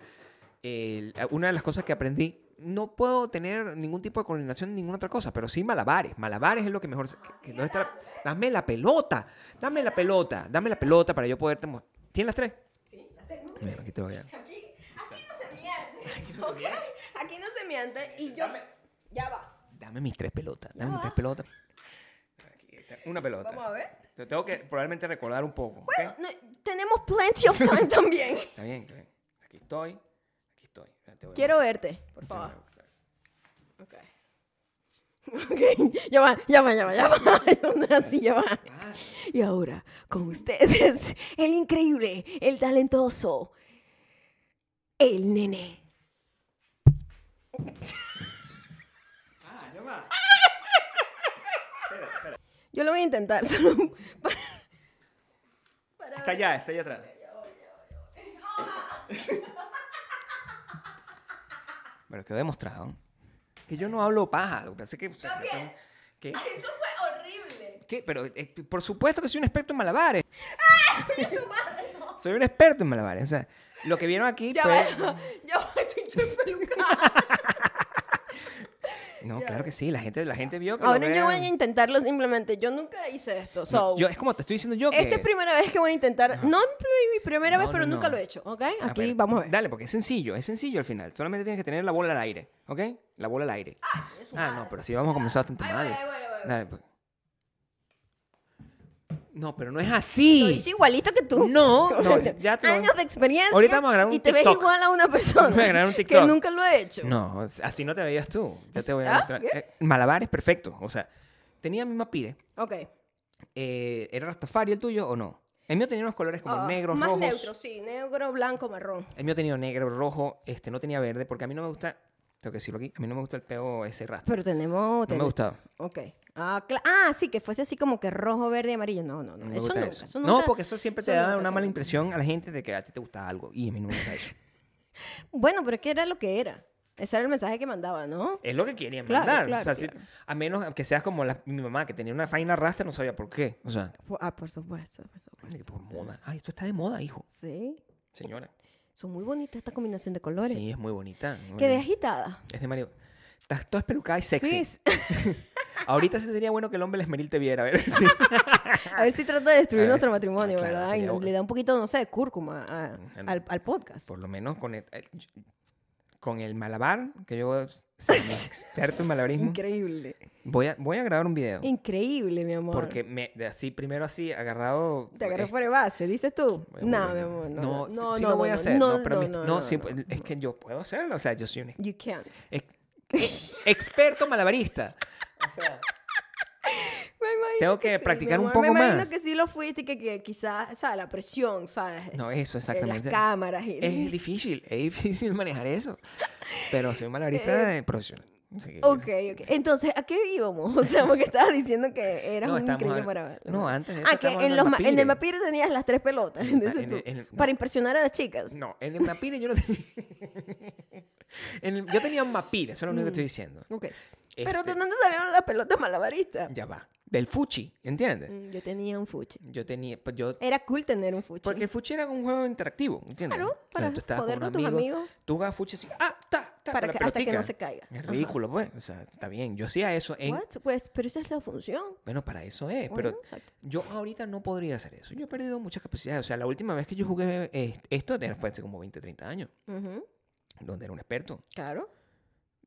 [SPEAKER 3] el- una de las cosas que aprendí, no puedo tener ningún tipo de coordinación, ninguna otra cosa, pero sí malabares. Malabares es lo que mejor... que- que no está- dame la pelota. Dame la pelota. Dame la pelota para yo poder... ¿Tienes las tres? Sí, las tengo. Bueno, aquí te voy a...
[SPEAKER 1] Aquí, aquí no se miente. Aquí no se miente. Aquí no se miente. Y yo. Ya va.
[SPEAKER 3] Dame mis tres pelotas. Dame
[SPEAKER 1] Ya
[SPEAKER 3] mis
[SPEAKER 1] va.
[SPEAKER 3] tres pelotas. Aquí está, Una pelota.
[SPEAKER 1] Vamos a ver.
[SPEAKER 3] Te tengo que probablemente recordar un poco. ¿ok?
[SPEAKER 1] Bueno, no, tenemos plenty of time también.
[SPEAKER 3] Está bien, está bien. Aquí estoy. Aquí estoy. Ya te voy a-
[SPEAKER 1] Quiero verte, por
[SPEAKER 3] Sí,
[SPEAKER 1] favor.
[SPEAKER 3] me-
[SPEAKER 1] Ok. Ok, ya va, ya va, ya va, ya va. Así ya va. Y ahora, con ustedes, el increíble, el talentoso, el nene.
[SPEAKER 3] Ah,
[SPEAKER 1] Yo lo voy a intentar solo para... para
[SPEAKER 3] Está allá, está allá atrás. Pero quedó demostrado que yo no hablo paja. Lo que pasa es que. o sea,
[SPEAKER 1] Gabriel.
[SPEAKER 3] ¿Qué?
[SPEAKER 1] ver. Eso fue horrible.
[SPEAKER 3] ¿Qué? Pero eh, por supuesto que soy un experto en malabares.
[SPEAKER 1] Ah, Su madre, no.
[SPEAKER 3] Soy un experto en malabares. O sea, lo que vieron aquí
[SPEAKER 1] Ya
[SPEAKER 3] fue.
[SPEAKER 1] va, ya va, estoy estoy pelucada.
[SPEAKER 3] No, claro que sí. La gente, la gente vio que. lo
[SPEAKER 1] Ahora yo voy
[SPEAKER 3] vieron.
[SPEAKER 1] a intentarlo simplemente. Yo nunca hice esto.
[SPEAKER 3] No,
[SPEAKER 1] So,
[SPEAKER 3] yo, es como te estoy diciendo yo que
[SPEAKER 1] Esta es primera vez que voy a intentar. No es pri- mi primera
[SPEAKER 3] Ah. No,
[SPEAKER 1] vez, pero
[SPEAKER 3] no,
[SPEAKER 1] nunca
[SPEAKER 3] no.
[SPEAKER 1] lo he hecho, ¿ok?
[SPEAKER 3] A
[SPEAKER 1] Aquí
[SPEAKER 3] ver,
[SPEAKER 1] vamos a ver.
[SPEAKER 3] Dale, porque es sencillo, es sencillo al final. Solamente tienes que tener la bola al aire, ¿ok? La bola al aire. Ah, no, pero así vamos a comenzar bastante
[SPEAKER 1] Ay,
[SPEAKER 3] mal.
[SPEAKER 1] voy, voy, voy, voy.
[SPEAKER 3] Dale, pues. No, pero no es así.
[SPEAKER 1] Lo hice igualito que tú.
[SPEAKER 3] ah, No, no, ya te lo-
[SPEAKER 1] Años de experiencia.
[SPEAKER 3] Ahorita vamos a grabar un
[SPEAKER 1] Y te ves
[SPEAKER 3] TikTok.
[SPEAKER 1] igual a una persona.
[SPEAKER 3] Voy a grabar un TikTok.
[SPEAKER 1] Que nunca lo he hecho.
[SPEAKER 3] No, así no te veías tú. Ya te voy a
[SPEAKER 1] ¿Ah?
[SPEAKER 3] mostrar.
[SPEAKER 1] ¿Qué?
[SPEAKER 3] Eh, Malabar es perfecto. O sea, tenía misma pire.
[SPEAKER 1] Ok.
[SPEAKER 3] Eh, ¿Era Rastafari el tuyo o no? El mío tenía unos colores como
[SPEAKER 1] Ah,
[SPEAKER 3] negros,
[SPEAKER 1] Más
[SPEAKER 3] rojos.
[SPEAKER 1] neutro, sí. Negro, blanco, marrón.
[SPEAKER 3] El mío tenía negro, rojo. Este no tenía verde porque a mí no me gusta. Tengo que decirlo aquí. A mí no me gusta el peo ese rasta.
[SPEAKER 1] Pero tenemos...
[SPEAKER 3] No me
[SPEAKER 1] ten-
[SPEAKER 3] gustaba.
[SPEAKER 1] Ok. Ah, cla- ah, sí, que fuese así como que rojo, verde y amarillo. No, no, no.
[SPEAKER 3] No me
[SPEAKER 1] eso,
[SPEAKER 3] gusta
[SPEAKER 1] nunca,
[SPEAKER 3] eso.
[SPEAKER 1] eso
[SPEAKER 3] No,
[SPEAKER 1] nunca-
[SPEAKER 3] porque eso siempre te
[SPEAKER 1] eso
[SPEAKER 3] da
[SPEAKER 1] nunca,
[SPEAKER 3] una
[SPEAKER 1] eso
[SPEAKER 3] mala
[SPEAKER 1] nunca.
[SPEAKER 3] impresión a la gente de que a ti te gusta algo. Y a mí no me gusta eso.
[SPEAKER 1] Bueno, pero es que era lo que era. Ese era el mensaje que mandaba, ¿no?
[SPEAKER 3] Es lo que querían
[SPEAKER 1] Claro,
[SPEAKER 3] mandar.
[SPEAKER 1] claro,
[SPEAKER 3] o sea, si-
[SPEAKER 1] claro.
[SPEAKER 3] a menos que seas como la- mi mamá, que tenía una faina rasta, no sabía por qué. O sea,
[SPEAKER 1] Por- Ah, por supuesto, por supuesto.
[SPEAKER 3] por moda. Ay, esto está de moda, hijo.
[SPEAKER 1] Sí.
[SPEAKER 3] Señora.
[SPEAKER 1] Son muy bonitas esta combinación de colores.
[SPEAKER 3] Sí, es muy bonita. muy
[SPEAKER 1] Quedé
[SPEAKER 3] bonita.
[SPEAKER 1] agitada.
[SPEAKER 3] Es de Mario. Estás toda espelucada y sexy.
[SPEAKER 1] Sí,
[SPEAKER 3] Ahorita sí sería bueno que el hombre esmeril te viera. A ver si.
[SPEAKER 1] A ver si trata de destruir
[SPEAKER 3] A ver
[SPEAKER 1] nuestro
[SPEAKER 3] si-
[SPEAKER 1] matrimonio,
[SPEAKER 3] ah, claro,
[SPEAKER 1] ¿verdad? Y
[SPEAKER 3] sería
[SPEAKER 1] no-
[SPEAKER 3] bueno.
[SPEAKER 1] le da un poquito, no sé, de cúrcuma a-
[SPEAKER 3] Bueno.
[SPEAKER 1] al, al podcast.
[SPEAKER 3] Por lo menos con el, el- con el malabar, que yo soy un experto en malabarismo,
[SPEAKER 1] Increíble.
[SPEAKER 3] voy a, voy a grabar un video.
[SPEAKER 1] Increíble, mi amor.
[SPEAKER 3] Porque me, de así, primero así, agarrado.
[SPEAKER 1] te agarré
[SPEAKER 3] es-
[SPEAKER 1] fuera de base, dices tú.
[SPEAKER 3] voy a
[SPEAKER 1] No,
[SPEAKER 3] volver.
[SPEAKER 1] mi amor. No, no,
[SPEAKER 3] No,
[SPEAKER 1] no.
[SPEAKER 3] sí
[SPEAKER 1] no,
[SPEAKER 3] lo voy
[SPEAKER 1] no,
[SPEAKER 3] a hacer. No, pero mi-
[SPEAKER 1] no,
[SPEAKER 3] no,
[SPEAKER 1] no,
[SPEAKER 3] sí, pues,
[SPEAKER 1] no.
[SPEAKER 3] es que yo puedo hacerlo. O sea, yo soy un ex-
[SPEAKER 1] You can't.
[SPEAKER 3] ex- ex- experto malabarista. O sea,
[SPEAKER 1] Me imagino
[SPEAKER 3] Tengo que
[SPEAKER 1] sí,
[SPEAKER 3] practicar
[SPEAKER 1] mi
[SPEAKER 3] un
[SPEAKER 1] amor.
[SPEAKER 3] poco
[SPEAKER 1] Me imagino
[SPEAKER 3] más.
[SPEAKER 1] que sí lo fuiste y que, que quizás, ¿sabes? La presión, ¿sabes?
[SPEAKER 3] no, eso
[SPEAKER 1] Eh, Las
[SPEAKER 3] exactamente.
[SPEAKER 1] cámaras. y-
[SPEAKER 3] Es difícil, es difícil manejar eso. Pero soy un malabarista eh, profesional. Así que-
[SPEAKER 1] Ok, ok. Entonces, ¿a qué íbamos? O sea, porque estabas diciendo que eras
[SPEAKER 3] No,
[SPEAKER 1] un
[SPEAKER 3] estamos
[SPEAKER 1] increíble
[SPEAKER 3] a-
[SPEAKER 1] para ver.
[SPEAKER 3] no, antes de eso
[SPEAKER 1] Ah, que
[SPEAKER 3] estábamos
[SPEAKER 1] en, los
[SPEAKER 3] hablando
[SPEAKER 1] ma-
[SPEAKER 3] del
[SPEAKER 1] en el
[SPEAKER 3] Mapire.
[SPEAKER 1] Mapire tenías las tres pelotas, dices
[SPEAKER 3] en
[SPEAKER 1] tú.
[SPEAKER 3] el- en el- no.
[SPEAKER 1] Para impresionar a las chicas.
[SPEAKER 3] No, en el Mapire yo no tenía. En el- yo tenía un Mapire, eso es lo único que
[SPEAKER 1] Mm.
[SPEAKER 3] estoy diciendo.
[SPEAKER 1] Ok. Pero
[SPEAKER 3] Este-
[SPEAKER 1] ¿de dónde salieron las pelotas malabaristas?
[SPEAKER 3] Ya va. Del Fuchi, ¿entiendes?
[SPEAKER 1] Mm, Yo tenía un fuchi.
[SPEAKER 3] Yo tenía. pues Yo,
[SPEAKER 1] Era cool tener un fuchi.
[SPEAKER 3] porque el Fuchi era un juego interactivo, ¿entiendes?
[SPEAKER 1] Claro,
[SPEAKER 3] Entonces,
[SPEAKER 1] para
[SPEAKER 3] tú estabas
[SPEAKER 1] joder
[SPEAKER 3] unos
[SPEAKER 1] con tus amigos.
[SPEAKER 3] Tú jugabas Fuchi así. ¡Ah! ¡Ta! ta
[SPEAKER 1] Para
[SPEAKER 3] con la
[SPEAKER 1] que- hasta que
[SPEAKER 3] pelotica.
[SPEAKER 1] no se caiga.
[SPEAKER 3] Es
[SPEAKER 1] Ajá.
[SPEAKER 3] ridículo, pues. O sea, está bien. Yo hacía eso en.
[SPEAKER 1] What? Pues, pero esa es la función.
[SPEAKER 3] Bueno, para eso es,
[SPEAKER 1] Bueno,
[SPEAKER 3] pero
[SPEAKER 1] exacto.
[SPEAKER 3] yo ahorita no podría hacer eso. Yo he perdido muchas capacidades. O sea, la última vez que yo jugué eh, esto fue hace como 20, 30 años,
[SPEAKER 1] Ujú,
[SPEAKER 3] donde era un experto.
[SPEAKER 1] Claro.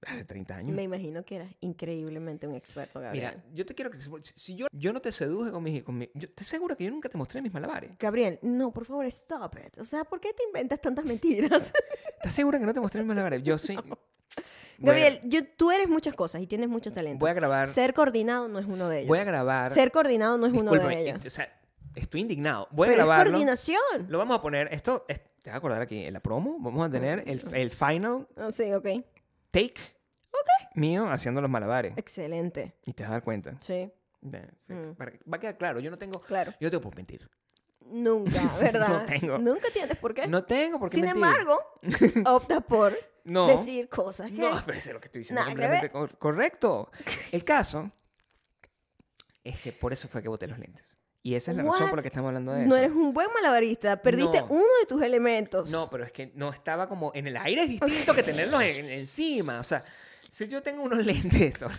[SPEAKER 3] Hace 30 años.
[SPEAKER 1] Me imagino que eras increíblemente un experto, Gabriel.
[SPEAKER 3] Mira, yo te quiero que. Si si yo, yo no te seduje con mis. Con mi- yo te aseguro que yo nunca te mostré mis malabares.
[SPEAKER 1] Gabriel, no, por favor, stop it. O sea, ¿por qué te inventas tantas mentiras?
[SPEAKER 3] ¿Estás segura que no te mostré mis malabares? Yo sí. Bueno,
[SPEAKER 1] Gabriel, yo, tú eres muchas cosas y tienes muchos talentos.
[SPEAKER 3] Voy a grabar.
[SPEAKER 1] Ser coordinado no es uno de ellos.
[SPEAKER 3] Voy a grabar.
[SPEAKER 1] Ser coordinado no es uno
[SPEAKER 3] Discúlpame,
[SPEAKER 1] de
[SPEAKER 3] eh,
[SPEAKER 1] ellos.
[SPEAKER 3] O sea, estoy indignado. Voy a
[SPEAKER 1] pero es
[SPEAKER 3] grabarlo.
[SPEAKER 1] coordinación.
[SPEAKER 3] Lo vamos a poner. Esto. es- te vas a acordar aquí en la promo. Vamos a tener el, el final
[SPEAKER 1] Ah, sí, ok.
[SPEAKER 3] take mío haciendo los malabares.
[SPEAKER 1] Excelente.
[SPEAKER 3] Y te vas a dar cuenta.
[SPEAKER 1] Sí,
[SPEAKER 3] Ya, sí, para- Va a quedar claro. Yo no tengo.
[SPEAKER 1] Mm. claro.
[SPEAKER 3] Yo no tengo por mentir.
[SPEAKER 1] Nunca, ¿verdad?
[SPEAKER 3] tengo.
[SPEAKER 1] Nunca tienes por qué.
[SPEAKER 3] No tengo por qué
[SPEAKER 1] Sin
[SPEAKER 3] mentir.
[SPEAKER 1] embargo, optas por
[SPEAKER 3] No.
[SPEAKER 1] decir cosas que...
[SPEAKER 3] No, pero eso es lo que estoy diciendo. es
[SPEAKER 1] Nada que
[SPEAKER 3] completamente cor- correcto. El caso es que por eso fue que boté los lentes. Y esa es la razón
[SPEAKER 1] What?
[SPEAKER 3] por la que estamos hablando de
[SPEAKER 1] No
[SPEAKER 3] eso.
[SPEAKER 1] eres un buen malabarista. Perdiste
[SPEAKER 3] No.
[SPEAKER 1] uno de tus elementos.
[SPEAKER 3] No, pero es que no estaba como en el aire es distinto que tenerlos en- encima. O sea, si yo tengo unos lentes, o-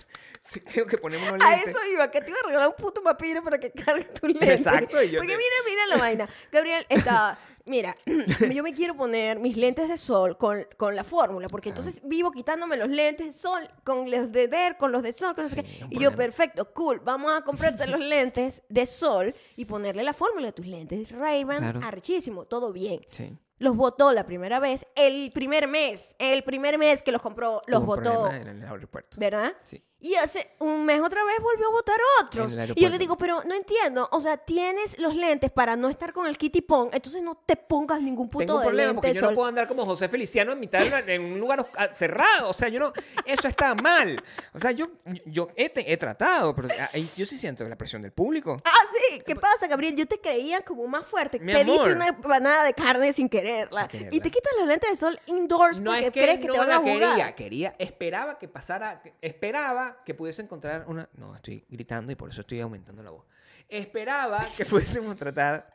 [SPEAKER 3] si tengo que ponerme unos
[SPEAKER 1] A
[SPEAKER 3] lentes.
[SPEAKER 1] eso iba, que te iba a regalar un puto papiro para que cargue tu lente.
[SPEAKER 3] Exacto, y yo
[SPEAKER 1] Porque
[SPEAKER 3] te-
[SPEAKER 1] mira, mira la vaina. Gabriel estaba, mira, yo me quiero poner mis lentes de sol con, con la fórmula, porque entonces vivo quitándome los lentes de sol con los de ver, con los de sol, con no sé
[SPEAKER 3] Sí,
[SPEAKER 1] qué.
[SPEAKER 3] un
[SPEAKER 1] Y yo,
[SPEAKER 3] problema.
[SPEAKER 1] perfecto, cool, vamos a comprarte los lentes de sol y ponerle la fórmula a tus lentes. Ray-Ban,
[SPEAKER 3] Claro.
[SPEAKER 1] arrechísimo, todo bien.
[SPEAKER 3] Sí.
[SPEAKER 1] Los votó la primera vez, el primer mes, el primer mes que los compró, los
[SPEAKER 3] Hubo un
[SPEAKER 1] votó.
[SPEAKER 3] problema En el aeropuerto.
[SPEAKER 1] ¿Verdad?
[SPEAKER 3] Sí.
[SPEAKER 1] Y hace un mes otra vez volvió a votar otros.
[SPEAKER 3] En el
[SPEAKER 1] Y yo le
[SPEAKER 3] aeropuerto.
[SPEAKER 1] digo, pero no entiendo. O sea, tienes los lentes para no estar con el kitty pong, entonces no te pongas ningún puto
[SPEAKER 3] Tengo un
[SPEAKER 1] de
[SPEAKER 3] problema
[SPEAKER 1] lente
[SPEAKER 3] porque
[SPEAKER 1] de
[SPEAKER 3] yo
[SPEAKER 1] sol.
[SPEAKER 3] no puedo andar como José Feliciano en mitad de una- en un lugar os- cerrado. O sea, yo no. Eso está mal. O sea, yo, yo he, te- he tratado, pero ah, y yo sí siento la presión del público.
[SPEAKER 1] Ah, sí. ¿Qué pasa, Gabriel? Yo te creía como más fuerte.
[SPEAKER 3] Mi
[SPEAKER 1] Pediste
[SPEAKER 3] amor.
[SPEAKER 1] una panada de carne sin quererla.
[SPEAKER 3] Sin quererla.
[SPEAKER 1] Y te quitas los lentes de sol indoors
[SPEAKER 3] No
[SPEAKER 1] porque
[SPEAKER 3] es que,
[SPEAKER 1] crees que
[SPEAKER 3] no
[SPEAKER 1] te van
[SPEAKER 3] la
[SPEAKER 1] a jugar.
[SPEAKER 3] quería, quería, esperaba que pasara, que- esperaba que pudiese encontrar una, no, estoy gritando y por eso estoy aumentando la voz. Esperaba que pudiésemos tratar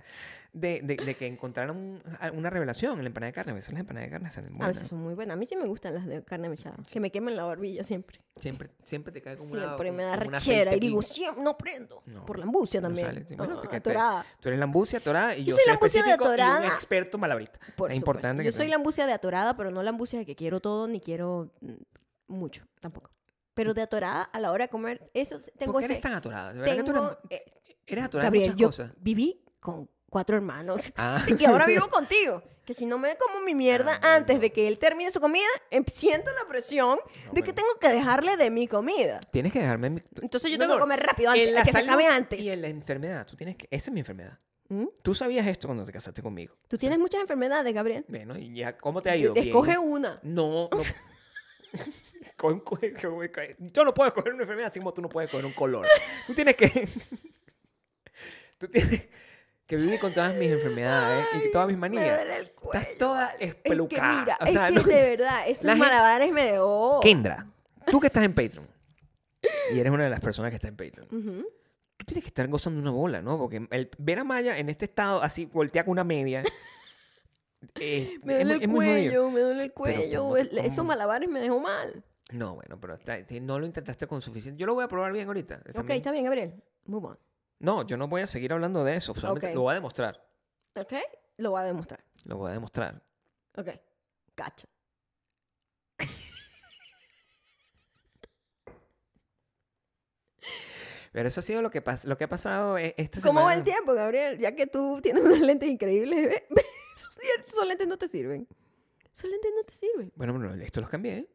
[SPEAKER 3] de, de- de que encontraran un- una revelación en la empanada de carne. A veces las empanadas de carne salen
[SPEAKER 1] A
[SPEAKER 3] buenas.
[SPEAKER 1] veces son Ah, muy buenas. A mí sí me gustan las de carne mechada. Que me quemen la barbilla siempre.
[SPEAKER 3] Siempre, siempre te cae como una-
[SPEAKER 1] Siempre me
[SPEAKER 3] como
[SPEAKER 1] da
[SPEAKER 3] un
[SPEAKER 1] rechera. Y
[SPEAKER 3] aceite
[SPEAKER 1] digo,
[SPEAKER 3] aquí.
[SPEAKER 1] siempre, no prendo.
[SPEAKER 3] No,
[SPEAKER 1] Por la ambucia
[SPEAKER 3] no
[SPEAKER 1] también.
[SPEAKER 3] sale. Sí, bueno,
[SPEAKER 1] Ah,
[SPEAKER 3] te- te-
[SPEAKER 1] atorada.
[SPEAKER 3] Tú eres lambucia, atorada y yo,
[SPEAKER 1] Yo soy
[SPEAKER 3] soy
[SPEAKER 1] lambucia de
[SPEAKER 3] específico y un
[SPEAKER 1] atorada.
[SPEAKER 3] experto malabrista.
[SPEAKER 1] Por
[SPEAKER 3] es
[SPEAKER 1] supuesto.
[SPEAKER 3] importante
[SPEAKER 1] Yo
[SPEAKER 3] que
[SPEAKER 1] soy
[SPEAKER 3] tú-
[SPEAKER 1] la ambucia de atorada, pero no la ambucia de que quiero todo ni quiero mm, mucho tampoco. Pero de atorada a la hora de comer, eso s- tengo
[SPEAKER 3] ¿Por qué
[SPEAKER 1] ese-
[SPEAKER 3] eres tan atorada? De verdad que tú
[SPEAKER 1] tengo,
[SPEAKER 3] eres-
[SPEAKER 1] eh,
[SPEAKER 3] Eres atorada en
[SPEAKER 1] Gabriel,
[SPEAKER 3] muchas
[SPEAKER 1] yo
[SPEAKER 3] cosas.
[SPEAKER 1] viví con cuatro hermanos.
[SPEAKER 3] Ah.
[SPEAKER 1] Y que ahora vivo contigo. Que si no me como mi mierda
[SPEAKER 3] Ah,
[SPEAKER 1] antes de que él termine su comida, em- siento la presión de que
[SPEAKER 3] bueno.
[SPEAKER 1] tengo que dejarle de mi comida.
[SPEAKER 3] Tienes que dejarme. mi-
[SPEAKER 1] Entonces yo tengo que comer rápido antes,
[SPEAKER 3] en la
[SPEAKER 1] que se
[SPEAKER 3] salud
[SPEAKER 1] acabe antes.
[SPEAKER 3] Y en la enfermedad, tú tienes que. Esa es mi enfermedad.
[SPEAKER 1] ¿Mm?
[SPEAKER 3] Tú sabías esto cuando te casaste conmigo.
[SPEAKER 1] Tú tienes muchas enfermedades, Gabriel.
[SPEAKER 3] Bueno, y ya, ¿cómo te ha ido?
[SPEAKER 1] Te- te escoge
[SPEAKER 3] Bien.
[SPEAKER 1] una.
[SPEAKER 3] No, no. Con- con- con- con- yo no puedo escoger una enfermedad así como tú no puedes escoger un color. Tú tienes que. tú tienes que vivir con todas mis enfermedades y todas mis
[SPEAKER 1] Me
[SPEAKER 3] manías.
[SPEAKER 1] duele el cuello.
[SPEAKER 3] Estás toda
[SPEAKER 1] Es que
[SPEAKER 3] espelucada.
[SPEAKER 1] mira,
[SPEAKER 3] O
[SPEAKER 1] es
[SPEAKER 3] sea,
[SPEAKER 1] que
[SPEAKER 3] no-
[SPEAKER 1] de verdad, esos
[SPEAKER 3] la gente-
[SPEAKER 1] malabares me dejó.
[SPEAKER 3] Kendra, tú que estás en Patreon y eres una de las personas que está en Patreon,
[SPEAKER 1] Ujú.
[SPEAKER 3] tú tienes que estar gozando una bola, ¿no? Porque el, ver a Maya en este estado así, voltea con una media. eh,
[SPEAKER 1] Me duele
[SPEAKER 3] es muy-
[SPEAKER 1] el
[SPEAKER 3] es muy jodido.
[SPEAKER 1] cuello, me duele el cuello.
[SPEAKER 3] ¿cómo-
[SPEAKER 1] el-
[SPEAKER 3] cómo?
[SPEAKER 1] Esos malabares me dejó mal.
[SPEAKER 3] No, bueno, pero está- te- no lo intentaste con suficiente. Yo lo voy a probar bien ahorita.
[SPEAKER 1] Ok,
[SPEAKER 3] también.
[SPEAKER 1] está bien, Gabriel. Move on.
[SPEAKER 3] No, yo no voy a seguir hablando de eso. solamente
[SPEAKER 1] Ok.
[SPEAKER 3] Lo voy a demostrar.
[SPEAKER 1] Ok, lo voy a demostrar.
[SPEAKER 3] Lo voy a demostrar.
[SPEAKER 1] Ok, cacha.
[SPEAKER 3] Pero eso ha sido lo que, pas- lo que ha pasado eh, esta
[SPEAKER 1] ¿Cómo va
[SPEAKER 3] semana.
[SPEAKER 1] el tiempo, Gabriel? Ya que tú tienes unas lentes increíbles, ve, ve, esos, dier- esos lentes no te sirven. Esos lentes no te sirven.
[SPEAKER 3] Bueno, bueno, esto los cambié. ¿eh?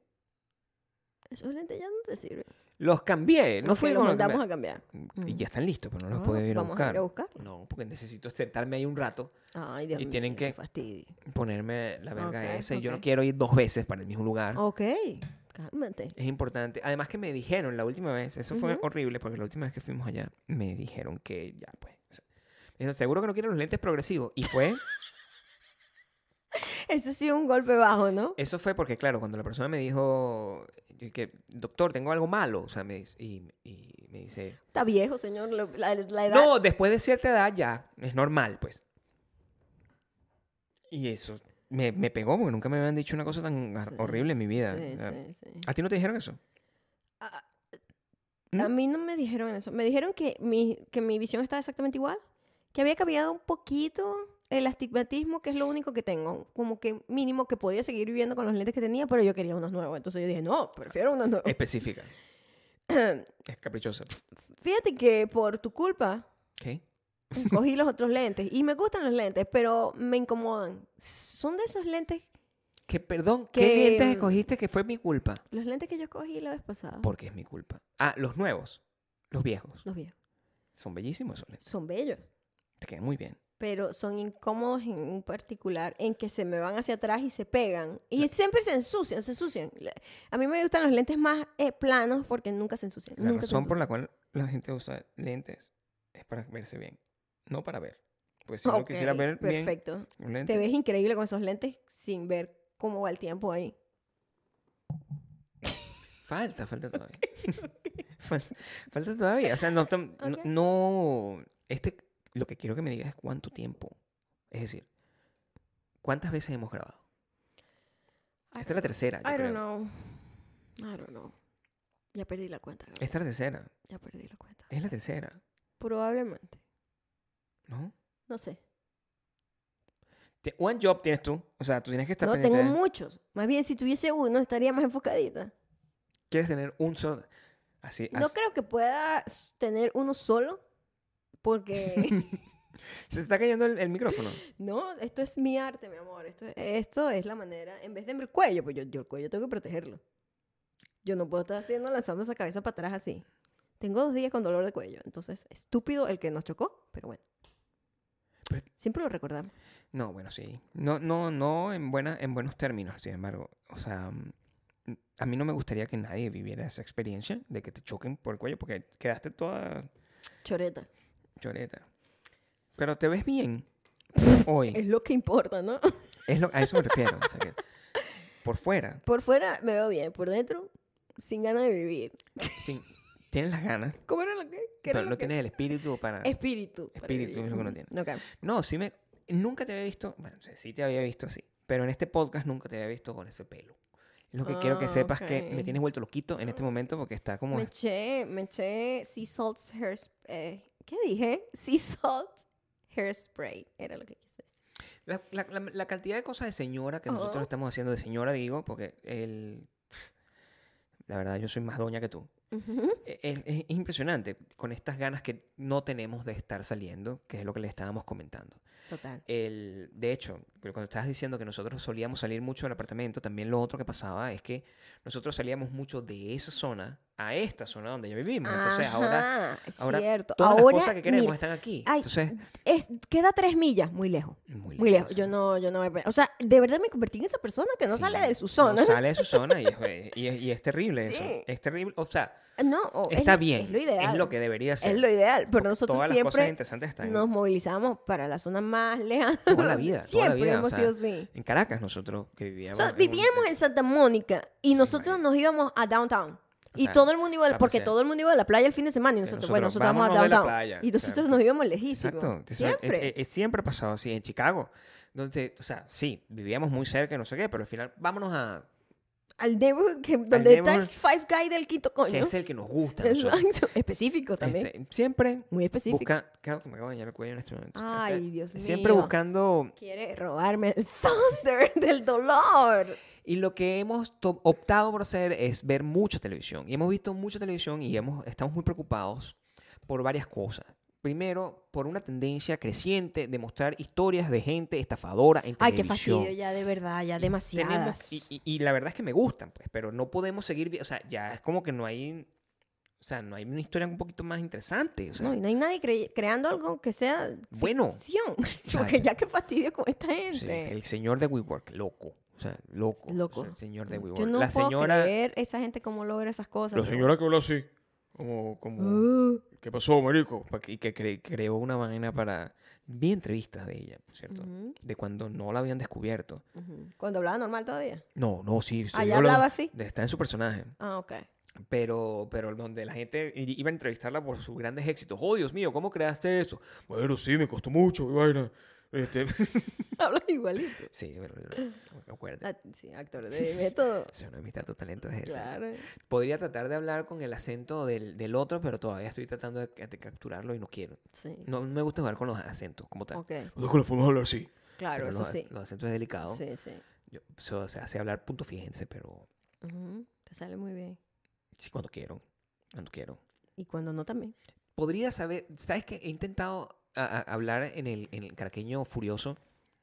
[SPEAKER 1] Esos lentes ya no te sirven.
[SPEAKER 3] Los cambié. No
[SPEAKER 1] Ok,
[SPEAKER 3] fui
[SPEAKER 1] los
[SPEAKER 3] con los que
[SPEAKER 1] mandamos
[SPEAKER 3] me- Mm,
[SPEAKER 1] a cambiar.
[SPEAKER 3] Y ya están listos, pero no los
[SPEAKER 1] Ah,
[SPEAKER 3] puedo ir a
[SPEAKER 1] vamos a
[SPEAKER 3] buscar.
[SPEAKER 1] ir a buscarlos.
[SPEAKER 3] No, porque necesito sentarme ahí un rato,
[SPEAKER 1] Ay, Dios
[SPEAKER 3] Y
[SPEAKER 1] mío.
[SPEAKER 3] tienen que-
[SPEAKER 1] qué fastidio.
[SPEAKER 3] ponerme la verga
[SPEAKER 1] Ok,
[SPEAKER 3] esa. Y yo
[SPEAKER 1] ok.
[SPEAKER 3] no quiero ir dos veces para el mismo lugar.
[SPEAKER 1] Ok, cálmate.
[SPEAKER 3] Es importante. Además que me dijeron la última vez, eso fue horrible, porque la última vez que fuimos allá, me dijeron que ya, pues. o sea, me dijeron, seguro que no quieren los lentes progresivos. Y fue,
[SPEAKER 1] Eso sí, un golpe bajo, ¿no?
[SPEAKER 3] eso fue porque, claro, cuando la persona me dijo yo que, doctor, tengo algo malo, o sea, me dice, y, y me dice,
[SPEAKER 1] Está viejo, señor. lo- La, la edad.
[SPEAKER 3] no, después de cierta edad ya, es normal, pues. Y eso me, me pegó, porque nunca me habían dicho una cosa tan
[SPEAKER 1] Sí,
[SPEAKER 3] horrible en mi vida.
[SPEAKER 1] Sí,
[SPEAKER 3] O sea,
[SPEAKER 1] sí, sí.
[SPEAKER 3] ¿A ti no te dijeron eso? ¿Mm?
[SPEAKER 1] A mí no me dijeron eso. Me dijeron que mi, que mi visión estaba exactamente igual, que había cambiado un poquito el astigmatismo, que es lo único que tengo. Como que mínimo que podía seguir viviendo con los lentes que tenía, pero yo quería unos nuevos. Entonces yo dije, no, prefiero unos nuevos.
[SPEAKER 3] Específica. es caprichosa.
[SPEAKER 1] Fíjate que por tu culpa
[SPEAKER 3] ¿Qué?
[SPEAKER 1] cogí los otros lentes y me gustan los lentes, pero me incomodan. Son de esos lentes,
[SPEAKER 3] Que perdón,
[SPEAKER 1] Que,
[SPEAKER 3] ¿qué dientes
[SPEAKER 1] mm,
[SPEAKER 3] escogiste que fue mi culpa?
[SPEAKER 1] los lentes que yo cogí la vez pasada.
[SPEAKER 3] Porque es mi culpa. Ah, los nuevos, los viejos.
[SPEAKER 1] Los viejos.
[SPEAKER 3] Son bellísimos esos lentes.
[SPEAKER 1] Son bellos.
[SPEAKER 3] Te quedan muy bien.
[SPEAKER 1] pero son incómodos en un particular en que se me van hacia atrás y se pegan y siempre se ensucian, se ensucian. Le- A mí me gustan los lentes más eh, planos porque nunca se ensucian.
[SPEAKER 3] La
[SPEAKER 1] nunca se
[SPEAKER 3] razón por
[SPEAKER 1] ensucian.
[SPEAKER 3] la cual la gente usa lentes es para verse bien, no para ver. Pues si no
[SPEAKER 1] Ok,
[SPEAKER 3] quisiera ver bien
[SPEAKER 1] perfecto.
[SPEAKER 3] un lente,
[SPEAKER 1] Te ves increíble con esos lentes sin ver cómo va el tiempo ahí.
[SPEAKER 3] falta, falta todavía. falta, falta todavía. O sea, no, tam- no-
[SPEAKER 1] Ok.
[SPEAKER 3] no, Este, lo que quiero que me digas es cuánto tiempo. Es decir, ¿cuántas veces hemos grabado?
[SPEAKER 1] I
[SPEAKER 3] Esta es la tercera. yo
[SPEAKER 1] I
[SPEAKER 3] creo.
[SPEAKER 1] don't know. I don't know. Ya perdí la cuenta, Gabriel.
[SPEAKER 3] Esta es la tercera.
[SPEAKER 1] Ya perdí la cuenta.
[SPEAKER 3] Es la tercera,
[SPEAKER 1] Probablemente.
[SPEAKER 3] ¿no?
[SPEAKER 1] No sé.
[SPEAKER 3] Te- One job tienes tú. O sea, tú tienes que estar
[SPEAKER 1] No
[SPEAKER 3] pendiente ¿eh?
[SPEAKER 1] tengo
[SPEAKER 3] de-
[SPEAKER 1] muchos. Más bien, si tuviese uno, estaría más enfocadita.
[SPEAKER 3] Quieres tener un solo... Así,
[SPEAKER 1] No
[SPEAKER 3] así.
[SPEAKER 1] creo que pueda s- tener uno solo, porque
[SPEAKER 3] Se te está cayendo el, el micrófono.
[SPEAKER 1] no, esto es mi arte, mi amor. Esto, esto es la manera. En vez de el cuello, pues yo, yo el cuello tengo que protegerlo. Yo no puedo estar haciendo lanzando esa cabeza para atrás así. Tengo dos días con dolor de cuello, entonces estúpido el que nos chocó, pero bueno.
[SPEAKER 3] Pero-
[SPEAKER 1] Siempre lo recordamos.
[SPEAKER 3] No, bueno, sí. No, no, no en, buena, en buenos términos, sin embargo. O sea, mm, a mí no me gustaría que nadie viviera esa experiencia de que te choquen por el cuello porque quedaste toda
[SPEAKER 1] Choreta.
[SPEAKER 3] choreta. Pero te ves bien hoy.
[SPEAKER 1] Es lo que importa, ¿no?
[SPEAKER 3] Es lo, a eso me refiero. o sea que por fuera,
[SPEAKER 1] Por fuera me veo bien, por dentro, sin ganas de vivir.
[SPEAKER 3] sí, tienes las ganas,
[SPEAKER 1] ¿Cómo era lo que? ¿Qué era
[SPEAKER 3] pero
[SPEAKER 1] lo
[SPEAKER 3] no
[SPEAKER 1] que-
[SPEAKER 3] tienes el espíritu para...
[SPEAKER 1] Espíritu. para
[SPEAKER 3] Espíritu es lo que uno
[SPEAKER 1] vivir.
[SPEAKER 3] tiene.
[SPEAKER 1] Ok.
[SPEAKER 3] No, sí me... Nunca te había visto... Bueno, o sea, sí te había visto así. Pero en este podcast nunca te había visto con ese pelo. Es lo que quiero
[SPEAKER 1] Ah,
[SPEAKER 3] que sepas que
[SPEAKER 1] ok.
[SPEAKER 3] me tienes vuelto loquito en este momento porque está como...
[SPEAKER 1] Me eché, me eché Sea Salt Hairspray. ¿Qué dije? Sea Salt Hairspray. Era lo que quise decir.
[SPEAKER 3] La, la- la- la cantidad de cosas de señora que nosotros
[SPEAKER 1] Ajá.
[SPEAKER 3] estamos haciendo de señora, digo, porque el... La verdad, yo soy más doña que tú. Es, es- es impresionante con estas ganas que no tenemos de estar saliendo, que es lo que le estábamos comentando.
[SPEAKER 1] Total.
[SPEAKER 3] El, de hecho, creo que cuando estabas diciendo que nosotros solíamos salir mucho del apartamento, también lo otro que pasaba es que nosotros salíamos mucho de esa zona a esta zona donde ya vivimos. Entonces ahora,
[SPEAKER 1] Ajá, es
[SPEAKER 3] ahora
[SPEAKER 1] cierto.
[SPEAKER 3] todas
[SPEAKER 1] Ahora,
[SPEAKER 3] las cosas que queremos
[SPEAKER 1] mira,
[SPEAKER 3] están aquí.
[SPEAKER 1] ay,
[SPEAKER 3] Entonces,
[SPEAKER 1] es, queda tres millas, muy lejos.
[SPEAKER 3] muy lejos.
[SPEAKER 1] Muy lejos. Yo no, yo no me- O sea, de verdad me convertí en esa persona que no
[SPEAKER 3] Sí,
[SPEAKER 1] sale de su
[SPEAKER 3] no
[SPEAKER 1] zona.
[SPEAKER 3] sale de su zona y es, y es- y es terrible
[SPEAKER 1] Sí.
[SPEAKER 3] eso. Es terrible. O sea,
[SPEAKER 1] No, o es
[SPEAKER 3] está
[SPEAKER 1] lo-
[SPEAKER 3] bien.
[SPEAKER 1] Es lo ideal.
[SPEAKER 3] Es lo que debería ser.
[SPEAKER 1] Es lo ideal, pero nosotros
[SPEAKER 3] Todas las
[SPEAKER 1] siempre
[SPEAKER 3] cosas interesantes están
[SPEAKER 1] nos movilizamos para la zona más lejana.
[SPEAKER 3] toda la vida. toda
[SPEAKER 1] siempre
[SPEAKER 3] la vida, o
[SPEAKER 1] hemos
[SPEAKER 3] sea,
[SPEAKER 1] sido así.
[SPEAKER 3] En Caracas nosotros que
[SPEAKER 1] O
[SPEAKER 3] vivíamos.
[SPEAKER 1] sea,
[SPEAKER 3] en un-
[SPEAKER 1] vivíamos en Santa Mónica y nosotros nos íbamos a downtown. Y
[SPEAKER 3] sea,
[SPEAKER 1] todo el mundo iba,
[SPEAKER 3] a
[SPEAKER 1] a- porque
[SPEAKER 3] pasear.
[SPEAKER 1] todo el mundo iba a la playa el fin de semana y nosotros,
[SPEAKER 3] nosotros,
[SPEAKER 1] bueno, nosotros vamos a
[SPEAKER 3] vámonos de la
[SPEAKER 1] downtown.
[SPEAKER 3] playa,
[SPEAKER 1] y
[SPEAKER 3] o sea,
[SPEAKER 1] nosotros nos íbamos lejísimos.
[SPEAKER 3] Exacto. Eso eh, es-
[SPEAKER 1] Siempre.
[SPEAKER 3] es- es- siempre ha pasado así. En Chicago. Donde, o sea, sí, vivíamos muy cerca y no sé qué, pero al final vámonos a.
[SPEAKER 1] al neighborhood que- donde está el
[SPEAKER 3] neighborhood-
[SPEAKER 1] Five Guy del quinto coño.
[SPEAKER 3] que es el que nos gusta. a nosotros.
[SPEAKER 1] Exacto. Específico también.
[SPEAKER 3] Este, siempre.
[SPEAKER 1] Muy específico.
[SPEAKER 3] Busca, claro que me acabo de dañar el cuello en este momento.
[SPEAKER 1] Ay,
[SPEAKER 3] Este,
[SPEAKER 1] Dios
[SPEAKER 3] Siempre
[SPEAKER 1] mío.
[SPEAKER 3] buscando
[SPEAKER 1] Quiere robarme el thunder del dolor.
[SPEAKER 3] Y lo que hemos to- optado por hacer es ver mucha televisión. Y hemos visto mucha televisión y hemos, estamos muy preocupados por varias cosas. Primero, por una tendencia creciente de mostrar historias de gente estafadora en
[SPEAKER 1] Ay, qué
[SPEAKER 3] televisión.
[SPEAKER 1] fastidio, ya de verdad, ya
[SPEAKER 3] Tenemos-
[SPEAKER 1] demasiadas.
[SPEAKER 3] y, y- y la verdad es que me gustan, pues, pero no podemos seguir. vi- O sea, ya es como que no hay. O sea, no hay una historia un poquito más interesante. O sea,
[SPEAKER 1] No, y no hay nadie cre- creando algo que sea
[SPEAKER 3] Bueno.
[SPEAKER 1] ficción.
[SPEAKER 3] sea,
[SPEAKER 1] Porque ya qué fastidio con esta
[SPEAKER 3] sí,
[SPEAKER 1] gente.
[SPEAKER 3] el señor de WeWork, loco. O sea, loco. o
[SPEAKER 1] Loco.
[SPEAKER 3] sea, el señor de WeWork.
[SPEAKER 1] Yo no
[SPEAKER 3] la
[SPEAKER 1] puedo
[SPEAKER 3] señora.
[SPEAKER 1] creer esa gente cómo logra esas cosas.
[SPEAKER 3] La
[SPEAKER 1] pero-
[SPEAKER 3] señora que habla así. Como. como
[SPEAKER 1] Uh,
[SPEAKER 3] ¿Qué pasó, marico? Pa- Y que cre- creó una vaina para... Vi entrevistas de ella, por cierto.
[SPEAKER 1] Ujú.
[SPEAKER 3] De cuando no la habían descubierto.
[SPEAKER 1] ujú. Cuando hablaba normal todavía.
[SPEAKER 3] No, no, sí.
[SPEAKER 1] Ah,
[SPEAKER 3] yo
[SPEAKER 1] ¿ya hablaba así?
[SPEAKER 3] de- Está en su personaje.
[SPEAKER 1] Ah, ok.
[SPEAKER 3] Pero, pero donde la gente i- iba a entrevistarla por sus grandes éxitos. Oh, Dios mío, ¿cómo creaste eso? Bueno, sí, me costó mucho, y vaina. Este...
[SPEAKER 1] Habla igualito.
[SPEAKER 3] sí, pero... pero Acuérdate.
[SPEAKER 1] Ah, sí, actor de método.
[SPEAKER 3] O sea, uno de mis tantos talentos es ese.
[SPEAKER 1] Ah, claro.
[SPEAKER 3] Podría tratar de hablar con el acento del, del otro, pero todavía estoy tratando de, de capturarlo y no quiero.
[SPEAKER 1] Sí.
[SPEAKER 3] No, no me gusta jugar con los acentos como tal.
[SPEAKER 1] Ok.
[SPEAKER 2] No con la forma de hablar así.
[SPEAKER 1] Claro,
[SPEAKER 3] Pero
[SPEAKER 1] eso
[SPEAKER 3] los,
[SPEAKER 1] sí.
[SPEAKER 3] los acentos es delicado.
[SPEAKER 1] Sí, sí.
[SPEAKER 3] Yo- so- se hace hablar punto fíjense, pero
[SPEAKER 1] Ujú, Te sale muy bien.
[SPEAKER 3] sí cuando quiero. Cuando quiero.
[SPEAKER 1] Y cuando no también.
[SPEAKER 3] Podría saber, ¿sabes qué? He intentado a- a- hablar en el, en el caraqueño furioso,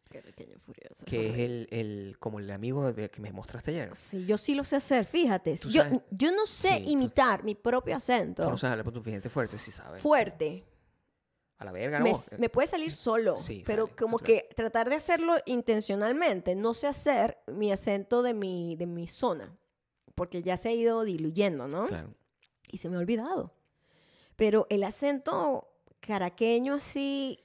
[SPEAKER 1] Qué pequeño furioso.
[SPEAKER 3] que es el, el- como el amigo de que me mostraste ayer.
[SPEAKER 1] Sí, yo sí lo sé hacer, fíjate.
[SPEAKER 3] Tú
[SPEAKER 1] Yo,
[SPEAKER 3] sabes-
[SPEAKER 1] yo no sé
[SPEAKER 3] Sí, tú-
[SPEAKER 1] imitar mi propio
[SPEAKER 3] Tú
[SPEAKER 1] acento.
[SPEAKER 3] no sabes hablar punto fíjense fuerte, sí sabes.
[SPEAKER 1] Fuerte.
[SPEAKER 3] A la verga,
[SPEAKER 1] Me,
[SPEAKER 3] ¿no?
[SPEAKER 1] me puede salir solo,
[SPEAKER 3] eh, Sí,
[SPEAKER 1] pero
[SPEAKER 3] sale,
[SPEAKER 1] como
[SPEAKER 3] claro.
[SPEAKER 1] que tratar de hacerlo intencionalmente. No sé hacer mi acento de mi, de mi zona, porque ya se ha ido diluyendo, ¿no?
[SPEAKER 3] Claro.
[SPEAKER 1] Y se me ha olvidado. Pero el acento caraqueño así,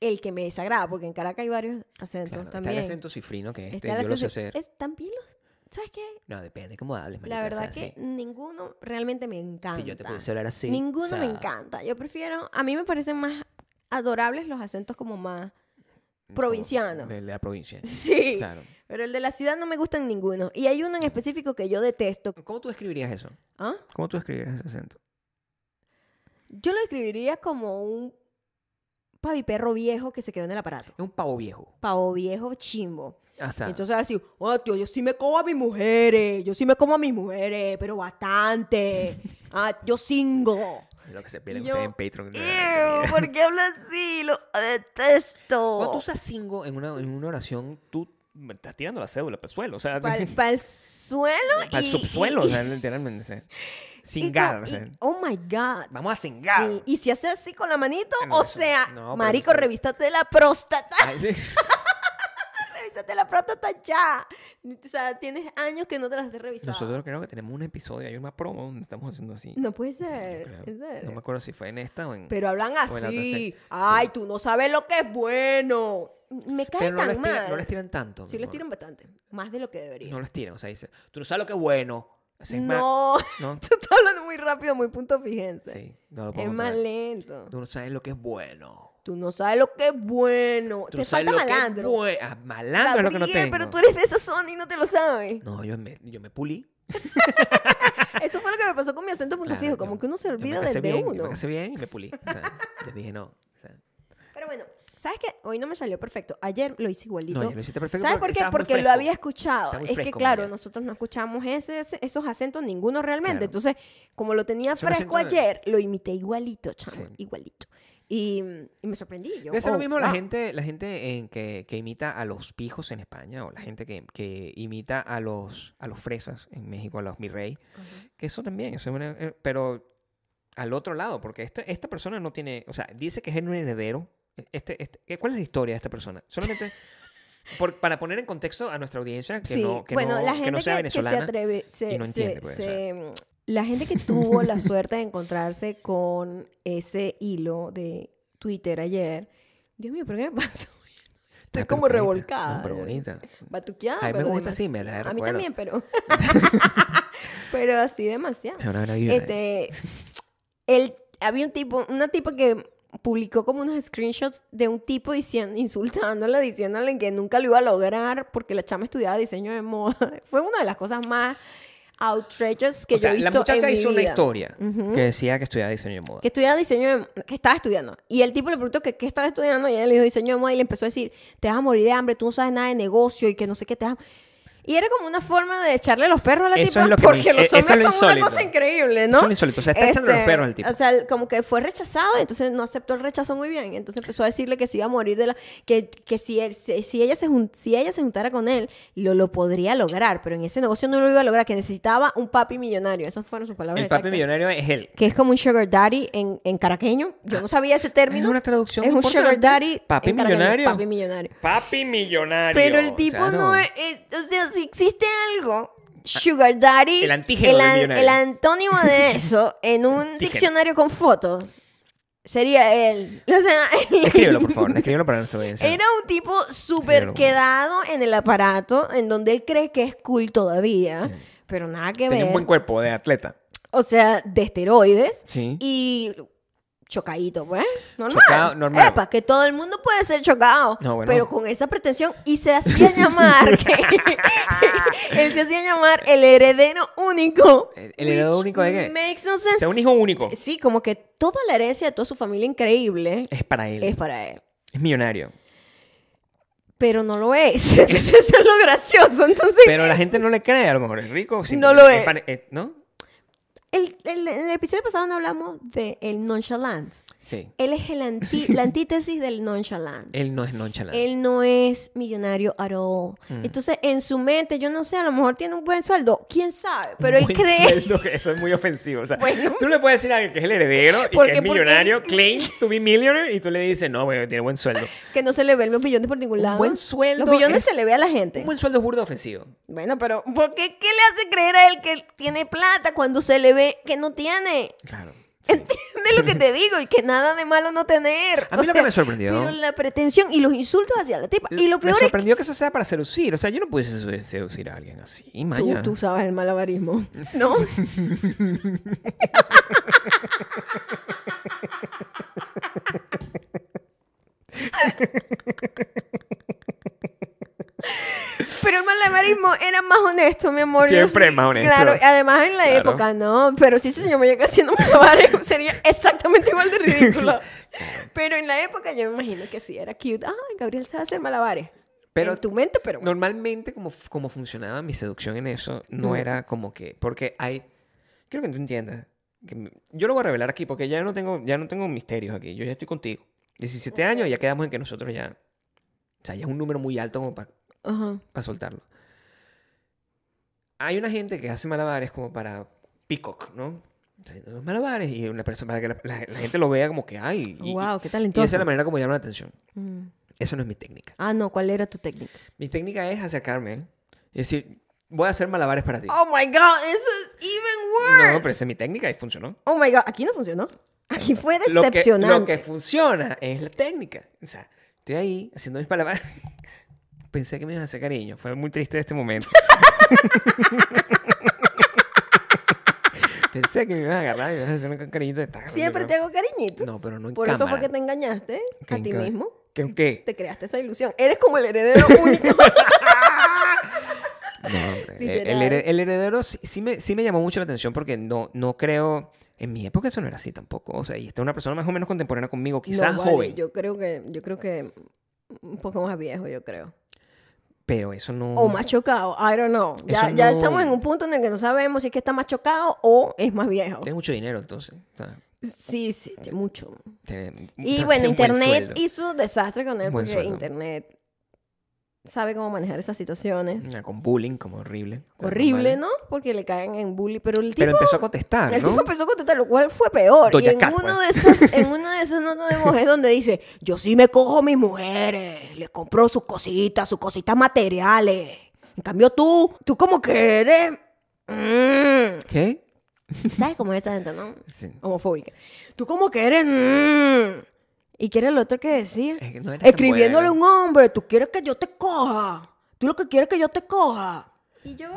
[SPEAKER 1] el que me desagrada, porque en Caracas hay varios acentos
[SPEAKER 3] claro. Está
[SPEAKER 1] también.
[SPEAKER 3] el acento cifrino, que es
[SPEAKER 1] Está
[SPEAKER 3] este,
[SPEAKER 1] el
[SPEAKER 3] yo lo sé
[SPEAKER 1] acento-
[SPEAKER 3] hacer.
[SPEAKER 1] es- también lo- ¿Sabes qué?
[SPEAKER 3] No, depende cómo hables, marica,
[SPEAKER 1] La
[SPEAKER 3] o
[SPEAKER 1] verdad
[SPEAKER 3] sea,
[SPEAKER 1] que
[SPEAKER 3] sí.
[SPEAKER 1] ninguno realmente me encanta.
[SPEAKER 3] Si yo te pudiese hablar así.
[SPEAKER 1] Ninguno
[SPEAKER 3] o sea,
[SPEAKER 1] me encanta. Yo prefiero, a mí me parecen más adorables los acentos como más
[SPEAKER 3] como
[SPEAKER 1] provincianos.
[SPEAKER 3] De la provincia.
[SPEAKER 1] Sí.
[SPEAKER 3] Claro.
[SPEAKER 1] Pero el de la ciudad no me gustan ninguno. Y hay uno en específico que yo detesto.
[SPEAKER 3] ¿Cómo tú describirías eso?
[SPEAKER 1] ¿Ah?
[SPEAKER 3] ¿Cómo tú describirías ese acento?
[SPEAKER 1] Yo lo describiría como un paviperro viejo que se quedó en el aparato.
[SPEAKER 3] Es un pavo viejo.
[SPEAKER 1] Pavo viejo chimbo.
[SPEAKER 3] Ah, O sea,
[SPEAKER 1] Entonces así, oh, tío, yo sí me como a mis mujeres, yo sí me como a mis mujeres, pero bastante. Ah, yo singo.
[SPEAKER 3] lo que se pide
[SPEAKER 1] Y
[SPEAKER 3] ustedes
[SPEAKER 1] yo,
[SPEAKER 3] en Patreon. de-
[SPEAKER 1] Ew,
[SPEAKER 3] de-
[SPEAKER 1] ¿por qué habla así? Lo detesto.
[SPEAKER 3] Cuando tú usas cingo en una, en una oración, tú me estás tirando la cédula para el suelo. O sea,
[SPEAKER 1] Para
[SPEAKER 3] para
[SPEAKER 1] el, suelo y...
[SPEAKER 3] el subsuelo,
[SPEAKER 1] y-
[SPEAKER 3] o sea, literalmente. sí.
[SPEAKER 1] y- y-
[SPEAKER 3] Cingar.
[SPEAKER 1] y-
[SPEAKER 3] o sea,
[SPEAKER 1] oh my God.
[SPEAKER 3] Vamos a cingar.
[SPEAKER 1] Sí, Y, si hace así con la manito,
[SPEAKER 3] No,
[SPEAKER 1] o
[SPEAKER 3] eso-
[SPEAKER 1] sea,
[SPEAKER 3] no, pero
[SPEAKER 1] marico,
[SPEAKER 3] eso-
[SPEAKER 1] revístate la próstata,
[SPEAKER 3] Ay, sí.
[SPEAKER 1] revísate la próstata ya. O sea, tienes años que no te las has revisado.
[SPEAKER 3] Nosotros creo que tenemos un episodio, hay una promo donde estamos haciendo así.
[SPEAKER 1] No puede
[SPEAKER 3] Sí, yo
[SPEAKER 1] ser,
[SPEAKER 3] creo.
[SPEAKER 1] en serio.
[SPEAKER 3] No me acuerdo si fue en esta o en.
[SPEAKER 1] Pero hablan
[SPEAKER 3] o en la otra,
[SPEAKER 1] así.
[SPEAKER 3] sí.
[SPEAKER 1] Ay, tú no sabes lo que es bueno. Me cae
[SPEAKER 3] Pero no
[SPEAKER 1] tan
[SPEAKER 3] les, tiran,
[SPEAKER 1] mal.
[SPEAKER 3] no les tiran tanto.
[SPEAKER 1] sí
[SPEAKER 3] mi
[SPEAKER 1] les
[SPEAKER 3] amor.
[SPEAKER 1] tiran bastante, más de lo que debería.
[SPEAKER 3] No les tiran. O sea, dice, tú no sabes lo que es bueno. Así es más-
[SPEAKER 1] No,
[SPEAKER 3] No.
[SPEAKER 1] tú estás hablando muy rápido, muy punto fíjense.
[SPEAKER 3] Sí, no lo puedo
[SPEAKER 1] es más
[SPEAKER 3] controlar.
[SPEAKER 1] lento.
[SPEAKER 3] Tú no sabes lo que es bueno.
[SPEAKER 1] Tú no sabes lo que es bueno.
[SPEAKER 3] Tú
[SPEAKER 1] te
[SPEAKER 3] no sabes
[SPEAKER 1] falta
[SPEAKER 3] lo que es
[SPEAKER 1] malandro.
[SPEAKER 3] bue- ah, malandro es lo que no
[SPEAKER 1] Gabriel,
[SPEAKER 3] tengo.
[SPEAKER 1] pero tú eres de esa zona y no te lo sabes.
[SPEAKER 3] No, yo me, yo me pulí.
[SPEAKER 1] Eso fue lo que me pasó con mi acento punto
[SPEAKER 3] Claro,
[SPEAKER 1] fijo.
[SPEAKER 3] yo-
[SPEAKER 1] Como que uno se
[SPEAKER 3] yo me
[SPEAKER 1] olvida de,
[SPEAKER 3] casé
[SPEAKER 1] de
[SPEAKER 3] bien, Yo
[SPEAKER 1] uno.
[SPEAKER 3] me casé bien y me pulí. O sea, les dije no. o sea,
[SPEAKER 1] Pero bueno, ¿Sabes qué? Hoy no me salió perfecto. Ayer lo hice igualito.
[SPEAKER 3] No, ya lo hiciste perfecto.
[SPEAKER 1] ¿Sabes por qué?
[SPEAKER 3] estabas muy
[SPEAKER 1] Porque lo
[SPEAKER 3] fresco.
[SPEAKER 1] había escuchado.
[SPEAKER 3] Estaba
[SPEAKER 1] Es
[SPEAKER 3] muy
[SPEAKER 1] que,
[SPEAKER 3] fresco,
[SPEAKER 1] claro,
[SPEAKER 3] María.
[SPEAKER 1] nosotros no escuchamos ese- ese- esos acentos ninguno realmente.
[SPEAKER 3] Claro.
[SPEAKER 1] Entonces, como lo tenía
[SPEAKER 3] Son
[SPEAKER 1] fresco
[SPEAKER 3] acentos de-
[SPEAKER 1] ayer, lo imité igualito, chamo,
[SPEAKER 3] Sí.
[SPEAKER 1] igualito. Y, y me sorprendí. Yo,
[SPEAKER 3] Debe ser
[SPEAKER 1] oh,
[SPEAKER 3] lo mismo la
[SPEAKER 1] wow.
[SPEAKER 3] gente, la gente en que, que imita a los pijos en España o la gente que, que imita a los, a los fresas en México, a los mi rey. Que eso también, eso es una- eh, pero al otro lado, porque esta, esta persona no tiene, o sea, dice que es un heredero. Este, este- eh, ¿Cuál es la historia de esta persona? Solamente por- para poner en contexto a nuestra audiencia que,
[SPEAKER 1] Sí,
[SPEAKER 3] no, que,
[SPEAKER 1] bueno,
[SPEAKER 3] no,
[SPEAKER 1] la
[SPEAKER 3] que
[SPEAKER 1] gente
[SPEAKER 3] no sea venezolana.
[SPEAKER 1] se atreve, se-
[SPEAKER 3] y no
[SPEAKER 1] se-
[SPEAKER 3] entiende, pues,
[SPEAKER 1] se- mm,
[SPEAKER 3] o
[SPEAKER 1] la gente que tuvo la suerte de encontrarse con ese hilo de Twitter ayer, Dios mío, ¿por qué me pasa? Estoy
[SPEAKER 3] Ah, pero
[SPEAKER 1] como
[SPEAKER 3] bonita.
[SPEAKER 1] revolcada. Este,
[SPEAKER 3] No, pero bonita.
[SPEAKER 1] Batuqueada,
[SPEAKER 3] A mí me
[SPEAKER 1] pero
[SPEAKER 3] gusta así, me trae
[SPEAKER 1] demasiado. A mí
[SPEAKER 3] recuerdo.
[SPEAKER 1] también, pero... pero así demasiado.
[SPEAKER 3] Es una eh. maravilla.
[SPEAKER 1] Este, él, había un tipo, una tipa que publicó como unos screenshots de un tipo diciendo, insultándola, diciéndole que nunca lo iba a lograr porque la chama estudiaba diseño de moda. Fue una de las cosas más outrageous que
[SPEAKER 3] o
[SPEAKER 1] yo
[SPEAKER 3] sea,
[SPEAKER 1] he visto
[SPEAKER 3] la muchacha
[SPEAKER 1] en mi
[SPEAKER 3] hizo una
[SPEAKER 1] vida.
[SPEAKER 3] historia que decía que estudiaba diseño de moda.
[SPEAKER 1] Que estudiaba diseño de- que estaba estudiando. Y el tipo le preguntó que qué estaba estudiando y ella le dijo diseño de moda y le empezó a decir, te vas a morir de hambre, tú no sabes nada de negocio y que no sé qué te vas a-". Y era como una forma de echarle los perros a la
[SPEAKER 3] Eso
[SPEAKER 1] tipa
[SPEAKER 3] es lo que me
[SPEAKER 1] porque
[SPEAKER 3] hizo-
[SPEAKER 1] los
[SPEAKER 3] eso es lo
[SPEAKER 1] hombres son una
[SPEAKER 3] insólito.
[SPEAKER 1] cosa increíble, ¿no? Este,
[SPEAKER 3] Eso es lo insólito, o sea, está echándole los perros al tipo.
[SPEAKER 1] O sea, como que fue rechazado, entonces no aceptó el rechazo muy bien. Entonces empezó a decirle que se iba a morir de la... Que, que si, él, si, si ella se jun- si ella se juntara con él, lo, lo podría lograr, pero en ese negocio no lo iba a lograr, que necesitaba un papi millonario. Esas fueron sus palabras
[SPEAKER 3] El papi
[SPEAKER 1] exactas
[SPEAKER 3] millonario es él.
[SPEAKER 1] que es como un sugar daddy en, en caraqueño. Yo no sabía ese término.
[SPEAKER 3] Es una traducción
[SPEAKER 1] Es un
[SPEAKER 3] importante.
[SPEAKER 1] sugar daddy.
[SPEAKER 3] Papi
[SPEAKER 1] en caraqueño,
[SPEAKER 3] millonario.
[SPEAKER 1] Papi millonario.
[SPEAKER 3] Papi millonario.
[SPEAKER 1] Pero el tipo
[SPEAKER 3] O sea, Ah,
[SPEAKER 1] no es, eh, O sea, si existe algo. Sugar daddy.
[SPEAKER 3] El antígeno
[SPEAKER 1] el,
[SPEAKER 3] del
[SPEAKER 1] an-
[SPEAKER 3] millonario.
[SPEAKER 1] el antónimo de eso en un diccionario con fotos sería él. O sea, él-
[SPEAKER 3] Escríbelo, por favor. Escríbelo para nuestra audiencia.
[SPEAKER 1] Era un tipo súper
[SPEAKER 3] Escríbelo.
[SPEAKER 1] quedado en el aparato, en donde él cree que es cool todavía, pero nada que
[SPEAKER 3] Tenía
[SPEAKER 1] ver.
[SPEAKER 3] un buen cuerpo de atleta.
[SPEAKER 1] O sea, de esteroides.
[SPEAKER 3] Sí.
[SPEAKER 1] Y chocadito, pues. Normal.
[SPEAKER 3] Chocado, normal.
[SPEAKER 1] Epa, que todo el mundo puede ser chocado.
[SPEAKER 3] No, bueno.
[SPEAKER 1] Pero con esa pretensión. Y se hacía llamar. que- él se hacía llamar el heredero único.
[SPEAKER 3] ¿El- el heredero
[SPEAKER 1] which
[SPEAKER 3] único de qué?
[SPEAKER 1] Makes no
[SPEAKER 3] O
[SPEAKER 1] sense.
[SPEAKER 3] sea, un hijo único.
[SPEAKER 1] Sí, como que toda la herencia de toda su familia increíble
[SPEAKER 3] Es para él.
[SPEAKER 1] es
[SPEAKER 3] Es,
[SPEAKER 1] para él.
[SPEAKER 3] millonario.
[SPEAKER 1] Pero no lo es. Entonces, eso es lo gracioso. Entonces,
[SPEAKER 3] Pero la gente no le cree. A lo mejor es rico.
[SPEAKER 1] No lo
[SPEAKER 3] simplemente
[SPEAKER 1] es.
[SPEAKER 3] para- eh, ¿No?
[SPEAKER 1] el- el- en el episodio pasado no hablamos de el nonchalant.
[SPEAKER 3] Sí.
[SPEAKER 1] Él es el anti- la antítesis del nonchalant.
[SPEAKER 3] Él no es nonchalante.
[SPEAKER 1] Él no es millonario at all.
[SPEAKER 3] Mm.
[SPEAKER 1] Entonces, en su mente, yo no sé, a lo mejor tiene un buen sueldo, quién sabe, pero él
[SPEAKER 3] Buen
[SPEAKER 1] cree.
[SPEAKER 3] sueldo, que eso es muy ofensivo. O sea,
[SPEAKER 1] Bueno.
[SPEAKER 3] tú le puedes decir a alguien que es el heredero y
[SPEAKER 1] Porque-
[SPEAKER 3] que es
[SPEAKER 1] porque-
[SPEAKER 3] millonario, claims to be millionaire, y tú le dices, no, bueno, tiene buen sueldo.
[SPEAKER 1] Que no se le ven los billones por ningún
[SPEAKER 3] Un
[SPEAKER 1] lado.
[SPEAKER 3] buen sueldo
[SPEAKER 1] Los billones
[SPEAKER 3] es-
[SPEAKER 1] se le ve a la gente.
[SPEAKER 3] Un buen sueldo es burdo ofensivo.
[SPEAKER 1] Bueno, pero ¿por qué qué le hace creer a él que tiene plata cuando se le ve que no tiene?
[SPEAKER 3] Claro.
[SPEAKER 1] ¿Entiendes lo que te digo? Y que nada de malo no tener.
[SPEAKER 3] A mí lo que me sorprendió-
[SPEAKER 1] Pero la pretensión y los insultos hacia la tipa. Y lo
[SPEAKER 3] Me
[SPEAKER 1] peor es que
[SPEAKER 3] sorprendió que eso sea para seducir. O sea, yo no pudiese sedu- seducir a alguien así,
[SPEAKER 1] tú,
[SPEAKER 3] Maya.
[SPEAKER 1] tú sabes el malabarismo, ¿no? Pero el malabarismo era más honesto, mi amor. Yo
[SPEAKER 3] Siempre más honesto.
[SPEAKER 1] Claro, además en la
[SPEAKER 3] Claro.
[SPEAKER 1] época, ¿no? Pero si ese señor me llega haciendo malabarismo, sería exactamente igual de ridículo. Pero en la época yo me imagino que sí, era cute. Ay, Gabriel sabe hacer malabares.
[SPEAKER 3] Pero-
[SPEAKER 1] en tu mente, pero bueno.
[SPEAKER 3] Normalmente, como, como funcionaba mi seducción en eso, no era como que. Porque hay. Quiero que tú entiendas. que m- yo lo voy a revelar aquí porque ya no tengo, ya no tengo misterios aquí. Yo ya estoy contigo. 17 años, ya quedamos en que nosotros ya. O sea, ya es un número muy alto como para
[SPEAKER 1] Ajá.
[SPEAKER 3] soltarlo. Hay una gente que hace malabares como para Peacock, ¿no? Haciendo los Malabares y una persona para que la, la- la gente lo vea como que ay. y- y-
[SPEAKER 1] Wow, qué
[SPEAKER 3] y esa
[SPEAKER 1] talentoso.
[SPEAKER 3] es la manera como llama la atención.
[SPEAKER 1] Mm.
[SPEAKER 3] Esa no es mi técnica.
[SPEAKER 1] Ah, no, ¿cuál era tu técnica?
[SPEAKER 3] Mi técnica es acercarme y decir, voy a hacer malabares para ti.
[SPEAKER 1] Oh my god, eso es even worse.
[SPEAKER 3] no, pues, pero esa es mi técnica y funcionó.
[SPEAKER 1] Oh my god, aquí no funcionó. Aquí fue
[SPEAKER 3] Lo que,
[SPEAKER 1] decepcionante.
[SPEAKER 3] lo que funciona es la técnica. O sea, estoy ahí haciendo mis palabras. Pensé que me ibas a hacer cariño. Fue muy triste este momento. Pensé que me ibas a agarrar y me ibas a hacer un cariñito. Está-
[SPEAKER 1] Siempre te hago cariñitos.
[SPEAKER 3] No, pero no en
[SPEAKER 1] Por eso fue
[SPEAKER 3] cámara.
[SPEAKER 1] que te engañaste
[SPEAKER 3] ¿Qué-
[SPEAKER 1] a ti
[SPEAKER 3] qué-
[SPEAKER 1] mismo.
[SPEAKER 3] ¿Qué? qué?
[SPEAKER 1] Te creaste esa ilusión. Eres como el heredero único.
[SPEAKER 3] No, hombre,
[SPEAKER 1] Literal.
[SPEAKER 3] el, hered- el heredero sí, sí me, sí me llamó mucho la atención porque no, no creo. En mi época eso no era así tampoco. O sea, y está una persona más o menos contemporánea conmigo, quizás
[SPEAKER 1] No, vale,
[SPEAKER 3] joven.
[SPEAKER 1] Yo creo que, yo creo que un poco más viejo, yo creo.
[SPEAKER 3] Pero eso no.
[SPEAKER 1] O más chocado, I don't know. Ya,
[SPEAKER 3] Mm. Eso
[SPEAKER 1] ya
[SPEAKER 3] no-
[SPEAKER 1] estamos en un punto en el que no sabemos si es que está más chocado o es más viejo.
[SPEAKER 3] Tiene mucho dinero, entonces. O sea,
[SPEAKER 1] Sí, sí, sí, mucho.
[SPEAKER 3] tiene-
[SPEAKER 1] Y
[SPEAKER 3] tiene
[SPEAKER 1] bueno,
[SPEAKER 3] un buen
[SPEAKER 1] Internet
[SPEAKER 3] sueldo.
[SPEAKER 1] hizo desastre con él
[SPEAKER 3] Buen
[SPEAKER 1] porque
[SPEAKER 3] sueldo.
[SPEAKER 1] Internet sabe cómo manejar esas situaciones.
[SPEAKER 3] Ah, Con bullying, como horrible.
[SPEAKER 1] Horrible,
[SPEAKER 3] Normal.
[SPEAKER 1] ¿no? Porque le caen en bullying. Pero el tipo,
[SPEAKER 3] Pero empezó a contestar,
[SPEAKER 1] el tipo
[SPEAKER 3] ¿no?
[SPEAKER 1] empezó a contestar, lo cual fue peor. y
[SPEAKER 3] Doja
[SPEAKER 1] en,
[SPEAKER 3] Cat,
[SPEAKER 1] uno de
[SPEAKER 3] pues.
[SPEAKER 1] esos, en una de esas notas de mujer donde dice: Yo sí me cojo a mis mujeres, les compro sus cositas, sus cositas materiales. En cambio, tú, tú como que eres. mm".
[SPEAKER 3] ¿Qué?
[SPEAKER 1] ¿Sabes cómo es esa gente, no?
[SPEAKER 3] Sí.
[SPEAKER 1] homofóbica. Tú como que eres... mm, ¿Y qué era el otro que decía?
[SPEAKER 3] Es que no eres tan
[SPEAKER 1] Escribiéndole a
[SPEAKER 3] bueno.
[SPEAKER 1] un hombre, tú quieres que yo te coja. Tú lo que quieres es que yo te coja. Y yo...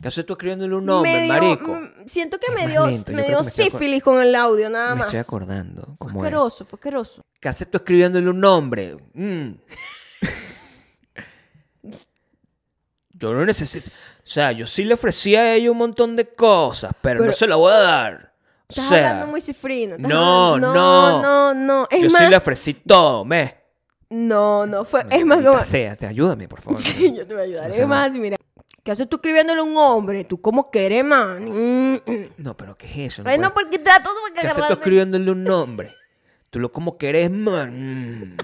[SPEAKER 3] ¿Qué haces tú escribiéndole un
[SPEAKER 1] no,
[SPEAKER 3] nombre, marico?
[SPEAKER 1] mm, siento que
[SPEAKER 3] Es
[SPEAKER 1] me
[SPEAKER 3] más
[SPEAKER 1] dio,
[SPEAKER 3] lento, yo
[SPEAKER 1] me
[SPEAKER 3] creo
[SPEAKER 1] dio
[SPEAKER 3] que me estoy acor-
[SPEAKER 1] sífilis con el audio, nada
[SPEAKER 3] me
[SPEAKER 1] más.
[SPEAKER 3] estoy acordando.
[SPEAKER 1] Fue
[SPEAKER 3] Cómo era.
[SPEAKER 1] asqueroso, fue asqueroso.
[SPEAKER 3] ¿Qué haces tú escribiéndole un nombre? Mm. Yo no necesito. O sea, yo sí le ofrecí a ella un montón de cosas, pero,
[SPEAKER 1] Pero-
[SPEAKER 3] no se la voy a dar. O
[SPEAKER 1] Estás
[SPEAKER 3] sea,
[SPEAKER 1] hablando muy cifrino. estás
[SPEAKER 3] no,
[SPEAKER 1] hablando-
[SPEAKER 3] no.
[SPEAKER 1] No, no, no. Es
[SPEAKER 3] yo
[SPEAKER 1] más...
[SPEAKER 3] sí le ofrecí todo, me.
[SPEAKER 1] No, no fue... es más
[SPEAKER 3] Maldita
[SPEAKER 1] como...
[SPEAKER 3] sea, te ayúdame, por favor.
[SPEAKER 1] Sí, yo te voy a ayudar.
[SPEAKER 3] O
[SPEAKER 1] Es
[SPEAKER 3] sea,
[SPEAKER 1] más, mira. ¿Qué haces tú escribiéndole a un hombre? Tú como que eres, man. Mm, mm.
[SPEAKER 3] No, pero ¿qué es eso? No
[SPEAKER 1] Ay, no,
[SPEAKER 3] puedes-
[SPEAKER 1] porque trato de
[SPEAKER 3] pues, ¿Qué haces tú
[SPEAKER 1] agarrarme.
[SPEAKER 3] escribiéndole un nombre? Tú lo como que eres, man. Mm.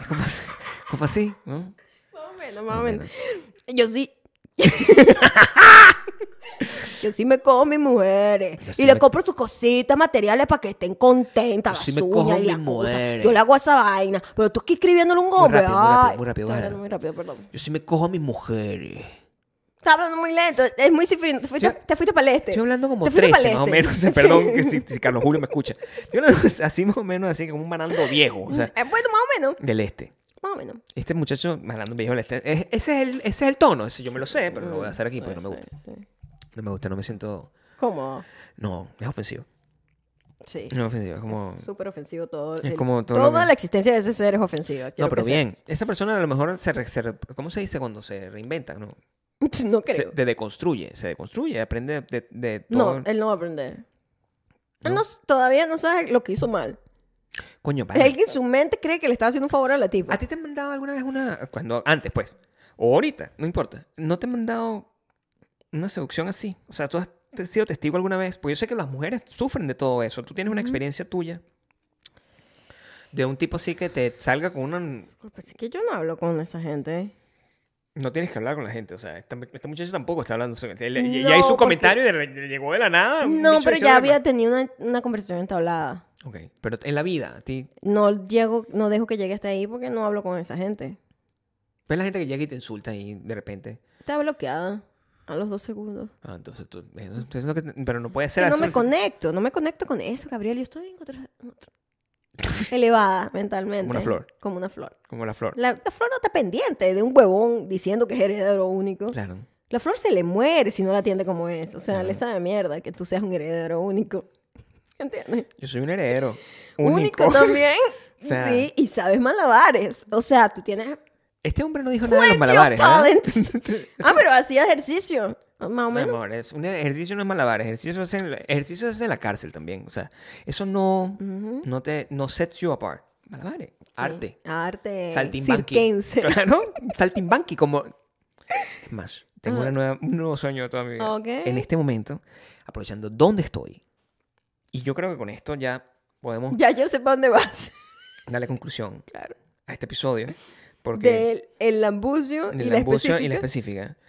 [SPEAKER 3] Es como, como así, ¿no?
[SPEAKER 1] Más o menos, más o menos. Yo sí. Yo sí me cojo mis mujeres.
[SPEAKER 3] Yo
[SPEAKER 1] Y
[SPEAKER 3] sí
[SPEAKER 1] le
[SPEAKER 3] me-
[SPEAKER 1] compras sus cositas, materiales para que estén contentas.
[SPEAKER 3] Yo
[SPEAKER 1] las
[SPEAKER 3] sí me
[SPEAKER 1] uñas
[SPEAKER 3] cojo
[SPEAKER 1] y
[SPEAKER 3] mis
[SPEAKER 1] las cosas.
[SPEAKER 3] mujeres.
[SPEAKER 1] Yo le hago esa vaina. Pero tú aquí escribiéndole a un hombre.
[SPEAKER 3] rápido, muy rápido,
[SPEAKER 1] Ay,
[SPEAKER 3] muy rápido,
[SPEAKER 1] estaba
[SPEAKER 3] Bárbara.
[SPEAKER 1] hablando muy rápido, perdón.
[SPEAKER 3] Yo sí me cojo a eh. mis mujeres.
[SPEAKER 1] Estaba hablando muy lento. Es muy cifrino. Te fuiste,
[SPEAKER 3] Yo-
[SPEAKER 1] te fuiste para el este.
[SPEAKER 3] Estoy hablando como
[SPEAKER 1] Te fuiste
[SPEAKER 3] 13
[SPEAKER 1] pa'l
[SPEAKER 3] más o
[SPEAKER 1] este.
[SPEAKER 3] menos. eh, Perdón
[SPEAKER 1] Sí.
[SPEAKER 3] que si, si Carlos Julio me escucha. Yo hablando así más o menos, así como un malandro viejo, o sea,
[SPEAKER 1] Eh, bueno, más o menos.
[SPEAKER 3] del este.
[SPEAKER 1] Más o menos.
[SPEAKER 3] Este muchacho, malandro viejo del este. es- ese, es el, ese es el tono, ese yo me lo sé, pero lo voy a hacer aquí porque no me gusta. No me gusta, no me siento.
[SPEAKER 1] ¿Cómo?
[SPEAKER 3] No, es ofensivo.
[SPEAKER 1] Sí.
[SPEAKER 3] No es ofensivo, es como.
[SPEAKER 1] Súper ofensivo todo.
[SPEAKER 3] Es como todo lo
[SPEAKER 1] toda
[SPEAKER 3] que-
[SPEAKER 1] la existencia de ese ser es ofensiva.
[SPEAKER 3] No,
[SPEAKER 1] quiero
[SPEAKER 3] pero
[SPEAKER 1] que sepas.
[SPEAKER 3] bien. Esa persona a lo mejor se, re- se re- ¿Cómo se dice cuando se reinventa? No.
[SPEAKER 1] No
[SPEAKER 3] Se-
[SPEAKER 1] creo.
[SPEAKER 3] te deconstruye, se deconstruye, aprende de, de todo.
[SPEAKER 1] No, él no va a aprender. Él no s- todavía no sabe lo que hizo mal.
[SPEAKER 3] Coño, vale.
[SPEAKER 1] Él que en su mente cree que le está haciendo un favor a la tipa.
[SPEAKER 3] ¿A ti te han mandado alguna vez una. cuando Antes, pues. O ahorita, no importa. ¿No te han mandado una seducción así? O sea, ¿tú has te- sido testigo alguna vez? Pues yo sé que las mujeres sufren de todo eso. ¿Tú tienes una experiencia tuya? De un tipo así que te salga con una.
[SPEAKER 1] Pues es que yo no hablo con esa gente.
[SPEAKER 3] No tienes que hablar con la gente. O sea, esta, esta muchacha tampoco está hablando. sobre- él-
[SPEAKER 1] No,
[SPEAKER 3] ya hizo un
[SPEAKER 1] porque-
[SPEAKER 3] comentario y de re- le llegó de la nada. un
[SPEAKER 1] No,
[SPEAKER 3] bicho
[SPEAKER 1] pero
[SPEAKER 3] diciendo
[SPEAKER 1] ya
[SPEAKER 3] la-
[SPEAKER 1] había tenido una, una conversación entablada.
[SPEAKER 3] Ok, pero en la vida, a ti.
[SPEAKER 1] No llego, no dejo que llegue hasta ahí porque no hablo con esa gente.
[SPEAKER 3] ¿Ves la gente que llega y te insulta y de repente?
[SPEAKER 1] Está bloqueada a los dos segundos.
[SPEAKER 3] Ah, entonces tú. entonces es lo que- pero no puede ser
[SPEAKER 1] Que no
[SPEAKER 3] así.
[SPEAKER 1] me conecto, no me conecto con eso, Gabriel. Yo estoy en otra- en otra- elevada mentalmente.
[SPEAKER 3] Como una flor.
[SPEAKER 1] Como una flor.
[SPEAKER 3] Como la flor.
[SPEAKER 1] La, la flor no está pendiente de un huevón diciendo que es heredero único.
[SPEAKER 3] Claro.
[SPEAKER 1] La flor se le muere si no la atiende como es. O sea, le sabe mierda que tú seas un heredero único. ¿Entiendes?
[SPEAKER 3] Yo soy un heredero.
[SPEAKER 1] Único,
[SPEAKER 3] Único.
[SPEAKER 1] también.
[SPEAKER 3] O sea-
[SPEAKER 1] sí, y sabes malabares. O sea, tú tienes
[SPEAKER 3] Este hombre no dijo nada de los
[SPEAKER 1] plenty of
[SPEAKER 3] malabares. ¿verdad? Ah.
[SPEAKER 1] talents. ah, pero hacía ejercicio. Más o
[SPEAKER 3] Mi
[SPEAKER 1] menos.
[SPEAKER 3] amor, es- un ejercicio no es malabares. Ejercicio es, en, ejercicio es en la cárcel también. O sea, eso no, no te no sets you apart. Malabares. Arte.
[SPEAKER 1] Arte.
[SPEAKER 3] Saltimbanqui.
[SPEAKER 1] cirquense.
[SPEAKER 3] Claro. Saltimbanqui como... Es más, tengo una nueva- un nuevo sueño de toda mi vida.
[SPEAKER 1] Ah. Ok.
[SPEAKER 3] En este momento, aprovechando dónde estoy. Y yo creo que con esto ya podemos
[SPEAKER 1] Ya yo sé para dónde vas.
[SPEAKER 3] darle conclusión
[SPEAKER 1] claro.
[SPEAKER 3] a este episodio. Porque...
[SPEAKER 1] Del el lambucio
[SPEAKER 3] del
[SPEAKER 1] y la
[SPEAKER 3] lambucio y la
[SPEAKER 1] específica.
[SPEAKER 3] específica.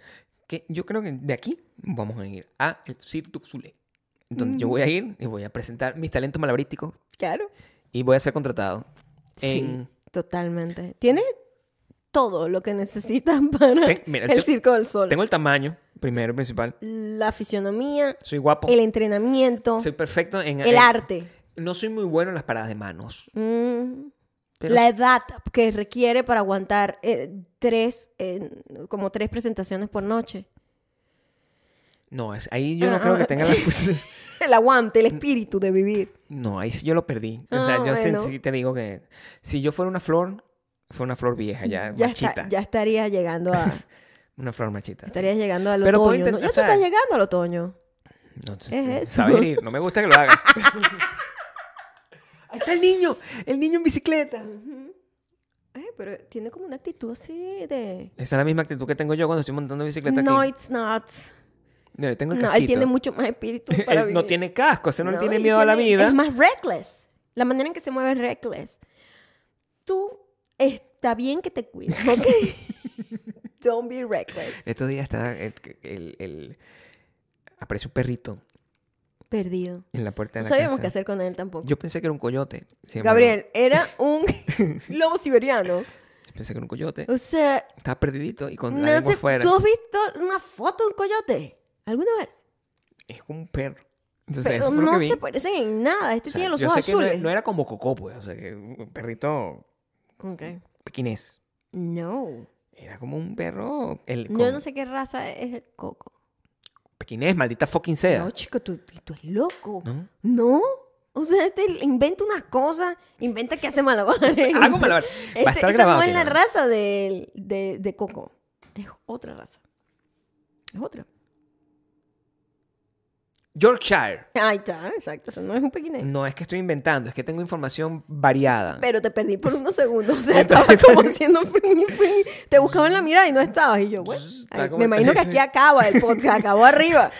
[SPEAKER 3] Que yo creo que de aquí vamos a ir a el Cirque du Soleil, Donde
[SPEAKER 1] Mm.
[SPEAKER 3] yo voy a ir y voy a presentar mis talentos malabarísticos
[SPEAKER 1] Claro.
[SPEAKER 3] y voy a ser contratado.
[SPEAKER 1] Sí,
[SPEAKER 3] en-
[SPEAKER 1] totalmente. Tienes todo lo que necesitas para
[SPEAKER 3] Ten- mira,
[SPEAKER 1] el
[SPEAKER 3] yo-
[SPEAKER 1] circo del sol.
[SPEAKER 3] Tengo el tamaño, primero y principal.
[SPEAKER 1] La fisionomía,
[SPEAKER 3] Soy guapo.
[SPEAKER 1] el entrenamiento,
[SPEAKER 3] soy perfecto en
[SPEAKER 1] el
[SPEAKER 3] en-
[SPEAKER 1] arte,
[SPEAKER 3] No soy muy bueno en las paradas de manos.
[SPEAKER 1] mm,
[SPEAKER 3] Pero-
[SPEAKER 1] la edad que requiere para aguantar eh, tres, eh, como tres presentaciones por noche.
[SPEAKER 3] No, es- ahí yo no
[SPEAKER 1] Ah,
[SPEAKER 3] creo que
[SPEAKER 1] ah,
[SPEAKER 3] tenga
[SPEAKER 1] sí.
[SPEAKER 3] las-
[SPEAKER 1] El aguante,
[SPEAKER 3] Mm.
[SPEAKER 1] el espíritu de vivir.
[SPEAKER 3] No, ahí sí yo lo perdí. O sea,
[SPEAKER 1] Ah,
[SPEAKER 3] yo sí-
[SPEAKER 1] bueno.
[SPEAKER 3] sí te digo que si yo fuera una flor, fue una flor vieja, ya,
[SPEAKER 1] Mm, Ya,
[SPEAKER 3] Eh, machita.
[SPEAKER 1] está- ya estaría llegando a,
[SPEAKER 3] Una flor marchita. sí.
[SPEAKER 1] Estarías llegando al
[SPEAKER 3] Pero puedo
[SPEAKER 1] otoño. ¿no?
[SPEAKER 3] intent-
[SPEAKER 1] Ya
[SPEAKER 3] o
[SPEAKER 1] tú
[SPEAKER 3] sea-
[SPEAKER 1] estás llegando al otoño.
[SPEAKER 3] No, sí,
[SPEAKER 1] Es
[SPEAKER 3] sí,
[SPEAKER 1] eso.
[SPEAKER 3] saber ir. No me gusta que lo hagan. Ahí está el niño. El niño en bicicleta.
[SPEAKER 1] Eh, pero tiene como una actitud así de.
[SPEAKER 3] Esa es la misma actitud que tengo yo cuando estoy montando bicicleta
[SPEAKER 1] No,
[SPEAKER 3] aquí.
[SPEAKER 1] it's not.
[SPEAKER 3] No, yo tengo el
[SPEAKER 1] No, él tiene
[SPEAKER 3] casquito.
[SPEAKER 1] mucho más espíritu
[SPEAKER 3] Él
[SPEAKER 1] para vivir.
[SPEAKER 3] no tiene casco, ese no, le tiene
[SPEAKER 1] él
[SPEAKER 3] miedo a la
[SPEAKER 1] tiene-
[SPEAKER 3] vida.
[SPEAKER 1] Es más reckless. La manera en que se mueve es reckless. Tú está bien que te cuides, ¿ok? Don't be reckless.
[SPEAKER 3] Estos días estaba el, el, el- apareció un perrito
[SPEAKER 1] Perdido.
[SPEAKER 3] en la puerta de
[SPEAKER 1] No
[SPEAKER 3] la
[SPEAKER 1] sabíamos
[SPEAKER 3] casa.
[SPEAKER 1] qué hacer con él tampoco.
[SPEAKER 3] Yo pensé que era un coyote. Se llamaba-
[SPEAKER 1] Gabriel, era un lobo siberiano.
[SPEAKER 3] Yo pensé que era un coyote.
[SPEAKER 1] O sea,
[SPEAKER 3] Estaba perdidito y con la
[SPEAKER 1] Nancy,
[SPEAKER 3] lengua afuera.
[SPEAKER 1] ¿tú has visto una foto de un coyote? ¿Alguna vez?
[SPEAKER 3] Es como un perro. Entonces,
[SPEAKER 1] Pero
[SPEAKER 3] eso fue lo que
[SPEAKER 1] no
[SPEAKER 3] vi.
[SPEAKER 1] se parecen en nada. Este
[SPEAKER 3] O sea,
[SPEAKER 1] tiene los
[SPEAKER 3] yo
[SPEAKER 1] ojos
[SPEAKER 3] sé que no-
[SPEAKER 1] azules.
[SPEAKER 3] No, era como Cocó, pues. O sea, que un perrito
[SPEAKER 1] Ok.
[SPEAKER 3] pequinés.
[SPEAKER 1] No.
[SPEAKER 3] Era como un perro. El,
[SPEAKER 1] No,
[SPEAKER 3] con-
[SPEAKER 1] no sé qué raza es el coco.
[SPEAKER 3] Pequinés, maldita fucking sea.
[SPEAKER 1] No, chico, tú, tú eres loco.
[SPEAKER 3] ¿No?
[SPEAKER 1] No. O sea, este inventa unas cosas, inventa que hace malabares.
[SPEAKER 3] Hago malabar.
[SPEAKER 1] Este-
[SPEAKER 3] Va a estar
[SPEAKER 1] esa
[SPEAKER 3] grabado.
[SPEAKER 1] no es la
[SPEAKER 3] Pilar.
[SPEAKER 1] raza de, de, de Coco. Es otra raza. Es otra.
[SPEAKER 3] Yorkshire.
[SPEAKER 1] Ahí está, exacto. Eso no es un pequinés.
[SPEAKER 3] No es que estoy inventando, es que tengo información variada.
[SPEAKER 1] Pero te perdí por unos segundos. O sea, estaba como haciendo fring, fring. Te buscaban la mirada y no estabas. Y yo, bueno.
[SPEAKER 3] Está
[SPEAKER 1] ay,
[SPEAKER 3] como
[SPEAKER 1] me
[SPEAKER 3] el
[SPEAKER 1] imagino que aquí
[SPEAKER 3] trece.
[SPEAKER 1] acaba el podcast. Acabó arriba.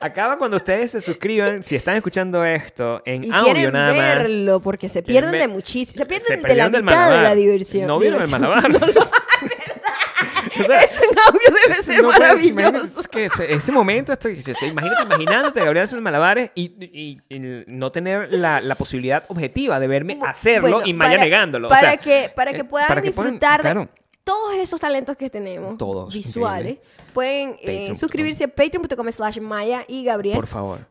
[SPEAKER 3] Acaba cuando ustedes se suscriban, si están escuchando esto en
[SPEAKER 1] Y
[SPEAKER 3] audio
[SPEAKER 1] quieren
[SPEAKER 3] Ah, nada más.
[SPEAKER 1] verlo porque se pierden
[SPEAKER 3] me-
[SPEAKER 1] de muchísimo. Se
[SPEAKER 3] se
[SPEAKER 1] pierden de la
[SPEAKER 3] perdieron del
[SPEAKER 1] mitad de la
[SPEAKER 3] malabar.
[SPEAKER 1] diversión.
[SPEAKER 3] No vieron el
[SPEAKER 1] diversión.
[SPEAKER 3] malabar.
[SPEAKER 1] No,
[SPEAKER 3] O sea,
[SPEAKER 1] Eso en audio debe ser
[SPEAKER 3] no puedes-
[SPEAKER 1] maravilloso.
[SPEAKER 3] Es que ese, ese momento, estoy, se- se- imagínate, imaginándote Gabriel haciendo malabares y, y- y no tener la, la posibilidad objetiva de verme hacerlo
[SPEAKER 1] Bueno,
[SPEAKER 3] y Maya
[SPEAKER 1] para-
[SPEAKER 3] negándolo. O
[SPEAKER 1] Para,
[SPEAKER 3] sea,
[SPEAKER 1] que, para que
[SPEAKER 3] eh,
[SPEAKER 1] puedan
[SPEAKER 3] para que puedan-
[SPEAKER 1] disfrutar de
[SPEAKER 3] claro.
[SPEAKER 1] todos esos talentos que tenemos.
[SPEAKER 3] Todos,
[SPEAKER 1] Visuales.
[SPEAKER 3] increíble.
[SPEAKER 1] Pueden eh,
[SPEAKER 3] Patreon punto com.
[SPEAKER 1] suscribirse a patreon.com slash maya y Gabriel.
[SPEAKER 3] Por favor.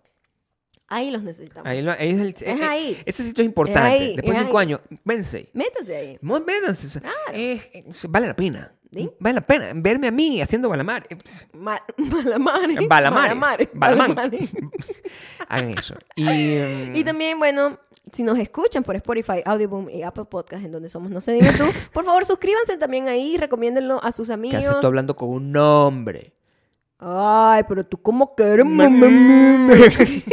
[SPEAKER 1] Ahí los necesitamos.
[SPEAKER 3] Ahí, lo- ahí es el- eh, eh,
[SPEAKER 1] ahí.
[SPEAKER 3] Ese sitio es importante.
[SPEAKER 1] Es ahí,
[SPEAKER 3] Después de
[SPEAKER 1] es
[SPEAKER 3] cinco
[SPEAKER 1] ahí.
[SPEAKER 3] años, vénse.
[SPEAKER 1] Métanse ahí.
[SPEAKER 3] Mo- Vénganse. o sea,
[SPEAKER 1] Claro.
[SPEAKER 3] es- es- vale la pena.
[SPEAKER 1] ¿Sí?
[SPEAKER 3] Vale la pena. Verme a mí haciendo balamar. eh, pss,
[SPEAKER 1] Ma- Malamare.
[SPEAKER 3] Balamares.
[SPEAKER 1] Malamare.
[SPEAKER 3] Balamán.
[SPEAKER 1] Malamare.
[SPEAKER 3] Hagan eso. Y, mm,
[SPEAKER 1] Y también, bueno, si nos escuchan por Spotify, Audioboom y Apple Podcast, en donde somos No Se Diga Tú, por favor, suscríbanse también ahí, recomiéndenlo a sus
[SPEAKER 3] ¿Qué
[SPEAKER 1] amigos.
[SPEAKER 3] haces tú hablando con un hombre?
[SPEAKER 1] Ay, pero tú cómo que eres,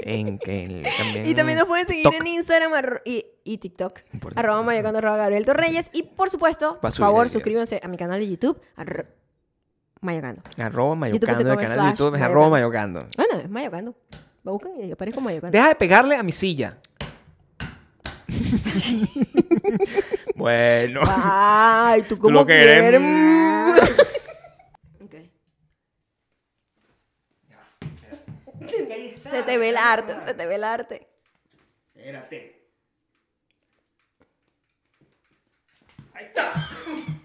[SPEAKER 3] en que el- también
[SPEAKER 1] Y también nos pueden seguir
[SPEAKER 3] toc.
[SPEAKER 1] en Instagram arro- y, y TikTok.
[SPEAKER 3] Importante.
[SPEAKER 1] Arroba mayocando arroba Gabriel Torreyes. Y por supuesto,
[SPEAKER 3] Va
[SPEAKER 1] por
[SPEAKER 3] a subir el
[SPEAKER 1] favor,
[SPEAKER 3] video.
[SPEAKER 1] suscríbanse a mi canal de YouTube. arro- Mayocando.
[SPEAKER 3] Arroba mayocando, el
[SPEAKER 1] youtube.com
[SPEAKER 3] canal de YouTube es
[SPEAKER 1] slash
[SPEAKER 3] arroba mayocando.
[SPEAKER 1] Bueno, es Mayocando. Me buscan y aparezco Mayocando.
[SPEAKER 3] Deja de pegarle a mi silla. bueno.
[SPEAKER 1] Ay, tú
[SPEAKER 3] Tú lo
[SPEAKER 1] cómo
[SPEAKER 3] que eres,
[SPEAKER 1] quieres.
[SPEAKER 3] mm.
[SPEAKER 1] Ok. Se te ve el arte, se te ve el arte.
[SPEAKER 3] Espérate. Ahí está.